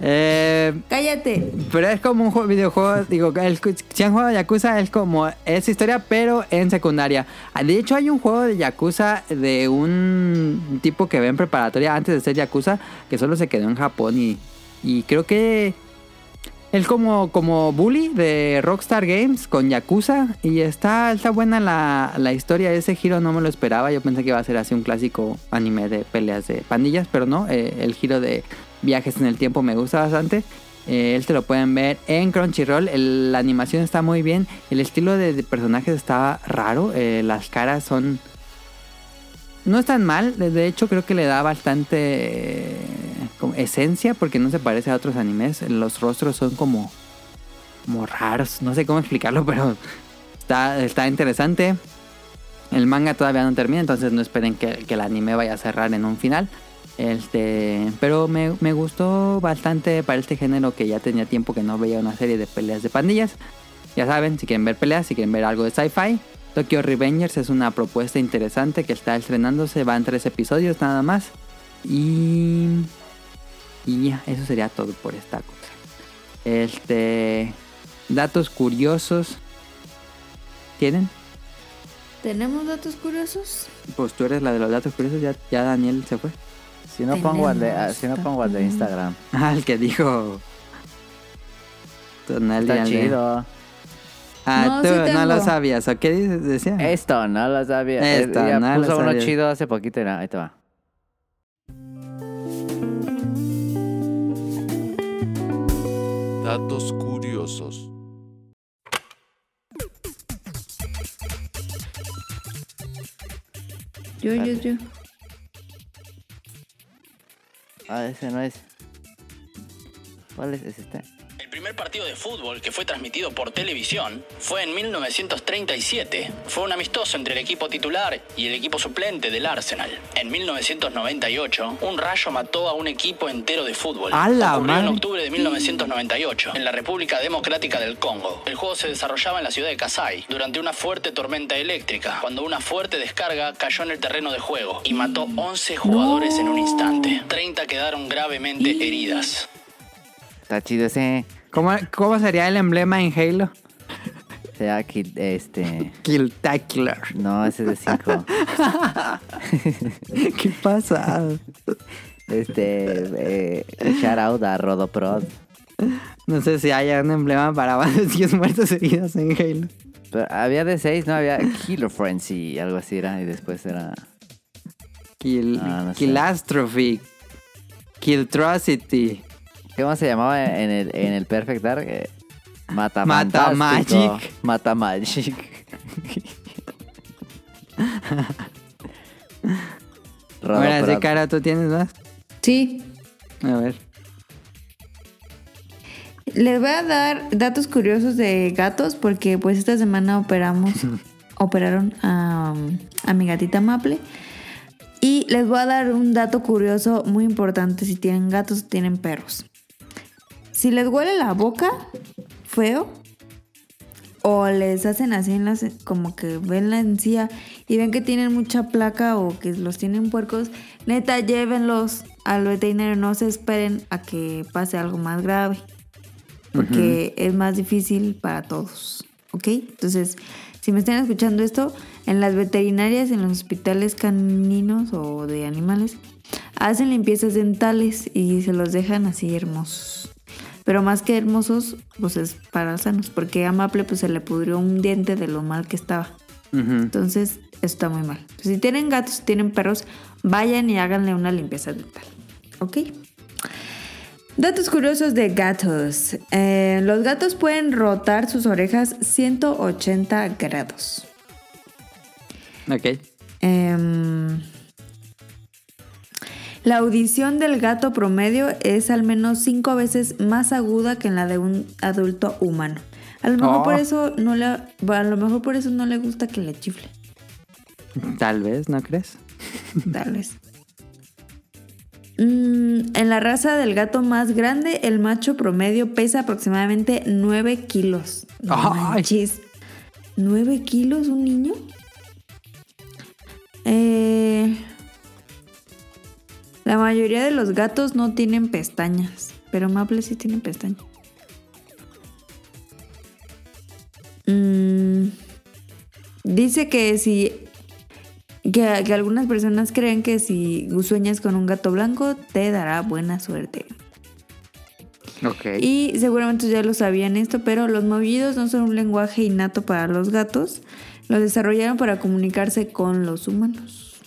Speaker 2: Em,
Speaker 1: Cállate.
Speaker 2: pero es como un juego, videojuego, digo, el, si han jugado a Yakuza es como, es historia, pero en secundaria. Ah, De hecho hay un juego de Yakuza de un tipo que ve en preparatoria antes de ser Yakuza, que solo se quedó en Japón y, y creo que él como, como bully de Rockstar Games con Yakuza y está, está buena la, la historia, ese giro no me lo esperaba, yo pensé que iba a ser así un clásico anime de peleas de pandillas, pero no, eh, el giro de viajes en el tiempo me gusta bastante. Eh, él te lo pueden ver en Crunchyroll. El- la animación está muy bien. El estilo de, de personajes está raro. eh, las caras son. No están mal. De- De hecho, creo que le da bastante eh, como esencia porque no se parece a otros animes. Los rostros son como. como raros. No sé cómo explicarlo, (laughs) pero está, está interesante. El manga todavía no termina, entonces no esperen que, que el anime vaya a cerrar en un final. Este, pero me, me gustó bastante para este género que ya tenía tiempo que no veía una serie de peleas de pandillas. Ya saben, si quieren ver peleas, si quieren ver algo de sci-fi, Tokyo Revengers es una propuesta interesante que está estrenándose, van tres episodios nada más. Y, y ya, eso sería todo por esta cosa. Este, datos curiosos. ¿Tienen?
Speaker 1: ¿Tenemos datos curiosos?
Speaker 2: Pues tú eres la de los datos curiosos, ya, ya Daniel se fue. (laughs)
Speaker 3: Si no pongo al de,
Speaker 1: Tenemos
Speaker 3: ah, si no pongo al de Instagram.
Speaker 2: Ah, el que dijo. Tonali
Speaker 3: Está
Speaker 2: Ale.
Speaker 3: chido.
Speaker 2: Ah,
Speaker 1: No,
Speaker 2: tú
Speaker 1: sí
Speaker 2: no
Speaker 1: tengo.
Speaker 2: lo sabías. ¿O qué dices? decía?
Speaker 3: Esto no lo sabía. Eh,
Speaker 2: Esto
Speaker 3: ya
Speaker 2: no lo
Speaker 3: puso uno
Speaker 2: sabía.
Speaker 3: chido hace poquito. Mira, ahí te va.
Speaker 5: Datos curiosos.
Speaker 1: Yo, yo, yo.
Speaker 3: Ah, ese no es. ¿Cuál es? ¿Es este?
Speaker 7: El primer partido de fútbol que fue transmitido por televisión fue en 1937. Fue un amistoso entre el equipo titular y el equipo suplente del Arsenal. En 1998, un rayo mató a un equipo entero de fútbol.
Speaker 2: ¡A la
Speaker 7: Ocurrió en
Speaker 2: madre!
Speaker 7: octubre de 1998, en la República Democrática del Congo. El juego se desarrollaba en la ciudad de Kasai durante una fuerte tormenta eléctrica, cuando una fuerte descarga cayó en el terreno de juego y mató 11 jugadores en un instante. 30 quedaron gravemente heridas.
Speaker 3: Está chido ese.
Speaker 2: ¿Cómo, cómo sería el emblema en Halo?
Speaker 3: Sea que este.
Speaker 2: Kill Tackler.
Speaker 3: No, ese es de (laughs) 5.
Speaker 2: (laughs) ¿Qué pasa?
Speaker 3: Este. Eh, shout out a Rodoprod.
Speaker 2: No sé si haya un emblema para (laughs) más de 10 muertes seguidas en Halo.
Speaker 3: Pero había de 6, ¿no? Había Killer Frenzy, algo así era. Y después era.
Speaker 2: Kill,
Speaker 3: Ah, no sé.
Speaker 2: Killastrophe. Killtrocity.
Speaker 3: ¿Qué más se llamaba en el, en el Perfect Dark? Eh, Mata
Speaker 2: Mata
Speaker 3: Fantástico.
Speaker 2: Magic.
Speaker 3: Mata Magic.
Speaker 2: Ahora sí,
Speaker 3: Rodoprod.
Speaker 2: cara, ¿tú tienes más?
Speaker 1: Sí,
Speaker 2: A ver.
Speaker 1: Les voy a dar datos curiosos de gatos porque pues esta semana operamos, operaron a, a mi gatita Maple. Y les voy a dar un dato curioso muy importante si tienen gatos o tienen perros. Si les huele la boca feo o les hacen así en las, como que ven la encía y ven que tienen mucha placa o que los tienen puercos, neta llévenlos al veterinario, no se esperen a que pase algo más grave porque es más difícil para todos, ¿ok? Entonces, si me están escuchando esto, en las veterinarias, en los hospitales caninos o de animales, hacen limpiezas dentales y se los dejan así hermosos. Pero más que hermosos, pues es para sanos, porque a Maple pues, se le pudrió un diente de lo mal que estaba.
Speaker 2: Ujú.
Speaker 1: Entonces, eso está muy mal. Si tienen gatos, si tienen perros, vayan y háganle una limpieza dental. ¿Ok? Datos curiosos de gatos. Eh, los gatos pueden rotar sus orejas 180 grados.
Speaker 2: Ok.
Speaker 1: Em, la audición del gato promedio es al menos cinco veces más aguda que en la de un adulto humano. A lo mejor
Speaker 2: Oh.
Speaker 1: por eso no le, a lo mejor por eso no le gusta que le chifle.
Speaker 2: Tal vez, ¿no crees?
Speaker 1: Tal vez. Mm, en la raza del gato más grande, el macho promedio pesa aproximadamente 9 kilos. No
Speaker 2: Ay.
Speaker 1: manches. ¿9 kilos un niño? Eh, la mayoría de los gatos no tienen pestañas, pero Maple sí tienen pestañas. Mm, dice que si que, que algunas personas creen que si sueñas con un gato blanco te dará buena suerte.
Speaker 2: Ok.
Speaker 1: Y seguramente ya lo sabían esto, pero los maullidos no son un lenguaje innato para los gatos. Los desarrollaron para comunicarse con los humanos.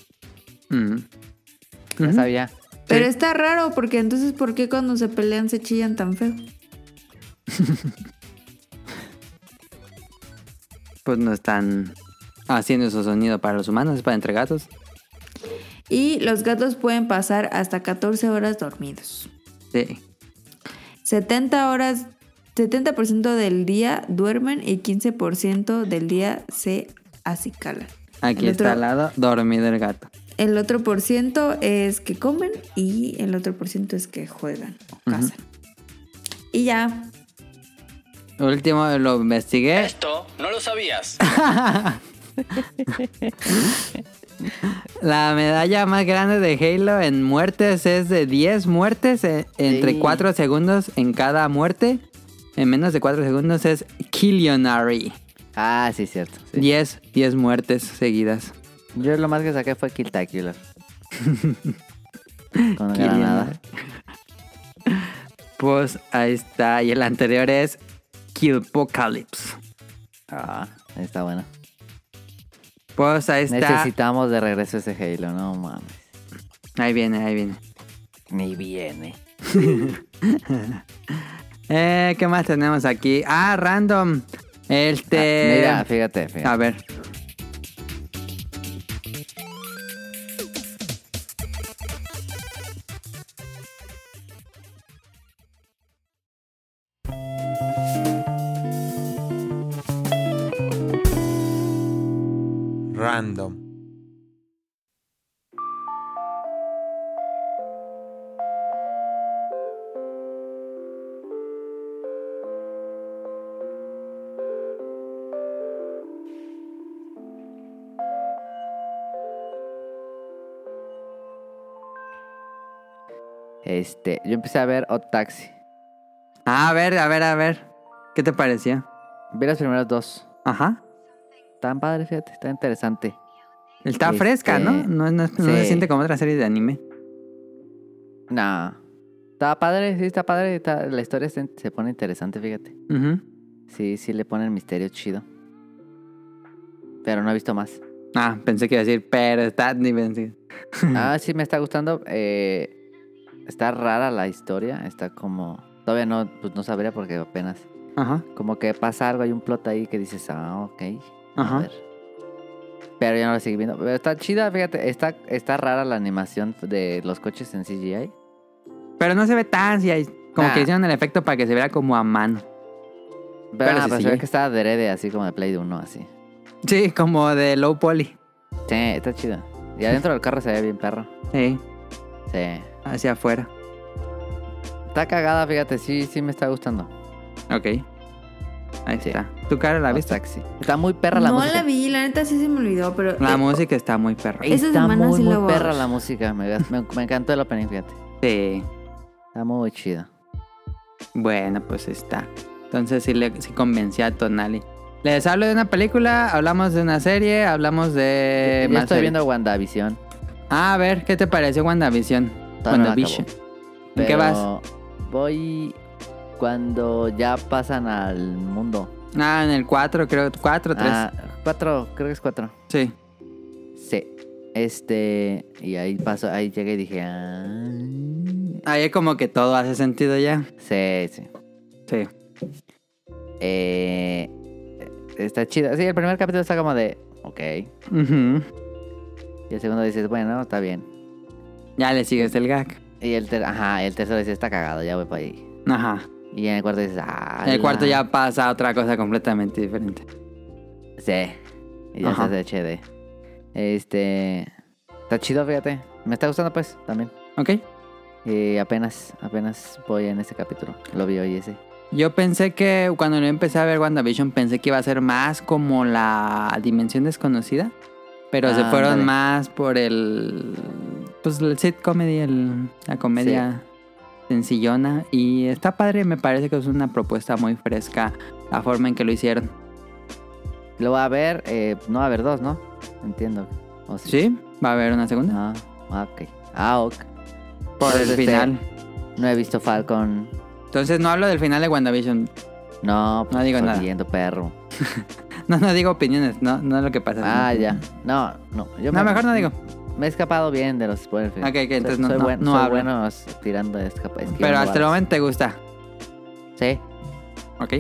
Speaker 3: Ya sabía.
Speaker 1: Pero está raro, porque entonces ¿por qué cuando se pelean se chillan tan feo?
Speaker 2: Pues no están haciendo esos sonidos para los humanos, es para entre gatos.
Speaker 1: Y los gatos pueden pasar hasta 14 horas dormidos.
Speaker 2: Sí.
Speaker 1: 70 horas, 70% del día duermen y 15% del día se acicalan.
Speaker 2: Aquí
Speaker 1: El
Speaker 2: está
Speaker 1: otro-
Speaker 2: al lado, dormido el gato.
Speaker 1: El otro por ciento es que comen y el otro por ciento es que juegan o cazan. Y ya.
Speaker 2: Último, lo investigué.
Speaker 7: Esto no lo sabías.
Speaker 2: La medalla más grande de Halo en muertes es de 10 muertes eh, entre
Speaker 3: Sí.
Speaker 2: 4 segundos en cada muerte. En menos de 4 segundos es Killionary.
Speaker 3: Ah, sí, cierto. sí.
Speaker 2: 10, 10 muertes seguidas.
Speaker 3: Yo lo más que saqué fue Kill Tackler. Con granada.
Speaker 2: Pues ahí está. Y el anterior es Killpocalypse.
Speaker 3: Ah, está bueno.
Speaker 2: Pues ahí está.
Speaker 3: Necesitamos de regreso ese Halo, no mames.
Speaker 2: Ahí viene, ahí viene.
Speaker 3: Ni viene.
Speaker 2: Eh, ¿Qué más tenemos aquí? Ah, random.
Speaker 3: Ah,
Speaker 2: Este.
Speaker 3: mira, fíjate, fíjate.
Speaker 2: a ver.
Speaker 5: Random.
Speaker 3: Este, yo empecé a ver Odd Taxi.
Speaker 2: A ver, a ver, a ver. ¿Qué te pareció?
Speaker 3: Vi los primeros dos.
Speaker 2: Ajá.
Speaker 3: Están padres, fíjate, está interesante.
Speaker 2: Está fresca, ¿no?
Speaker 3: Este,
Speaker 2: No, es- no es- no se
Speaker 3: sí.
Speaker 2: siente como otra serie de anime.
Speaker 3: Nah. Está padre, sí, está padre. está- la historia se, se pone interesante, fíjate.
Speaker 2: Ujú.
Speaker 3: Sí, sí le ponen misterio chido. Pero no he visto más.
Speaker 2: Ah, pensé que iba a decir, pero está ni pensé.
Speaker 3: Ah, sí, me está gustando. eh, está rara la historia. Está como. Todavía no, pues no sabría porque apenas.
Speaker 2: Ajá.
Speaker 3: Como que pasa algo, hay un plot ahí que dices, ah, ok. a
Speaker 2: Ajá.
Speaker 3: ver. Pero ya no la seguí viendo. Pero está chida, fíjate. Está, está rara la animación de los coches en CGI.
Speaker 2: Pero no se ve tan si hay. Como
Speaker 3: Nah.
Speaker 2: que hicieron el efecto para que se viera como a mano.
Speaker 3: Pero,
Speaker 2: Pero
Speaker 3: ah,
Speaker 2: sí,
Speaker 3: pero
Speaker 2: sí.
Speaker 3: se ve que está adrede, así como de Play 1, así.
Speaker 2: Sí, como de low poly.
Speaker 3: Sí, está chida. Y adentro del carro se ve bien perro.
Speaker 2: Sí,
Speaker 3: Sí.
Speaker 2: hacia afuera.
Speaker 3: Está cagada, fíjate. Sí, sí me está gustando.
Speaker 2: Ok. Ahí
Speaker 3: Sí.
Speaker 2: está. ¿Tu cara la
Speaker 3: Los
Speaker 2: viste?
Speaker 3: taxi. Está muy perra la
Speaker 1: no
Speaker 3: música.
Speaker 1: la vi, la neta sí se me olvidó, pero... eh,
Speaker 2: La música está muy perra.
Speaker 1: Esa
Speaker 3: Está
Speaker 1: semana
Speaker 3: muy,
Speaker 1: sí la
Speaker 3: muy
Speaker 1: voy a
Speaker 3: perra
Speaker 1: ver.
Speaker 3: la música. Me, me- (laughs) me encantó el opening, fíjate.
Speaker 2: Sí.
Speaker 3: Está muy chida.
Speaker 2: Bueno, pues está. Entonces sí, le, sí convencí a Tonali. Les hablo de una película, hablamos de una serie, hablamos de...
Speaker 3: Yo
Speaker 2: más
Speaker 3: Eh, estoy
Speaker 2: series.
Speaker 3: viendo WandaVision.
Speaker 2: Ah, a ver, ¿qué te pareció WandaVision?
Speaker 3: Todavía Ah, no la
Speaker 2: WandaVision.
Speaker 3: acabo.
Speaker 2: ¿En qué
Speaker 3: Pero
Speaker 2: vas?
Speaker 3: Voy cuando ya pasan al mundo.
Speaker 2: Ah, en el 4, creo. 4 o 3.
Speaker 3: Ah, cuatro, creo que es cuatro.
Speaker 2: Sí.
Speaker 3: Sí. Este. Y ahí pasó, ahí llegué y dije. "Ah".
Speaker 2: Ahí es como que todo hace sentido ya.
Speaker 3: Sí, sí.
Speaker 2: Sí.
Speaker 3: Eh, está chido. Sí, el primer capítulo está como de. Ok. Y
Speaker 2: Ujú.
Speaker 3: el segundo dices, bueno, está bien.
Speaker 2: Ya le sigues el gag.
Speaker 3: Y el, ter- Ajá, el tercero dice, está cagado, ya voy para ahí.
Speaker 2: Ajá.
Speaker 3: Y en el cuarto dices, ah.
Speaker 2: En el
Speaker 3: la-".
Speaker 2: cuarto ya pasa otra cosa completamente diferente.
Speaker 3: Sí. Y ya
Speaker 2: Ajá.
Speaker 3: se hace HD. Este. Está chido, fíjate. Me está gustando, pues, también.
Speaker 2: ¿Ok?
Speaker 3: Y apenas, apenas voy en ese capítulo. Lo vi hoy ese.
Speaker 2: Yo pensé que cuando yo empecé a ver WandaVision pensé que iba a ser más como la dimensión desconocida. Pero se
Speaker 3: Ah,
Speaker 2: fueron
Speaker 3: ándale.
Speaker 2: más por el... Pues el sitcomedy, el- la comedia sencillona. Y está padre, me parece que es una propuesta muy fresca la forma en que lo hicieron.
Speaker 3: Lo va a ver, eh, no va a haber dos, ¿no? Entiendo. ¿O sí?
Speaker 2: ¿Sí? ¿Va a haber una segunda?
Speaker 3: Ah, ok. Ah, ok.
Speaker 2: por el
Speaker 3: Entonces, este,
Speaker 2: final.
Speaker 3: No he visto Falcon.
Speaker 2: Entonces no hablo del final de WandaVision.
Speaker 3: No, pues,
Speaker 2: digo
Speaker 3: estoy
Speaker 2: nada.
Speaker 3: viendo, perro.
Speaker 2: No, no digo opiniones, no, no es lo que pasa.
Speaker 3: Ah, ya. No, no. Yo
Speaker 2: No, mejor no digo.
Speaker 3: Me he escapado bien de los spoilers.
Speaker 2: Ok, ok, entonces
Speaker 3: Soy-
Speaker 2: no-
Speaker 3: soy
Speaker 2: no-
Speaker 3: buen-
Speaker 2: no
Speaker 3: soy
Speaker 2: hablo.
Speaker 3: bueno tirando de escapa- esquivando
Speaker 2: Pero hasta el
Speaker 3: balas.
Speaker 2: momento te gusta.
Speaker 3: Sí,
Speaker 2: ¿Ok?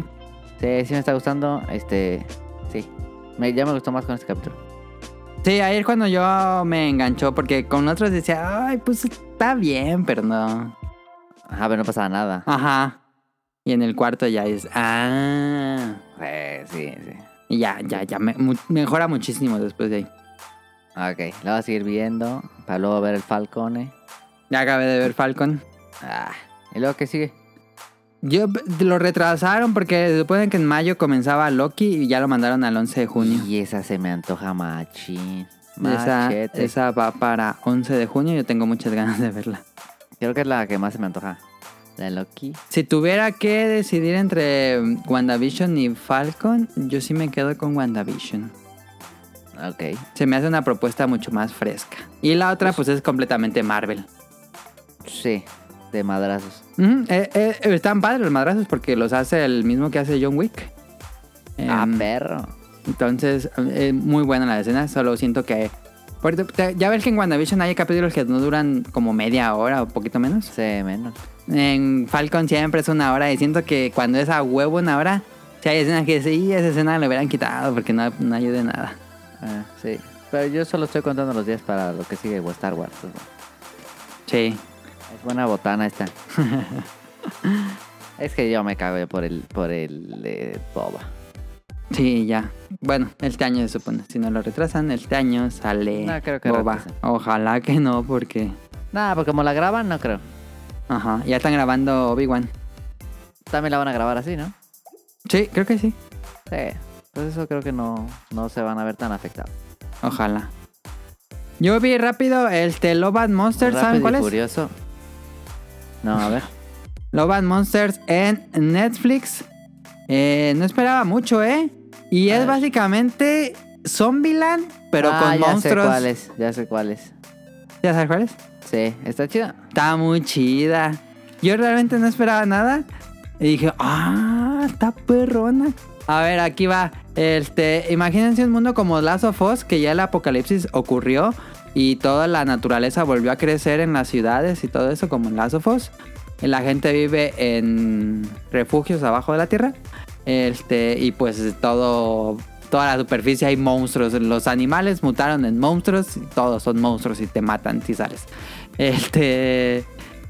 Speaker 3: sí, sí me está gustando. Este, sí. Me- ya me gustó más con este capítulo.
Speaker 2: Sí, ayer cuando yo me enganchó, porque con otros decía, ay, pues está bien, pero no.
Speaker 3: Ajá, Ah, pero no pasaba nada.
Speaker 2: Ah. Ajá. Y en el cuarto ya es, ah.
Speaker 3: Eh, sí, sí.
Speaker 2: Y ya, ya, ya, me- mu- mejora muchísimo después de ahí.
Speaker 3: Ok, la voy a seguir viendo para luego ver el Falcone.
Speaker 2: Ya acabé de ver Falcon.
Speaker 3: Ah, ¿Y luego qué sigue?
Speaker 2: Yo lo retrasaron porque se supone que en mayo comenzaba Loki y ya lo mandaron al 11 de junio.
Speaker 3: Y esa se me antoja machín.
Speaker 2: Esa,
Speaker 3: Ah, Machete.
Speaker 2: esa va para 11 de junio, yo tengo muchas (laughs) ganas de verla.
Speaker 3: Creo que es la que más se me antoja. La de Loki.
Speaker 2: Si tuviera que decidir entre WandaVision y Falcon, yo sí me quedo con WandaVision.
Speaker 3: Ok.
Speaker 2: Se me hace una propuesta mucho más fresca. Y la otra, pues es completamente Marvel.
Speaker 3: Sí, de madrazos.
Speaker 2: Ujú, eh, eh, están padres los madrazos porque los hace el mismo que hace John Wick.
Speaker 3: ah,
Speaker 2: Em,
Speaker 3: perro.
Speaker 2: Entonces, es muy buena la escena, solo siento que... por- te- Ya ves que en WandaVision hay capítulos que no duran como media hora o poquito menos.
Speaker 3: Sí, menos.
Speaker 2: En Falcon siempre es una hora y siento que cuando es a huevo una hora, si hay escenas que sí, esa escena la hubieran quitado porque no, no ayuda en nada.
Speaker 3: Ah, sí. Pero yo solo estoy contando los días para lo que sigue o Star Wars. o sea.
Speaker 2: Sí.
Speaker 3: Es buena botana esta. es que yo me cago por el por el eh, boba.
Speaker 2: Sí, ya. Bueno, este año se supone. Si no lo retrasan, este año sale
Speaker 3: No, creo que
Speaker 2: Boba.
Speaker 3: retrasan.
Speaker 2: Ojalá que no, porque...
Speaker 3: Nada, porque como la graban, no creo.
Speaker 2: Ajá, ya están grabando Obi-Wan.
Speaker 3: También la van a grabar así, ¿no?
Speaker 2: Sí, creo que sí.
Speaker 3: Sí. Entonces eso creo que no, no se van a ver tan afectados.
Speaker 2: Ojalá. Yo vi este, rápido el The Love and Monster, ¿saben
Speaker 3: Rápido y
Speaker 2: cuál es?
Speaker 3: furioso. No, a ver.
Speaker 2: Love and Monsters en Netflix. Eh, no esperaba mucho, ¿eh? Y es básicamente Zombieland, pero
Speaker 3: Ah,
Speaker 2: con
Speaker 3: ya
Speaker 2: monstruos.
Speaker 3: sé cuál es, ya sé cuál es.
Speaker 2: ¿Ya sabes cuál es?
Speaker 3: Sí, está chida.
Speaker 2: Está muy chida. Yo realmente no esperaba nada. Y dije, ah, está perrona. A ver, aquí va. Este, imagínense un mundo como Last of Us, que ya el apocalipsis ocurrió y toda la naturaleza volvió a crecer en las ciudades y todo eso, como en Last of Us. La gente vive en refugios abajo de la tierra. Este, y pues todo, toda la superficie hay monstruos. Los animales mutaron en monstruos. y Todos son monstruos y te matan si sales. Este.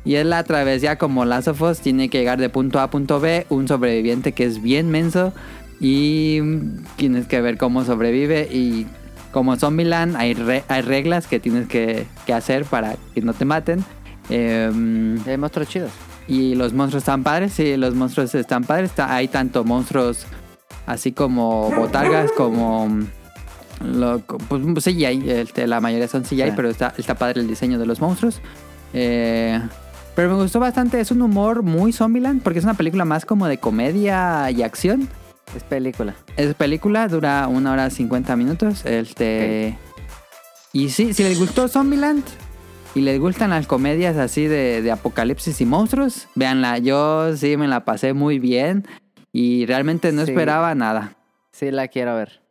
Speaker 2: Y es la travesía como Last of Us, tiene que llegar de punto A a punto B, un sobreviviente que es bien menso y mm, tienes que ver cómo sobrevive y como Zombieland hay, re- hay reglas que tienes que, que hacer para que no te maten. Em,
Speaker 3: Hay monstruos chidos.
Speaker 2: y los monstruos están padres, sí, los monstruos están padres. Ta- hay tanto monstruos así como botargas, como... mm, Lo, co- pues mm, CGI, este, la mayoría son CGI,
Speaker 3: Sí.
Speaker 2: pero está, está padre el diseño de los monstruos. Eh, pero me gustó bastante, es un humor muy Zombieland, porque es una película más como de comedia y acción.
Speaker 3: Es película.
Speaker 2: Es película, dura una hora 50 minutos. Este. Y sí, si les gustó Zombieland y les gustan las comedias así de, de apocalipsis y monstruos, véanla. Yo sí me la pasé muy bien y realmente no
Speaker 3: Sí.
Speaker 2: esperaba nada.
Speaker 3: Sí, la quiero ver.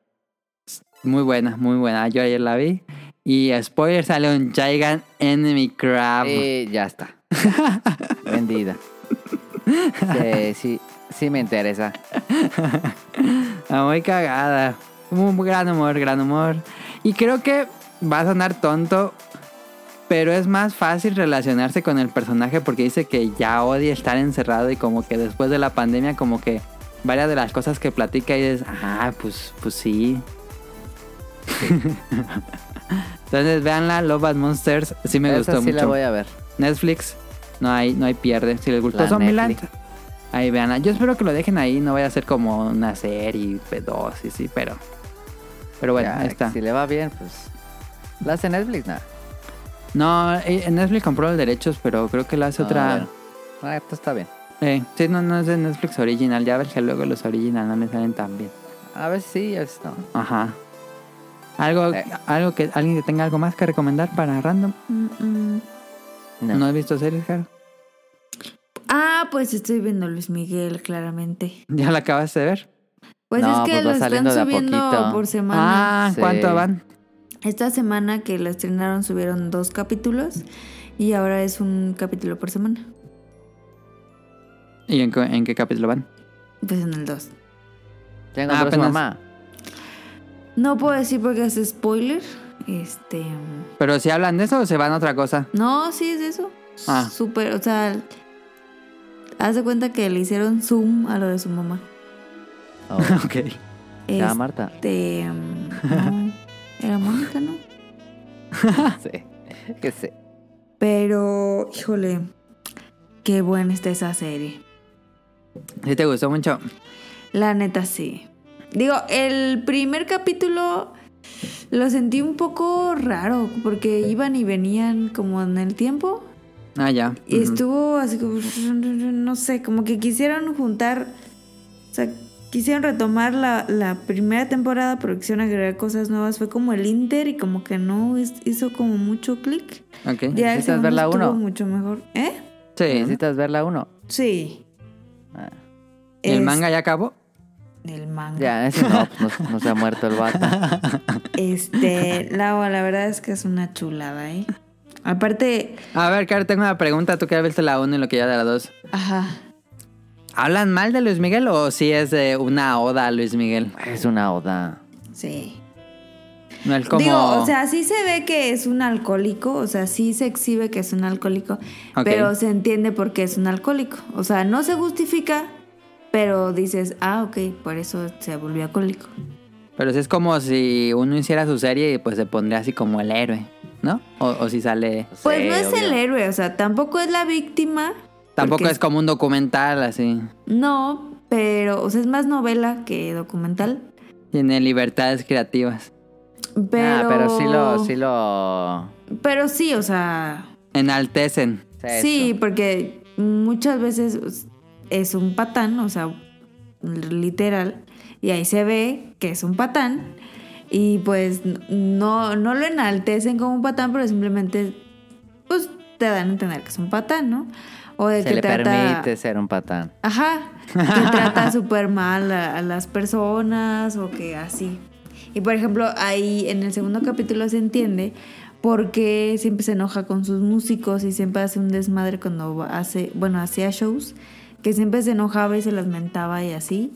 Speaker 2: Muy buena, muy buena. Yo ayer la vi. Y spoiler, sale un Giant Enemy Crab.
Speaker 3: Y
Speaker 2: (laughs)
Speaker 3: ya está. Vendida. Sí, sí, sí me interesa.
Speaker 2: Ah, Muy cagada. Un gran humor, gran humor. Y creo que va a sonar tonto, pero es más fácil relacionarse con el personaje porque dice que ya odia estar encerrado y como que después de la pandemia como que varias de las cosas que platica y dices, ah, pues, pues sí. (laughs) Entonces véanla, Love and Monsters, sí me
Speaker 3: Esa
Speaker 2: gustó
Speaker 3: sí la
Speaker 2: mucho.
Speaker 3: voy a ver.
Speaker 2: Netflix, no hay, no hay pierde. Si les gustó
Speaker 3: La
Speaker 2: Zombieland,
Speaker 3: Netflix.
Speaker 2: ahí vean. Yo espero que lo dejen ahí, no vaya a ser como una serie, pues, dos, y sí, pero. Pero bueno,
Speaker 3: Ya,
Speaker 2: ahí está.
Speaker 3: Si le va bien, pues. La hace Netflix, nada.
Speaker 2: No, eh, Netflix compró los derechos, pero creo que lo hace otra.
Speaker 3: Ah, esto está bien.
Speaker 2: Eh, sí, no, no es de Netflix original. Ya ves que luego los original no me salen tan bien.
Speaker 3: A ver si sí, a ver si no.
Speaker 2: Ajá. Algo,
Speaker 3: Eh.
Speaker 2: algo que alguien que tenga algo más que recomendar para random.
Speaker 1: Mm, mm.
Speaker 2: No, has visto series, Jaro?
Speaker 1: Ah, pues estoy viendo Luis Miguel, claramente.
Speaker 2: (laughs) Ya la acabas de ver.
Speaker 1: Pues
Speaker 3: No,
Speaker 1: es que
Speaker 3: pues va
Speaker 1: lo están
Speaker 3: saliendo de a
Speaker 1: subiendo
Speaker 3: poquito.
Speaker 1: por semana.
Speaker 2: Ah,
Speaker 3: Sí.
Speaker 2: ¿cuánto van?
Speaker 1: Esta semana que la estrenaron subieron dos capítulos y ahora es un capítulo por semana.
Speaker 2: ¿Y en, cu- en qué capítulo van?
Speaker 1: Pues en el 2.
Speaker 3: Tengo
Speaker 2: Ah,
Speaker 3: otra
Speaker 2: apenas.
Speaker 3: mamá.
Speaker 2: (laughs)
Speaker 1: No puedo decir porque es spoiler. Este.
Speaker 2: ¿Pero si hablan de eso o se van a otra cosa?
Speaker 1: No, sí es eso.
Speaker 2: Ah.
Speaker 1: Súper, o sea. Haz de cuenta que le hicieron zoom a lo de su mamá.
Speaker 3: Oh,
Speaker 2: Ok.
Speaker 3: ya,
Speaker 1: Este,
Speaker 3: Marta.
Speaker 1: mm, no, era Mónica, ¿no?
Speaker 3: Sí. Que sí.
Speaker 1: Pero, híjole, qué buena está esa serie.
Speaker 2: Si te gustó mucho.
Speaker 1: La neta sí. Digo, el primer capítulo lo sentí un poco raro porque iban y venían como en el tiempo
Speaker 2: Ah, ya.
Speaker 1: y
Speaker 2: Ujú.
Speaker 1: estuvo así como, no sé, como que quisieron juntar, o sea, quisieron retomar la, la primera temporada pero quisieron agregar cosas nuevas. Fue como el Inter y como que no es- hizo como mucho clic.
Speaker 2: Ok.
Speaker 1: Ya el
Speaker 3: ¿Necesitas
Speaker 1: segundo
Speaker 3: ver la
Speaker 1: estuvo
Speaker 3: uno?
Speaker 1: mucho mejor. ¿Eh?
Speaker 2: Sí.
Speaker 3: ¿Necesitas ver la 1?
Speaker 1: Sí.
Speaker 3: Ah.
Speaker 2: ¿Y ¿El
Speaker 1: Es-
Speaker 2: manga ya acabó?
Speaker 1: El manga.
Speaker 3: Ya, ese no, pues, no, no se ha muerto el vato.
Speaker 2: (laughs)
Speaker 1: Este, Lau, la verdad es que es una chulada, ¿eh? Aparte,
Speaker 2: A ver, Caro, tengo una pregunta. Tú que ya viste la 1 y lo que ya de la 2.
Speaker 1: ajá.
Speaker 2: ¿Hablan mal de Luis Miguel o si es de una oda a Luis Miguel?
Speaker 3: Es una oda.
Speaker 1: Sí.
Speaker 2: No es como...
Speaker 1: Digo, o sea, sí se ve que es un alcohólico, o sea, sí se exhibe que es un alcohólico,
Speaker 2: Ok.
Speaker 1: pero se entiende por qué es un alcohólico. O sea, no se justifica, pero dices, ah, ok, por eso se volvió alcohólico.
Speaker 2: Pero si es como si uno hiciera su serie y pues se pondría así como el héroe, ¿no? O, o si sale...
Speaker 1: Pues
Speaker 3: Sí,
Speaker 1: no es el
Speaker 3: obvio.
Speaker 1: héroe, o sea, tampoco es la víctima.
Speaker 2: Tampoco
Speaker 1: porque-
Speaker 2: es como un documental así.
Speaker 1: No, pero, o sea, es más novela que documental.
Speaker 2: Tiene libertades creativas.
Speaker 1: Pero,
Speaker 3: Ah, pero sí lo. Sí lo...
Speaker 1: Pero sí, o sea,
Speaker 2: Enaltecen.
Speaker 1: Sí, porque muchas veces pues, es un patán, o sea, literal, y ahí se ve que es un patán, y pues no, no lo enaltecen como un patán, pero simplemente pues te dan a entender que es un patán, ¿no? O de
Speaker 3: Se
Speaker 1: que
Speaker 3: le
Speaker 1: trata...
Speaker 3: permite ser un patán.
Speaker 1: Ajá, que trata (laughs) súper mal a, a las personas o que así. Y por ejemplo, ahí en el segundo capítulo se entiende por qué siempre se enoja con sus músicos y siempre hace un desmadre cuando va- hace, bueno, hacía shows, que siempre se enojaba y se las mentaba y así,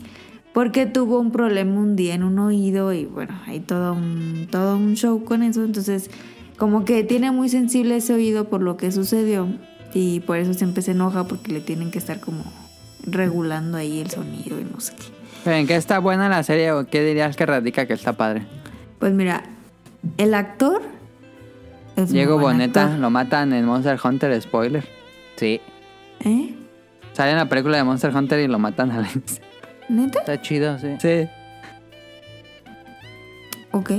Speaker 1: porque tuvo un problema un día en un oído y bueno, hay todo un, todo un show con eso, entonces como que tiene muy sensible ese oído por lo que sucedió y por eso siempre se enoja porque le tienen que estar como regulando ahí el sonido y no sé qué.
Speaker 2: Pero ¿en qué está buena la serie o qué dirías que radica que está padre?
Speaker 1: Pues mira, el actor es muy
Speaker 2: Diego
Speaker 1: buen
Speaker 2: Boneta
Speaker 1: actor.
Speaker 2: lo matan en Monster Hunter, spoiler.
Speaker 3: Sí.
Speaker 1: ¿Eh?
Speaker 2: Sale en la película de Monster Hunter y lo matan a la
Speaker 1: ¿Neta?
Speaker 3: Está chido, sí.
Speaker 2: Sí.
Speaker 1: Ok.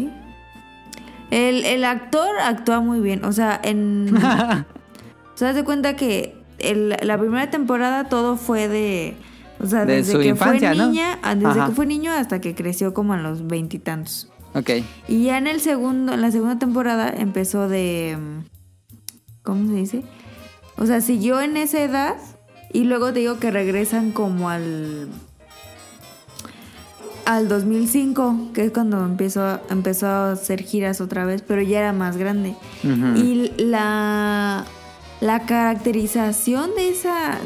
Speaker 1: El, el actor actúa muy bien. O sea,
Speaker 2: (laughs)
Speaker 1: en. o sea, haz de cuenta que el- la primera temporada todo fue de. O sea,
Speaker 2: De
Speaker 1: desde
Speaker 2: su
Speaker 1: que
Speaker 2: infancia,
Speaker 1: fue
Speaker 2: ¿no?
Speaker 1: niña, ah, desde
Speaker 2: Ajá.
Speaker 1: que fue niño hasta que creció como a los veintitantos.
Speaker 2: Ok.
Speaker 1: Y ya en el segundo, en la segunda temporada empezó de. mm, ¿Cómo se dice? O sea, siguió en esa edad y luego te digo que regresan como al. Al 2005, que es cuando empezó, empezó a hacer giras otra vez, pero ya era más grande.
Speaker 2: Ujú.
Speaker 1: Y la, la caracterización de esa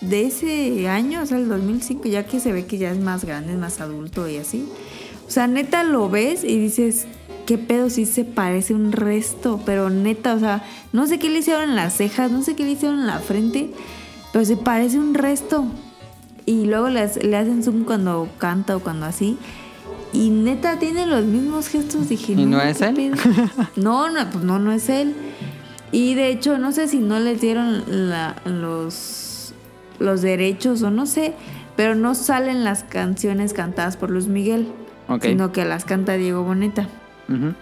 Speaker 1: de ese año, o sea, el 2005, ya que se ve que ya es más grande, es más adulto y así. O sea, neta lo ves y dices, qué pedo si se parece un resto, pero neta, o sea, no sé qué le hicieron en las cejas, no sé qué le hicieron en la frente, pero se parece un resto. Y luego le, hace- le hacen zoom cuando canta o cuando así. Y neta tiene los mismos gestos, dije.
Speaker 2: ¿Y no es
Speaker 1: qué
Speaker 2: él? (laughs)
Speaker 1: pedo". No, no, pues no, no es él. Y de hecho, no sé si no les dieron la- los, los derechos o no sé, pero no salen las canciones cantadas por Luis Miguel,
Speaker 2: Ok.
Speaker 1: sino que las canta Diego Boneta.
Speaker 2: Ujú.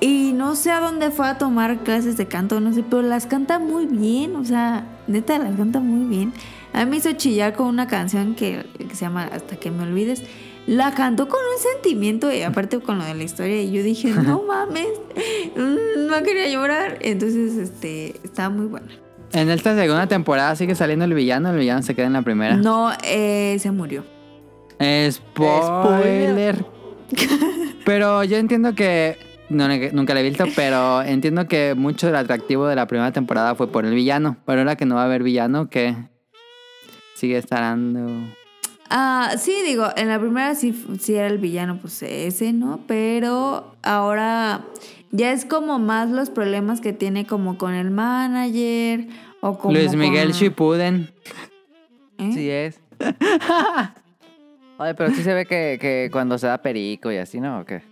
Speaker 1: Y no sé a dónde fue a tomar clases de canto, no sé, pero las canta muy bien, o sea, neta, las canta muy bien. A mí me hizo chillar con una canción que, que se llama Hasta que me olvides. La cantó con un sentimiento y aparte con lo de la historia. Y yo dije, no mames, mm, no quería llorar. Entonces, este, estaba muy buena.
Speaker 2: En esta segunda temporada sigue saliendo el villano, el villano se queda en la primera.
Speaker 1: No, eh, se murió.
Speaker 2: Spoiler. pero yo entiendo que. no, nunca- nunca la he visto, pero entiendo que mucho del atractivo de la primera temporada fue por el villano. Pero ahora que no va a haber villano, que sigue estarando.
Speaker 1: Ah, sí, digo, en la primera sí, sí era el villano, pues ese, ¿no? Pero ahora ya es como más los problemas que tiene como con el manager o como
Speaker 2: Luis Miguel
Speaker 1: con-
Speaker 2: Shippuden.
Speaker 1: ¿Eh?
Speaker 3: Sí es. (laughs) Oye, pero sí se ve que, que cuando se da perico y así, ¿no? ¿O qué?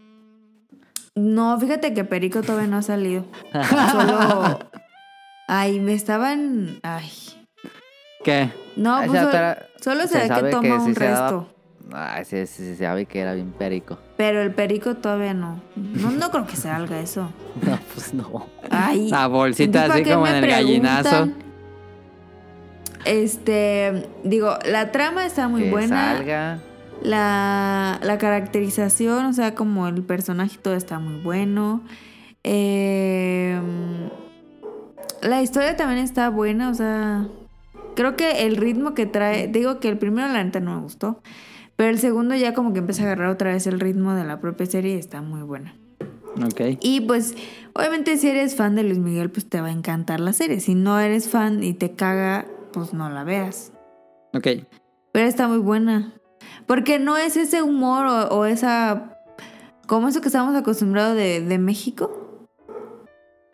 Speaker 1: No, fíjate que Perico todavía no ha
Speaker 3: (laughs)
Speaker 1: salido. Solo... Ay, me estaban... Ay.
Speaker 2: ¿Qué?
Speaker 1: No,
Speaker 3: Esa
Speaker 1: pues sol-
Speaker 3: otra-
Speaker 1: solo se, ve que
Speaker 3: sabe
Speaker 1: toma un
Speaker 3: sí se daba-
Speaker 1: resto.
Speaker 3: Ay, sí, sí, sí, se sabe que era bien perico. (laughs)
Speaker 1: Pero el Perico todavía no. No, no creo que salga eso.
Speaker 3: No, pues (laughs) no.
Speaker 1: Ay.
Speaker 2: La bolsita
Speaker 1: Entonces, ¿para
Speaker 2: así
Speaker 1: qué
Speaker 2: como
Speaker 1: me
Speaker 2: en el gallinazo.
Speaker 1: preguntan? Este, digo, la trama está muy
Speaker 3: que
Speaker 1: buena.
Speaker 3: salga.
Speaker 1: La, la caracterización, o sea, como el personaje, todo está muy bueno. Eh, la historia también está buena, o sea, creo que el ritmo que trae, digo que el primero la neta no me gustó, pero el segundo ya como que empieza a agarrar otra vez el ritmo de la propia serie y está muy buena.
Speaker 2: Ok.
Speaker 1: Y pues, obviamente, si eres fan de Luis Miguel, pues te va a encantar la serie. Si no eres fan y te caga, pues no la veas.
Speaker 2: Ok.
Speaker 1: Pero está muy buena. Porque no es ese humor o, o esa. Como eso que estamos acostumbrados de, de México.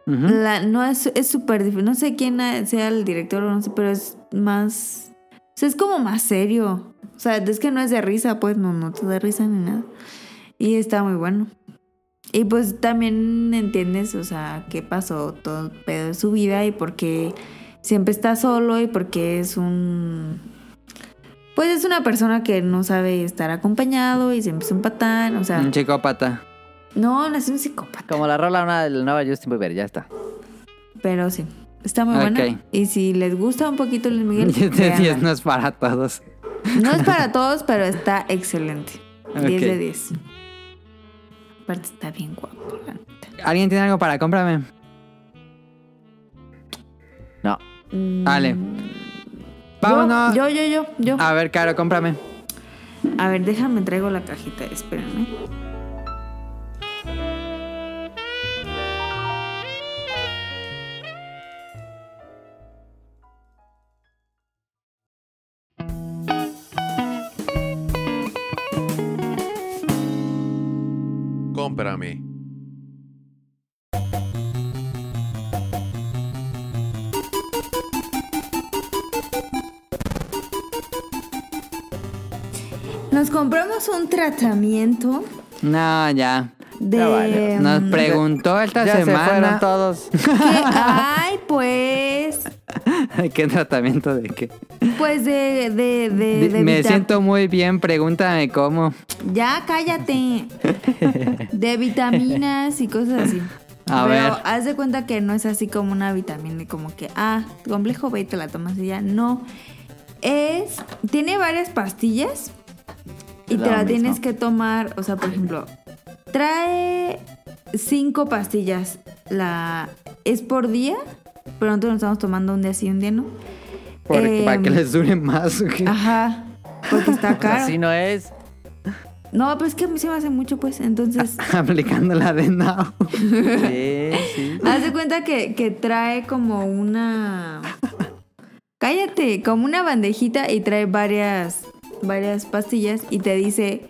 Speaker 2: Ujú.
Speaker 1: La- no es es súper difícil. No sé quién sea el director o no sé, pero es más. O sea, es como más serio. O sea, es que no es de risa, pues no, no te da risa ni nada. Y está muy bueno. Y pues también entiendes, o sea, qué pasó todo el pedo de su vida y por qué siempre está solo y por qué es un... Pues es una persona que no sabe estar acompañado y siempre es un patán, o sea... (laughs)
Speaker 2: Un psicópata.
Speaker 1: No, no es un psicópata,
Speaker 3: Como la rola una del nuevo Justin Bieber, ya está.
Speaker 1: pero sí. Está muy buena.
Speaker 2: Ok.
Speaker 1: Y si les gusta un poquito Luis Miguel,
Speaker 2: (laughs) Este sí es-
Speaker 1: véanla.
Speaker 2: no es para todos.
Speaker 1: no es para todos, pero está excelente. 10 de
Speaker 2: Ok.
Speaker 1: 10. Aparte está bien guapo. la neta.
Speaker 2: ¿Alguien tiene algo para cómprame?
Speaker 3: No.
Speaker 1: Mm,
Speaker 2: Dale.
Speaker 1: yo,
Speaker 2: Vámonos.
Speaker 1: Yo, yo, yo, yo.
Speaker 2: A ver, Caro, cómprame.
Speaker 1: A ver, déjame traigo la cajita, espérenme.
Speaker 5: Cómprame.
Speaker 1: Nos compramos un tratamiento
Speaker 2: No, ya.
Speaker 1: de.
Speaker 3: Ya vale.
Speaker 1: Em,
Speaker 2: Nos preguntó esta
Speaker 3: ya se fueron
Speaker 2: semana (laughs)
Speaker 3: todos.
Speaker 1: que- Ay, pues.
Speaker 2: qué tratamiento de qué.
Speaker 1: Pues de. de, de,
Speaker 2: Di-
Speaker 1: Eh, de
Speaker 2: (laughs) Me
Speaker 1: vita-
Speaker 2: siento muy bien, pregúntame cómo.
Speaker 1: Ya,
Speaker 2: (laughs)
Speaker 1: cállate. De vitaminas y cosas así.
Speaker 2: A
Speaker 1: Pero
Speaker 2: ver.
Speaker 1: haz de cuenta que no es así como una vitamina, como que, ah, complejo B y te la tomas y ya. No. Es. Tiene varias pastillas y
Speaker 3: Es
Speaker 1: te
Speaker 3: lo
Speaker 1: la
Speaker 3: mismo.
Speaker 1: tienes que tomar. O sea, por ejemplo, trae cinco pastillas. La. Es por día, pero nosotros nos estamos tomando un día sí y un día no.
Speaker 2: Por-
Speaker 1: Em, ah.
Speaker 2: para que les dure más. (laughs) ¿o qué?
Speaker 1: Ajá. Porque
Speaker 2: (laughs)
Speaker 1: está caro.
Speaker 3: Así no es.
Speaker 1: No, pero es que a mí se me hace mucho, pues. Entonces,
Speaker 2: Aplicando la de now.
Speaker 3: Sí, sí.
Speaker 1: haz de cuenta que, que trae como una. Cállate, como una bandejita y trae varias, varias pastillas y te dice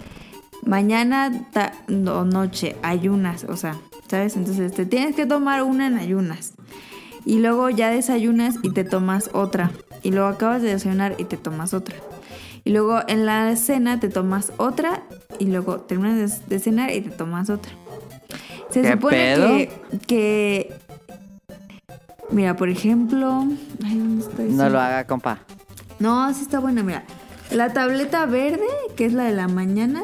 Speaker 1: mañana ta- o noche, ayunas, o sea, ¿sabes? Entonces te tienes que tomar una en ayunas. Y luego ya desayunas y te tomas otra. Y luego acabas de desayunar y te tomas otra. Y luego en la cena te tomas otra. Y luego terminas de, de cenar y te tomas otra. Se
Speaker 2: ¿Qué
Speaker 1: supone
Speaker 2: pedo?
Speaker 1: que. que- Mira, por ejemplo. Ay, ¿dónde está
Speaker 3: No
Speaker 1: eso?
Speaker 3: lo haga, compa.
Speaker 1: No, sí está buena, mira. La tableta verde, que es la de la mañana,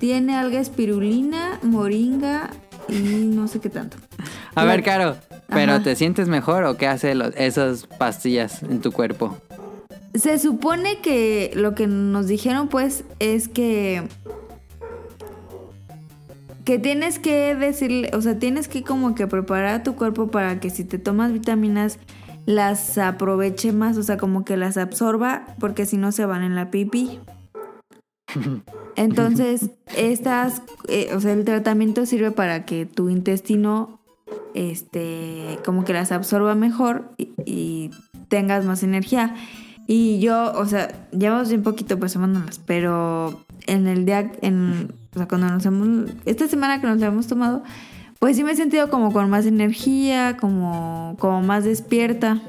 Speaker 1: tiene alga espirulina, moringa y no sé qué tanto.
Speaker 2: A ver, Caro, ¿pero
Speaker 1: Ajá.
Speaker 2: te sientes mejor o qué hace lo- esas pastillas en tu cuerpo?
Speaker 1: Se supone que lo que nos dijeron, pues, es que. Que tienes que decirle, o sea, tienes que como que preparar a tu cuerpo para que si te tomas vitaminas, las aproveche más, o sea, como que las absorba, porque si no se van en la pipí. Entonces, estas, eh, o sea, el tratamiento sirve para que tu intestino, este, como que las absorba mejor y, y tengas más energía. Y yo, o sea, llevamos bien poquito pues tomándolas, pero en el día, en, o sea, cuando nos hemos, esta semana que nos la hemos tomado, pues sí me he sentido como con más energía, como, como más despierta.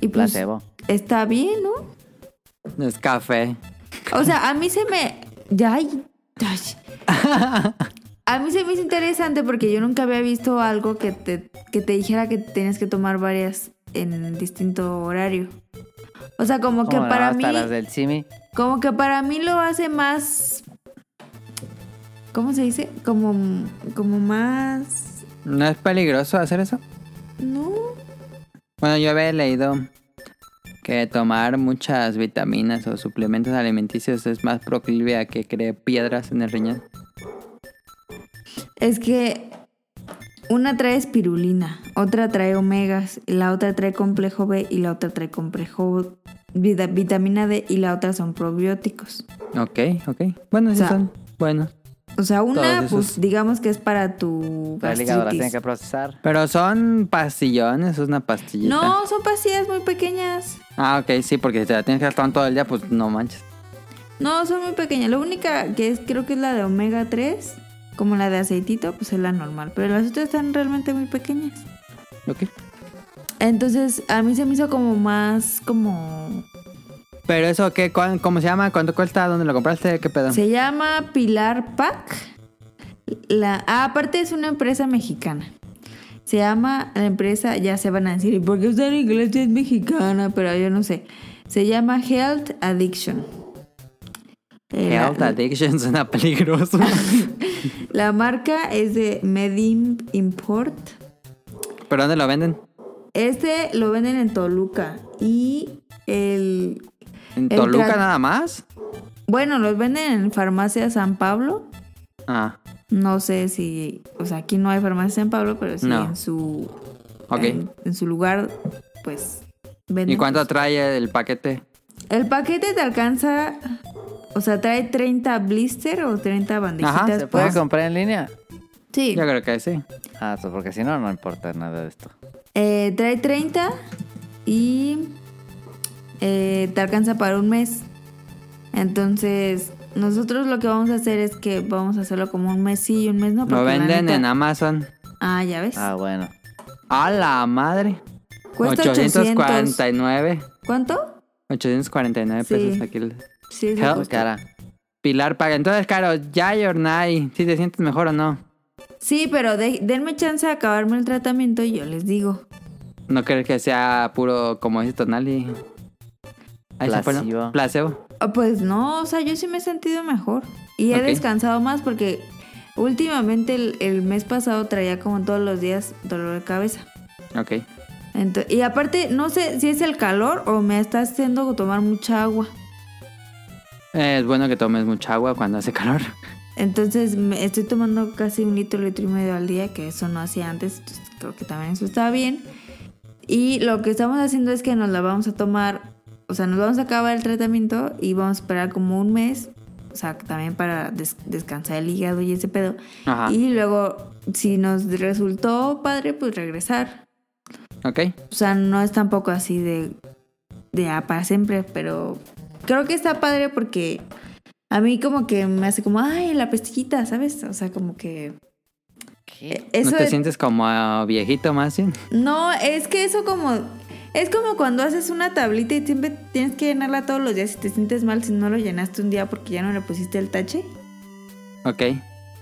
Speaker 1: Y pues
Speaker 3: Placebo.
Speaker 1: está bien, ¿no?
Speaker 2: No Es café.
Speaker 1: O sea, a mí se me. Ya, ay, ay. A mí se me hizo interesante porque yo nunca había visto algo que te, que te dijera que tenías que tomar varias en distinto horario. O sea, como que
Speaker 3: ¿Cómo no?
Speaker 1: para
Speaker 3: Hasta
Speaker 1: mí.
Speaker 3: las del Simi.
Speaker 1: Como que para mí lo hace más. ¿Cómo se dice? Como, como más.
Speaker 2: ¿No es peligroso hacer eso?
Speaker 1: No.
Speaker 2: Bueno, yo había leído que tomar muchas vitaminas o suplementos alimenticios es más proclive a que cree piedras en el riñón.
Speaker 1: Es que una trae espirulina, otra trae omegas, la otra trae complejo B y la otra trae complejo vida- vitamina D y la otra son probióticos.
Speaker 2: Ok, ok. Bueno, esos
Speaker 1: sea,
Speaker 2: son buenos.
Speaker 1: O sea, una,
Speaker 2: Todos
Speaker 1: pues
Speaker 2: esos.
Speaker 1: digamos que es para tu
Speaker 3: El hígado las tiene
Speaker 1: gastritis.
Speaker 3: que procesar.
Speaker 2: Pero son pastillones, es una pastillita.
Speaker 1: No, son pastillas muy pequeñas.
Speaker 2: Ah, ok, sí, porque si te la tienes que estar todo el día, pues no manches.
Speaker 1: Eh, No, son muy pequeñas. La única que es, creo que es la de omega 3, como la de aceitito, pues es la normal. Pero las otras están realmente muy pequeñas.
Speaker 2: Ok.
Speaker 1: Entonces, a mí se me hizo como más, como
Speaker 2: Pero eso, ¿qué? ¿Cuán- ¿Cómo se llama? ¿Cuánto cuesta? ¿Dónde lo compraste? ¿Qué pedo?
Speaker 1: Se llama Pilar Pack. La, ah, aparte es una empresa mexicana. Se llama la empresa, ya se van a decir, ¿por qué usted en inglés si es mexicana? Pero yo no sé. Se llama Health Addiction. Eh, la-
Speaker 2: Health addiction (laughs)
Speaker 1: (laughs)
Speaker 2: suena peligroso.
Speaker 1: La marca es de Medim Import.
Speaker 2: ¿Pero dónde lo venden?
Speaker 1: Este lo venden en Toluca y el...
Speaker 2: ¿En
Speaker 1: El
Speaker 2: Toluca
Speaker 1: tra-
Speaker 2: nada más?
Speaker 1: Bueno, los venden en Farmacia San Pablo.
Speaker 2: Ah,
Speaker 1: No sé si... O sea, aquí no hay Farmacia San Pablo, pero sí
Speaker 2: No.
Speaker 1: en su...
Speaker 2: ok.
Speaker 1: En, en su lugar, pues...
Speaker 2: ¿Y
Speaker 1: venden
Speaker 2: cuánto trae el paquete?
Speaker 1: El paquete te alcanza, o sea, trae 30 blister o 30 bandejitas.
Speaker 2: Ajá,
Speaker 3: ¿Se puede
Speaker 1: pues.
Speaker 3: comprar en línea?
Speaker 1: Sí,
Speaker 2: Yo creo que sí.
Speaker 3: Ah, pues porque si no, no importa nada de esto.
Speaker 1: Eh, trae 30 y eh, te alcanza para un mes. Entonces, nosotros lo que vamos a hacer es que vamos a hacerlo como un mes sí y un mes no.
Speaker 2: Lo
Speaker 1: porque la
Speaker 2: venden
Speaker 1: neta-
Speaker 2: en Amazon.
Speaker 1: Ah, ya ves.
Speaker 3: Ah, bueno.
Speaker 2: A la madre.
Speaker 1: Cuesta 800.
Speaker 2: 849.
Speaker 1: ¿Cuánto?
Speaker 2: 849 pesos
Speaker 1: Sí.
Speaker 2: aquí. el-
Speaker 1: Sí, es
Speaker 2: Hell,
Speaker 1: lo que-
Speaker 3: Cara.
Speaker 2: Pilar paga. Entonces, Caro, ya your night. Si te sientes mejor o no.
Speaker 1: sí pero de- denme chance de acabarme el tratamiento y yo les digo.
Speaker 2: No crees que sea puro como dice Tonali. Ahí se fue, ¿no?
Speaker 3: Placebo.
Speaker 2: Placebo.
Speaker 1: Ah, Pues no, o sea, yo sí me he sentido mejor. Y he
Speaker 2: Ok.
Speaker 1: descansado más porque últimamente el, el mes pasado traía como todos los días dolor de cabeza.
Speaker 2: Ok.
Speaker 1: Ento- y aparte, no sé si es el calor o me está haciendo tomar mucha agua.
Speaker 2: Eh, Es bueno que tomes mucha agua cuando hace calor. (laughs)
Speaker 1: Entonces me estoy tomando casi un litro, litro y medio al día, que eso no hacía antes, entonces creo que también eso está bien. Y lo que estamos haciendo es que nos la vamos a tomar, o sea, nos vamos a acabar el tratamiento y vamos a esperar como un mes, o sea, también para des- descansar el hígado y ese pedo.
Speaker 2: Ajá.
Speaker 1: Y luego, si nos resultó padre, pues regresar.
Speaker 2: Ok.
Speaker 1: O sea, no es tampoco así de, de ah, para siempre, pero creo que está padre porque a mí como que me hace como, ay, la pestillita, ¿sabes? O sea, como que... eh, Eso
Speaker 2: ¿No te
Speaker 1: de-
Speaker 2: sientes como ah, viejito más bien?
Speaker 1: no, es que eso como... Es como cuando haces una tablita y siempre tienes que llenarla todos los días y te sientes mal si no lo llenaste un día porque ya no le pusiste el tache.
Speaker 2: Ok.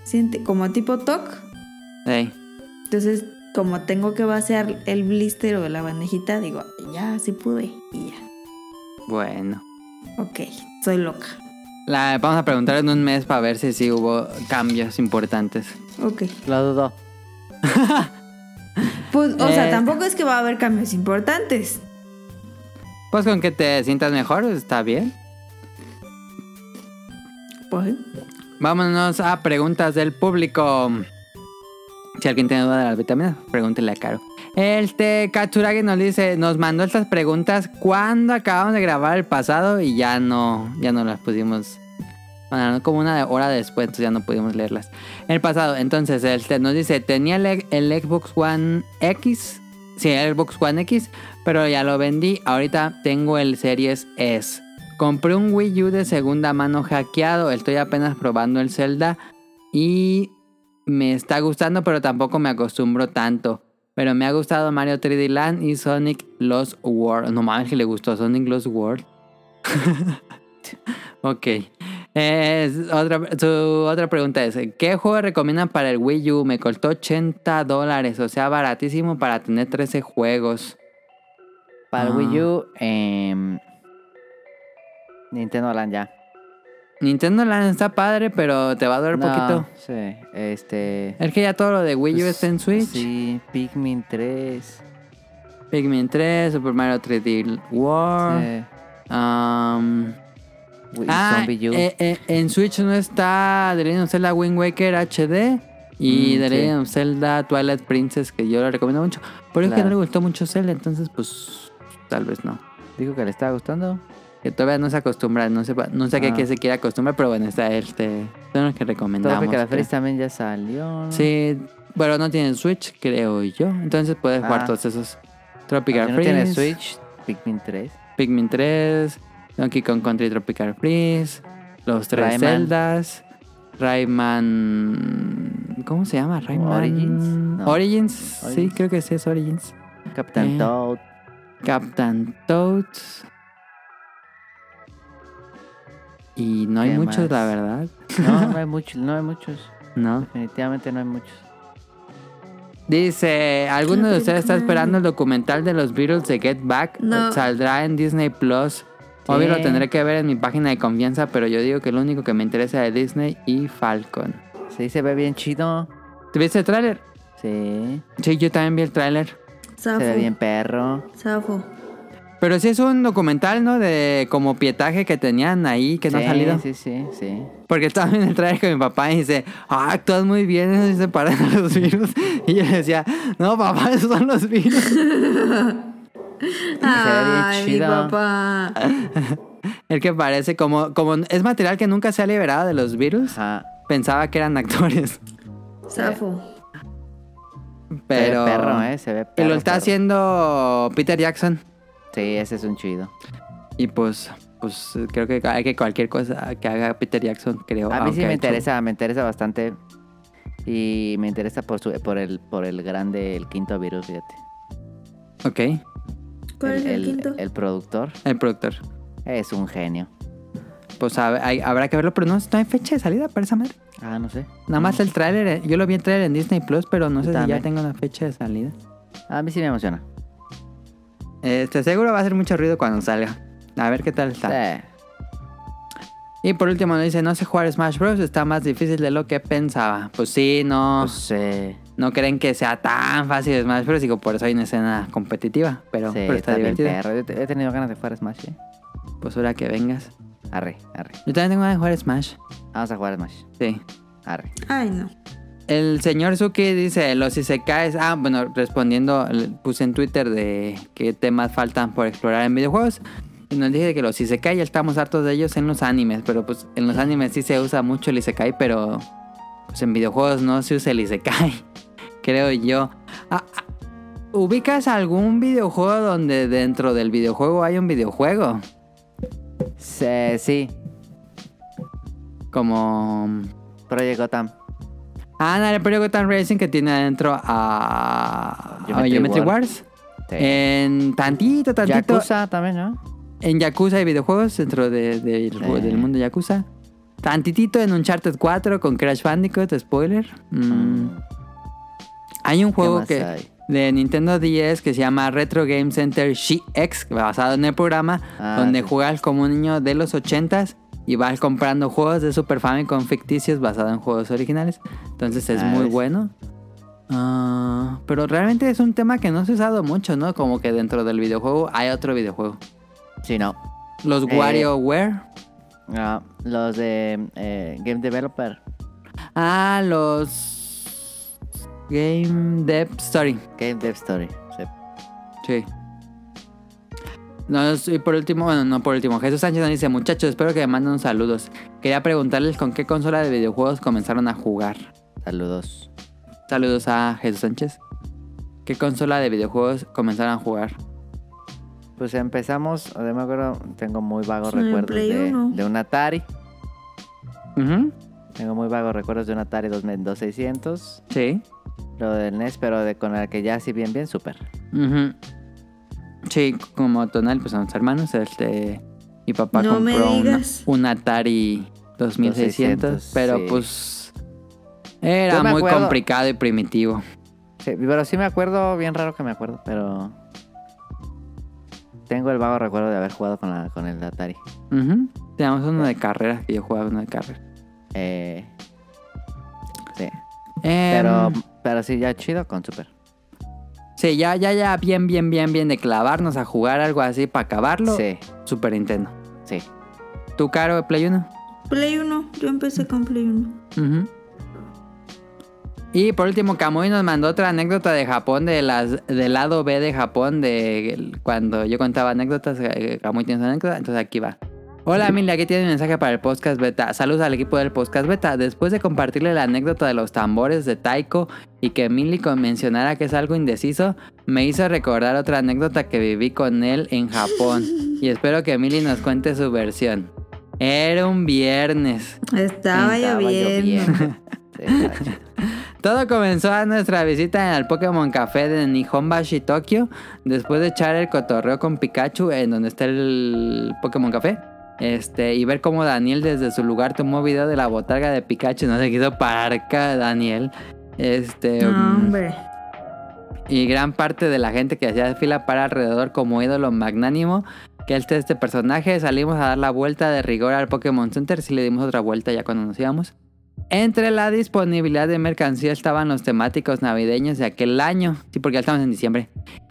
Speaker 1: Siente como tipo TOC.
Speaker 2: Ey.
Speaker 1: Entonces, como tengo que vaciar el blister o la bandejita, digo, ya, sí pude. Y ya,
Speaker 2: Bueno.
Speaker 1: ok, soy loca.
Speaker 2: La, vamos a preguntar en un mes para ver si sí hubo cambios importantes.
Speaker 1: Ok.
Speaker 3: Lo dudo.
Speaker 1: Pues, o sea,
Speaker 2: Eh.
Speaker 1: tampoco es que va a haber cambios importantes.
Speaker 2: Pues con que te sientas mejor, está bien.
Speaker 1: Pues,
Speaker 2: Vámonos a preguntas del público. Si alguien tiene duda de las vitaminas, pregúntele a Caro. Este Katsuragi nos dice, nos mandó estas preguntas cuando acabamos de grabar el pasado y ya no, ya no las pusimos. Bueno, como una hora después, entonces ya no pudimos leerlas. El pasado, entonces, este nos dice, tenía el, el Xbox One X. Sí, el Xbox One X, pero ya lo vendí. Ahorita tengo el Series S. Compré un Wii U de segunda mano hackeado. Estoy apenas probando el Zelda y me está gustando, pero tampoco me acostumbro tanto. Pero me ha gustado Mario 3D Land y Sonic Lost World. No mames que le gustó Sonic Lost World. (laughs) ok. Es otra, su otra pregunta es, ¿qué juego recomiendan para el Wii U? Me costó 80 dólares, o sea, baratísimo para tener 13 juegos.
Speaker 3: Para el
Speaker 2: Ah.
Speaker 3: Wii U, em, Nintendo Land ya.
Speaker 2: Nintendo Land está padre, pero te va a durar
Speaker 3: No,
Speaker 2: poquito.
Speaker 3: Sí, este.
Speaker 2: Es que ya todo lo de Wii U
Speaker 3: pues,
Speaker 2: está en Switch.
Speaker 3: Sí, Pikmin 3.
Speaker 2: Pikmin 3, Super Mario 3D World.
Speaker 3: sí,
Speaker 2: um,
Speaker 3: eh, Wii-
Speaker 2: ah,
Speaker 3: Zombie U.
Speaker 2: eh, eh, en Switch no está The Legend of Zelda Wind Waker HD y
Speaker 3: Mm,
Speaker 2: The
Speaker 3: sí.
Speaker 2: Legend of Zelda Twilight Princess, que yo lo recomiendo mucho. Pero es que no
Speaker 3: Claro.
Speaker 2: le gustó mucho Zelda, entonces pues tal vez no.
Speaker 3: Dijo que le estaba gustando.
Speaker 2: Que todavía no se acostumbra, no sé, no sé a qué-
Speaker 3: Ah.
Speaker 2: qué se quiere acostumbrar, pero bueno, está este. Son los que recomendamos.
Speaker 3: Topic que la
Speaker 2: creo.
Speaker 3: Feliz también ya salió.
Speaker 2: Sí, pero no tienen Switch, creo yo. Entonces puedes jugar
Speaker 3: Ah.
Speaker 2: todos esos.
Speaker 3: Si
Speaker 2: Tropical
Speaker 3: no tiene
Speaker 2: Freeze.
Speaker 3: Switch, Pikmin 3.
Speaker 2: Pikmin 3, Donkey Kong Country Tropical Freeze, Los Tres
Speaker 3: Rayman.
Speaker 2: Zeldas, Rayman... ¿Cómo se llama? Rayman...
Speaker 3: Origins? No.
Speaker 2: Origins, sí,
Speaker 3: Origins.
Speaker 2: creo que sí es Origins.
Speaker 3: Captain
Speaker 2: Eh. (laughs)
Speaker 3: Toad.
Speaker 2: Captain Toads. Y no hay
Speaker 3: ¿Qué
Speaker 2: muchos, la
Speaker 3: más?
Speaker 2: verdad.
Speaker 3: No, no hay muchos, no hay muchos.
Speaker 2: No.
Speaker 3: Definitivamente no hay muchos.
Speaker 2: Dice, ¿alguno de ustedes está
Speaker 1: película?
Speaker 2: esperando el documental de los Beatles de Get Back?
Speaker 1: No.
Speaker 2: Saldrá en Disney Plus. Obvio lo tendré que ver en mi página de confianza, pero yo digo que lo único que me interesa de Disney y Falcon.
Speaker 3: Sí, se ve bien chido.
Speaker 2: ¿Tuviste el tráiler?
Speaker 3: Sí.
Speaker 2: Ah, Sí, yo también vi el tráiler.
Speaker 1: Safo.
Speaker 3: Se ve bien perro.
Speaker 1: Safo.
Speaker 2: Pero sí es un documental, ¿no? De como pietaje que tenían ahí, que no
Speaker 3: Sí,
Speaker 2: ha salido.
Speaker 3: Sí, sí, sí.
Speaker 2: Porque estaba viendo el trailer con mi papá y dice, ah, actúas muy bien, eso se parecen a los virus. (laughs) Y yo le decía, no, papá, esos son los virus.
Speaker 1: Ay, mi
Speaker 3: chido.
Speaker 1: papá.
Speaker 2: (laughs) El que parece como, como es material que nunca se ha liberado de los virus,
Speaker 3: Ajá.
Speaker 2: pensaba que eran actores.
Speaker 1: Safo.
Speaker 2: Pero.
Speaker 3: Se ve perro, ¿eh? Se ve
Speaker 2: Y
Speaker 3: perro.
Speaker 2: lo está
Speaker 3: perro.
Speaker 2: haciendo Peter Jackson.
Speaker 3: Sí, ese es un chido.
Speaker 2: Y pues, pues creo que hay que cualquier cosa que haga Peter Jackson, creo.
Speaker 3: A mí
Speaker 2: aunque
Speaker 3: sí me
Speaker 2: ha hecho-
Speaker 3: interesa, me interesa bastante. Y me interesa por, su- por, el, por el grande, el quinto virus, fíjate.
Speaker 2: Ok,
Speaker 1: ¿Cuál es el quinto?
Speaker 3: El productor
Speaker 2: el productor.
Speaker 3: es un genio.
Speaker 2: Pues a- hay- habrá que verlo, pero no, no hay fecha de salida para esa madre.
Speaker 3: Ah, no sé.
Speaker 2: Nada más el tráiler, eh, yo lo vi el tráiler en Disney Plus, pero no
Speaker 3: Yo
Speaker 2: sé si ya
Speaker 3: también.
Speaker 2: tengo una fecha de salida.
Speaker 3: A mí sí me emociona.
Speaker 2: Este, seguro va a hacer mucho ruido cuando salga. A ver qué tal está.
Speaker 3: Sí.
Speaker 2: Y por último nos dice, no sé jugar Smash Bros. Está más difícil de lo que pensaba. Pues sí, no,
Speaker 3: No sé.
Speaker 2: no creen que sea tan fácil Smash Bros. Digo, por eso hay una escena competitiva, pero,
Speaker 3: Sí,
Speaker 2: pero está,
Speaker 3: está bien
Speaker 2: divertido.
Speaker 3: perro. Yo te- He tenido ganas de jugar Smash, ¿eh?
Speaker 2: Pues ahora que vengas.
Speaker 3: Arre, arre.
Speaker 2: Yo también tengo ganas de jugar Smash.
Speaker 3: Vamos a jugar Smash.
Speaker 2: Sí.
Speaker 3: Arre.
Speaker 1: Ay, no.
Speaker 2: El señor Suki dice, los caes Ah, bueno, respondiendo, le puse en Twitter de qué temas faltan por explorar en videojuegos. Y nos dije que los isekai ya estamos hartos de ellos en los animes. Pero pues en los animes sí se usa mucho el isekai, pero pues en videojuegos no se usa el isekai. (laughs) Creo yo. Ah, ah, ¿Ubicas algún videojuego donde dentro del videojuego hay un videojuego?
Speaker 3: Sí, sí.
Speaker 2: Como...
Speaker 3: Project Gotham.
Speaker 2: Ah, no, el periódico Time Racing que tiene adentro a a
Speaker 3: Geometry
Speaker 2: Geometry
Speaker 3: Wars.
Speaker 2: Wars.
Speaker 3: Sí.
Speaker 2: En tantito, tantito.
Speaker 3: Yakuza también, ¿no?
Speaker 2: En Yakuza hay videojuegos dentro de- de-
Speaker 3: Sí.
Speaker 2: del mundo Yakuza. Tantitito en Uncharted 4 con Crash Bandicoot, spoiler.
Speaker 3: Ah.
Speaker 2: Mm. Hay un juego
Speaker 3: más
Speaker 2: que
Speaker 3: hay?
Speaker 2: de Nintendo 10 que se llama Retro Game Center She-X, basado en el programa,
Speaker 3: Ah,
Speaker 2: donde
Speaker 3: sí.
Speaker 2: juegas como un niño de los 80s y vas comprando juegos de Super Famicom ficticios basados en juegos originales. Entonces es
Speaker 3: Ah,
Speaker 2: muy
Speaker 3: ¿ves?
Speaker 2: bueno. Ah, pero realmente es un tema que no se ha usado mucho, ¿no? Como que dentro del videojuego hay otro videojuego.
Speaker 3: Sí, no.
Speaker 2: Los
Speaker 3: Eh,
Speaker 2: WarioWare.
Speaker 3: Ah, los de eh, Game Developer.
Speaker 2: Ah, los Game Dev Story.
Speaker 3: Game Dev Story. Sí.
Speaker 2: Sí. No, y por último, bueno, no por último, Jesús Sánchez nos dice, muchachos, espero que me manden unos saludos. Quería preguntarles con qué consola de videojuegos comenzaron a jugar.
Speaker 3: Saludos.
Speaker 2: Saludos a Jesús Sánchez. ¿Qué consola de videojuegos comenzaron a jugar?
Speaker 3: Pues empezamos, yo me acuerdo, tengo muy vagos
Speaker 1: En el
Speaker 3: recuerdos
Speaker 1: Play
Speaker 3: de,
Speaker 1: uno.
Speaker 3: de un Atari.
Speaker 2: Ujú,
Speaker 3: Tengo muy vagos recuerdos de un Atari 2000 2600.
Speaker 2: Sí.
Speaker 3: Lo del NES, pero de, con el que ya sí bien, bien, súper.
Speaker 2: Ujú. Sí, como Tonal, pues somos hermanos. Este, mi papá
Speaker 1: No me
Speaker 2: compró un,
Speaker 1: digas.
Speaker 2: un Atari 2600,
Speaker 3: 2600,
Speaker 2: pero
Speaker 3: sí.
Speaker 2: pues
Speaker 3: Yo
Speaker 2: era
Speaker 3: me
Speaker 2: muy
Speaker 3: acuerdo-
Speaker 2: complicado y primitivo.
Speaker 3: Sí, pero sí me acuerdo, bien raro que me acuerdo, pero... Tengo el vago recuerdo de haber jugado con, la, con el Atari.
Speaker 2: Ujú. Teníamos uno
Speaker 3: Pues.
Speaker 2: de carreras, que yo jugaba uno de carreras.
Speaker 3: Eh, sí.
Speaker 2: Em,
Speaker 3: Pero, pero sí, ya chido con Super.
Speaker 2: Sí, ya, ya, ya, bien, bien, bien, bien, de clavarnos a jugar algo así para acabarlo.
Speaker 3: Sí,
Speaker 2: Super Nintendo.
Speaker 3: sí.
Speaker 2: ¿Tú, Caro, de Play 1?
Speaker 1: Play 1. Yo empecé con Play 1.
Speaker 2: Ujú. Y por último, Kamui nos mandó otra anécdota de Japón, de las, del lado B de Japón, de el- cuando yo contaba anécdotas, eh, Kamui tiene su anécdota, entonces aquí va. Hola Emilia, aquí tiene un mensaje para el podcast beta. Saludos al equipo del podcast beta. Después de compartirle la anécdota de los tambores de Taiko y que Emily con- mencionara que es algo indeciso, me hizo recordar otra anécdota que viví con él en Japón. Y espero que Emily nos cuente su versión. Era un viernes.
Speaker 1: Estaba, lloviendo.
Speaker 3: Sí, estaba chido.
Speaker 2: Todo comenzó a nuestra visita en el Pokémon Café de Nihonbashi, Tokio, después de echar el cotorreo con Pikachu en donde está el Pokémon Café. Este, y ver cómo Daniel desde su lugar tomó video de la botarga de Pikachu, no se quiso parar acá, Daniel. Este,
Speaker 1: No,
Speaker 2: mm,
Speaker 1: hombre.
Speaker 2: y gran parte de la gente que hacía fila para alrededor como ídolo magnánimo. Que este, este personaje salimos a dar la vuelta de rigor al Pokémon Center. Si le dimos otra vuelta ya cuando nos íbamos. Entre la disponibilidad de mercancía estaban los temáticos navideños de aquel año. Sí, porque ya estamos en diciembre.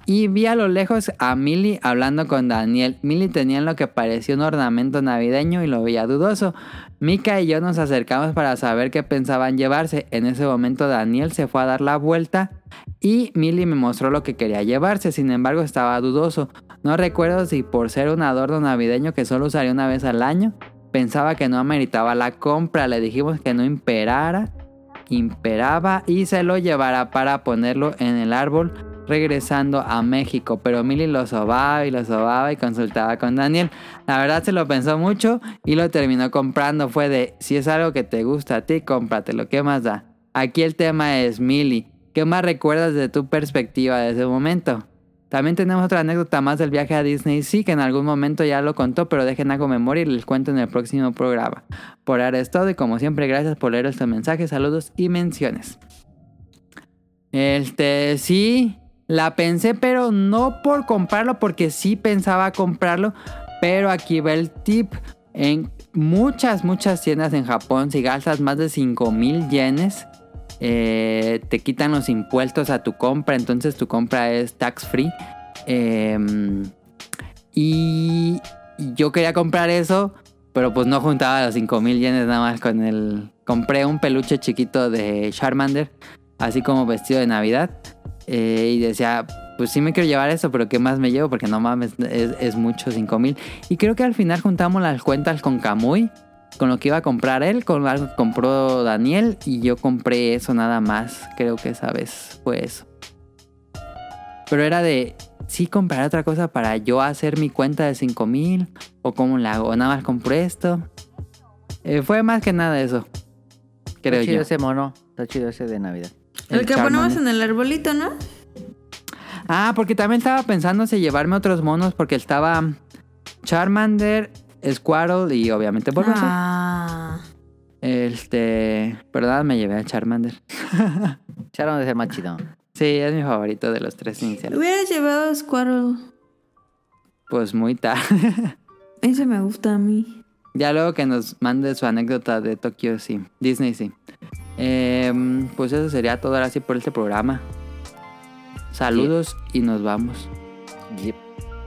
Speaker 2: Y vi a lo lejos a Millie hablando con Daniel. Millie tenía lo que parecía un ornamento navideño y lo veía dudoso. Mika y yo nos acercamos para saber qué pensaban llevarse. En ese momento Daniel se fue a dar la vuelta y Millie me mostró lo que quería llevarse. Sin embargo, estaba dudoso. No recuerdo si por ser un adorno navideño que solo usaría una vez al año, pensaba que no ameritaba la compra. Le dijimos que no imperara, imperaba y se lo llevara para ponerlo en el árbol regresando a México, pero Milly lo sobaba y lo sobaba y consultaba con Daniel. La verdad se lo pensó mucho y lo terminó comprando. Fue de, si es algo que te gusta a ti, cómpratelo. ¿Qué más da? Aquí el tema es Milly. ¿Qué más recuerdas de tu perspectiva de ese momento? También tenemos otra anécdota más del viaje a Disney, sí, que en algún momento ya lo contó, pero dejen algo memoria y les cuento en el próximo programa. Por ahora es todo y como siempre, gracias por leer estos mensajes, saludos y menciones. Este, sí, la pensé, pero no por comprarlo, porque sí pensaba comprarlo. Pero aquí va el tip. En muchas, muchas tiendas en Japón, si gastas más de 5 mil yenes, eh, te quitan los impuestos a tu compra. Entonces tu compra es tax free. Eh, y yo quería comprar eso, pero pues no juntaba los 5 mil yenes nada más con el... Compré un peluche chiquito de Charmander, así como vestido de Navidad. Eh, y decía, pues sí me quiero llevar eso, pero ¿qué más me llevo? Porque no mames, es, es mucho, 5 mil. Y creo que al final juntamos las cuentas con Kamui, con lo que iba a comprar él, con algo que compró Daniel, y yo compré eso nada más. Creo que esa vez fue eso. Pero era de, sí comprar otra cosa para yo hacer mi cuenta de 5 mil, o cómo la hago, nada más compré esto. Eh, fue más que nada eso. Creo
Speaker 3: Está chido
Speaker 2: yo.
Speaker 3: ese mono. Está chido ese de Navidad.
Speaker 1: El,
Speaker 2: El
Speaker 1: que
Speaker 2: Charmander.
Speaker 1: ponemos en el arbolito, ¿no?
Speaker 2: Ah, porque también estaba pensando si llevarme otros monos porque estaba Charmander, Squirtle y obviamente por
Speaker 1: Ah.
Speaker 2: Este, verdad me llevé a (laughs) Charmander.
Speaker 3: Sharon es el más chido.
Speaker 2: Sí, es mi favorito de los tres iniciales.
Speaker 1: Hubiera llevado a Squirrel.
Speaker 2: Pues muy tarde. (laughs)
Speaker 1: Ese me gusta a mí.
Speaker 2: ya luego que nos mande su anécdota de Tokio, sí. Disney, sí. Em, pues eso sería todo ahora sí por este programa. Saludos y nos vamos.
Speaker 3: Yep.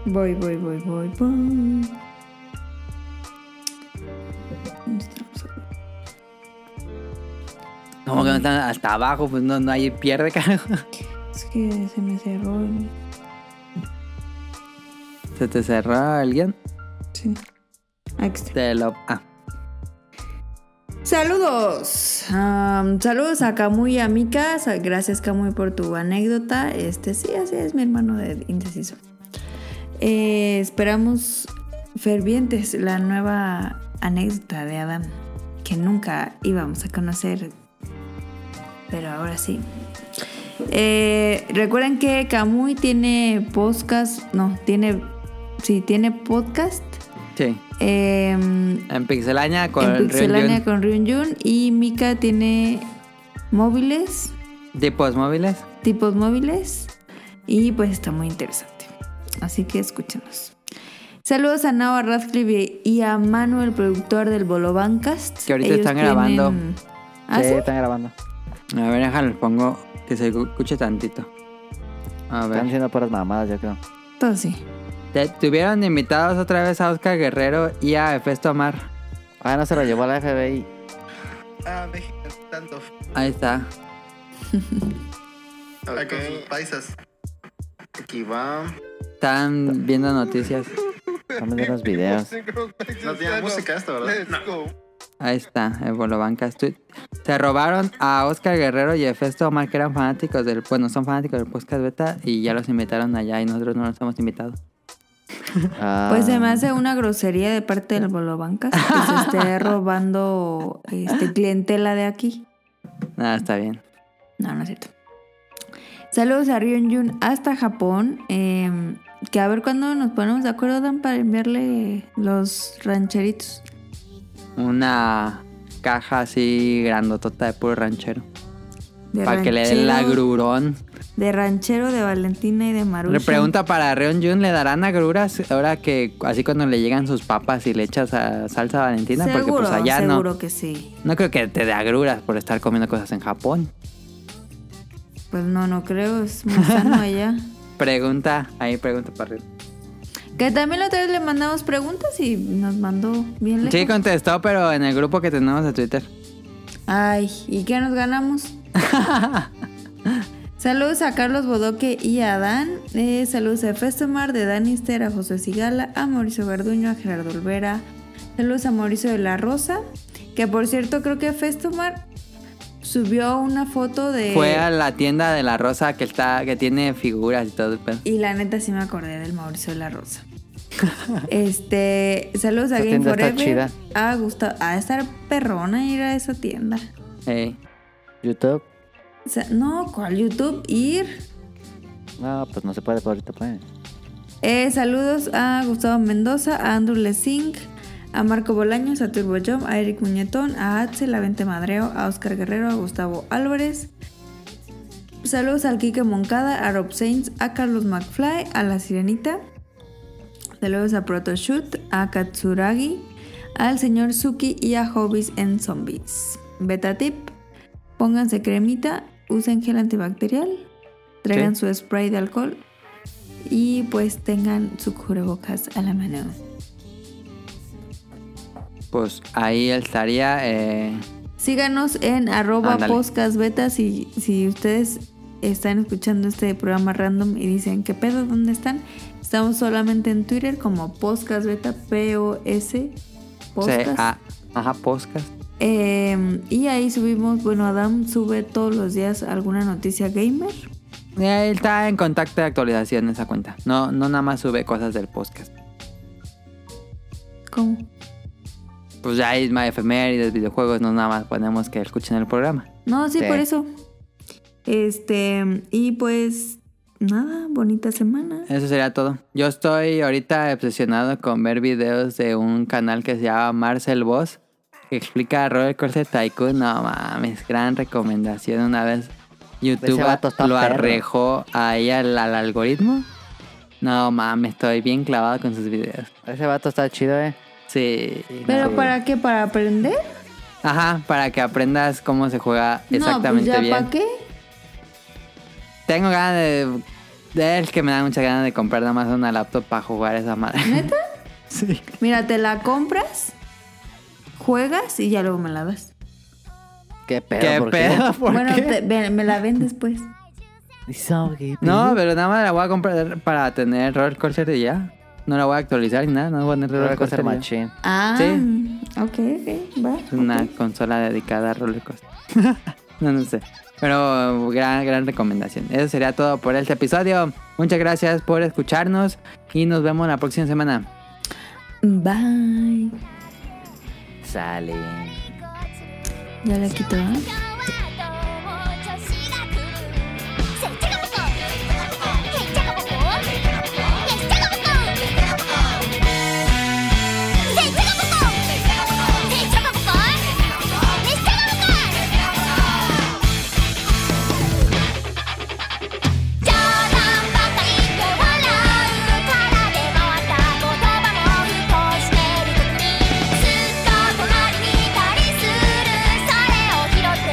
Speaker 1: Voy, voy, voy, voy, voy.
Speaker 2: Como que no están hasta abajo, pues no, no hay pierde, carajo.
Speaker 1: Es que se me cerró el...
Speaker 2: Se te cerró alguien.
Speaker 1: Sí. Aquí está.
Speaker 2: Te lo. Ah.
Speaker 1: Saludos. Am, saludos a Camuy y a Mika. Sa- Gracias Camuy por tu anécdota. Este sí, así es mi hermano de indeciso. Eh, esperamos fervientes la nueva anécdota de Adam que nunca íbamos a conocer, pero ahora sí. Eh, recuerden que Camuy tiene podcast, no, tiene, sí, tiene podcast.
Speaker 2: Sí.
Speaker 1: Em,
Speaker 2: En Pixelania con
Speaker 1: en Pixelania
Speaker 2: Ryunyun.
Speaker 1: con Ryunjun y Mika tiene móviles,
Speaker 2: tipos móviles.
Speaker 1: tipos móviles y pues está muy interesante. Así que escúchenos. Saludos a Nava Radcliffe y a Manuel, productor del Bolobancast.
Speaker 2: Que ahorita están grabando.
Speaker 1: ¿Ah, sí?
Speaker 3: están grabando.
Speaker 2: A ver, déjalo, pongo que se escuche tantito. A
Speaker 3: Están
Speaker 2: ver.
Speaker 3: haciendo puras mamadas, yo creo.
Speaker 1: Todo sí.
Speaker 2: Te- tuvieron invitados otra vez a Oscar Guerrero y a Efesto Amar.
Speaker 3: Ah, no se lo llevó a la FBI.
Speaker 8: Ah, México, tanto.
Speaker 2: Ahí está.
Speaker 8: Acá con sus paisas. Aquí va.
Speaker 2: Están viendo noticias.
Speaker 3: Están viendo unos videos.
Speaker 8: No tiene música esto, ¿verdad? No.
Speaker 2: Ahí está, el Bolobancas. Tu- Se robaron a Oscar Guerrero y a Efesto Amar, que eran fanáticos del. Bueno, son fanáticos del podcast beta y ya los invitaron allá y nosotros no los hemos invitado.
Speaker 3: Ah,
Speaker 1: Pues se me hace una grosería de parte del Bolobancast que se
Speaker 2: (laughs)
Speaker 1: esté robando este, clientela de aquí.
Speaker 2: Nada, está bien.
Speaker 1: No, no es cierto. Saludos a Ryunjun hasta Japón. eh, que a ver cuándo nos ponemos de acuerdo, Dan, para enviarle los rancheritos.
Speaker 2: Una caja así grandotota de puro ranchero.
Speaker 1: de
Speaker 2: Para que le den la
Speaker 1: ranchero.
Speaker 2: grurón.
Speaker 1: de ranchero, de Valentina y de Marucha.
Speaker 2: Le pregunta para Reon Jun, ¿le darán agruras ahora que así cuando le llegan sus papas y le echas a salsa valentina?
Speaker 1: seguro,
Speaker 2: Porque pues allá no.
Speaker 1: seguro que sí.
Speaker 2: No creo que te dé agruras por estar comiendo cosas en Japón.
Speaker 1: Pues no, no creo, es muy sano
Speaker 2: (laughs)
Speaker 1: allá.
Speaker 2: Pregunta, ahí pregunta para Reon.
Speaker 1: Que también la otra vez le mandamos preguntas y nos mandó bien lejos.
Speaker 2: Sí, contestó, pero en el grupo que tenemos de Twitter.
Speaker 1: Ay, ¿y qué nos
Speaker 3: (laughs)
Speaker 1: ganamos? saludos a Carlos Bodoque y a Dan. Eh, saludos a Festomar, de Danister, a José Sigala, a Mauricio Garduño, a Gerardo Olvera. Saludos a Mauricio de la Rosa. Que por cierto, creo que Festomar subió una foto de.
Speaker 2: Fue a la tienda de la rosa que está, que tiene figuras y todo. pero-
Speaker 1: Y la neta sí me acordé del Mauricio de la Rosa. este, saludos a
Speaker 3: Esa
Speaker 1: Game
Speaker 3: tienda está
Speaker 1: Forever.
Speaker 3: chida.
Speaker 1: A Gustavo, a estar perrona ir a esa tienda.
Speaker 2: Ey.
Speaker 3: YouTube.
Speaker 1: O sea, no, ¿cuál YouTube ir?
Speaker 3: No, pues no se puede por ahorita, pues.
Speaker 1: Eh, saludos a Gustavo Mendoza, a Andrew Lessing, a Marco Bolaños, a Turbo Jump, a Eric Muñetón, a Axel, a Vente Madreo, a Oscar Guerrero, a Gustavo Álvarez. Saludos al Quique Moncada, a Rob Sainz, a Carlos McFly, a La Sirenita. Saludos a Protoshoot, a Katsuragi, al señor Suki y a Hobbies and Zombies. Beta tip, pónganse cremita, usen gel antibacterial, traigan su spray de alcohol y pues tengan su cubrebocas a la mano.
Speaker 2: Pues ahí estaría. eh,
Speaker 1: Síganos en arroba
Speaker 2: Ándale.
Speaker 1: podcast beta si, si ustedes están escuchando este programa random y dicen qué pedo, ¿dónde están? Estamos solamente en Twitter como podcast beta P-O-S
Speaker 2: se-
Speaker 1: podcast.
Speaker 2: ah, ajá, podcast.
Speaker 1: Eh, y ahí subimos, bueno, Adam sube todos los días alguna noticia gamer.
Speaker 2: Y ahí está en contacto de actualización esa cuenta. No, no nada más sube cosas del podcast.
Speaker 1: ¿Cómo?
Speaker 2: Pues ya hay más efemérides, videojuegos, no nada más ponemos que escuchen el programa.
Speaker 1: No, sí,
Speaker 3: Sí.
Speaker 1: por eso. Este, y pues nada, bonita semana.
Speaker 2: Eso sería todo. Yo estoy ahorita obsesionado con ver videos de un canal que se llama Marcel Boss, que explica Roller Coaster Tycoon. No mames, gran recomendación. Una vez YouTube
Speaker 3: Ese vato está
Speaker 2: lo
Speaker 3: perro.
Speaker 2: arrejó ahí al, al algoritmo. No mames, estoy bien clavado con sus videos.
Speaker 3: Ese vato está chido, eh.
Speaker 2: Sí.
Speaker 1: ¿Pero
Speaker 2: no.
Speaker 1: para qué? ¿Para aprender?
Speaker 2: Ajá, para que aprendas cómo se juega
Speaker 1: no,
Speaker 2: exactamente
Speaker 1: pues ya
Speaker 2: bien.
Speaker 1: para qué.
Speaker 2: Tengo ganas de. de- Es que me dan muchas ganas de comprar nada más una laptop para jugar esa madre. ¿Neta? sí.
Speaker 1: Mira, te la compras, juegas y ya luego me la das.
Speaker 3: ¿Qué
Speaker 2: (laughs)
Speaker 3: pedo?
Speaker 2: ¿Qué
Speaker 3: ¿Por
Speaker 2: pedo?
Speaker 3: (laughs)
Speaker 2: ¿Por
Speaker 1: bueno,
Speaker 2: qué?
Speaker 1: te- ve- me la pues. ven después.
Speaker 3: ¿Y sabe qué
Speaker 2: No, pero nada más la voy a comprar para tener roller coaster y ya. No la voy a actualizar ni nada, no voy a tener
Speaker 3: pedo?
Speaker 2: roller
Speaker 3: Roller
Speaker 2: coaster.
Speaker 3: Coaster
Speaker 2: y ya.
Speaker 3: Machine.
Speaker 1: Ah,
Speaker 2: Sí.
Speaker 1: ok, ok, va.
Speaker 2: Es una consola dedicada a roller (laughs) coaster. no, no sé. Pero gran, gran recomendación. Eso sería todo por este episodio. Muchas gracias por escucharnos y nos vemos la próxima semana.
Speaker 1: Bye.
Speaker 3: Sale.
Speaker 1: Ya la quito, ¿eh?
Speaker 9: 今日はどうも調子が狂うせっちゃかぶこへっちゃかぶこへっちゃかぶこせっちゃかぶこせっちゃかぶこせっちゃかぶこせっちゃかぶこせっちゃかぶこ冗談ばか言って笑うからで回った言葉もふとしてる時にすっと隣にいたりするそれを拾って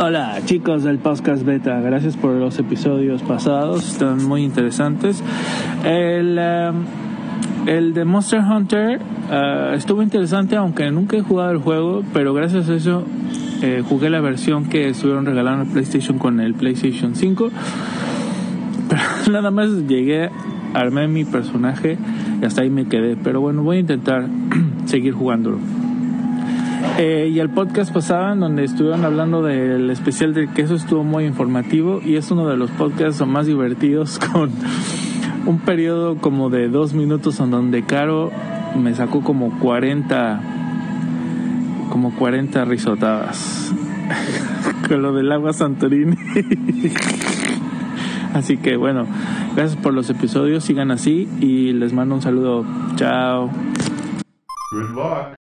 Speaker 10: Hola chicos del podcast beta, gracias por los episodios pasados, están muy interesantes. El, eh, el de Monster Hunter eh, estuvo interesante, aunque nunca he jugado el juego, pero gracias a eso eh, jugué la versión que estuvieron regalando en PlayStation con el PlayStation 5. (laughs) Pero nada más llegué, armé mi personaje y hasta ahí me quedé. Pero bueno, voy a intentar (clears throat) seguir jugándolo. Eh, y el podcast pasaban donde estuvieron hablando del especial del queso, estuvo muy informativo y es uno de los podcasts más divertidos (laughs) con un periodo como de dos minutos en donde Caro me sacó como 40 como 40 risotadas (laughs) con lo del agua Santorini. (laughs) así que bueno, gracias por los episodios, sigan así y les mando un saludo. Chao.
Speaker 11: Good luck.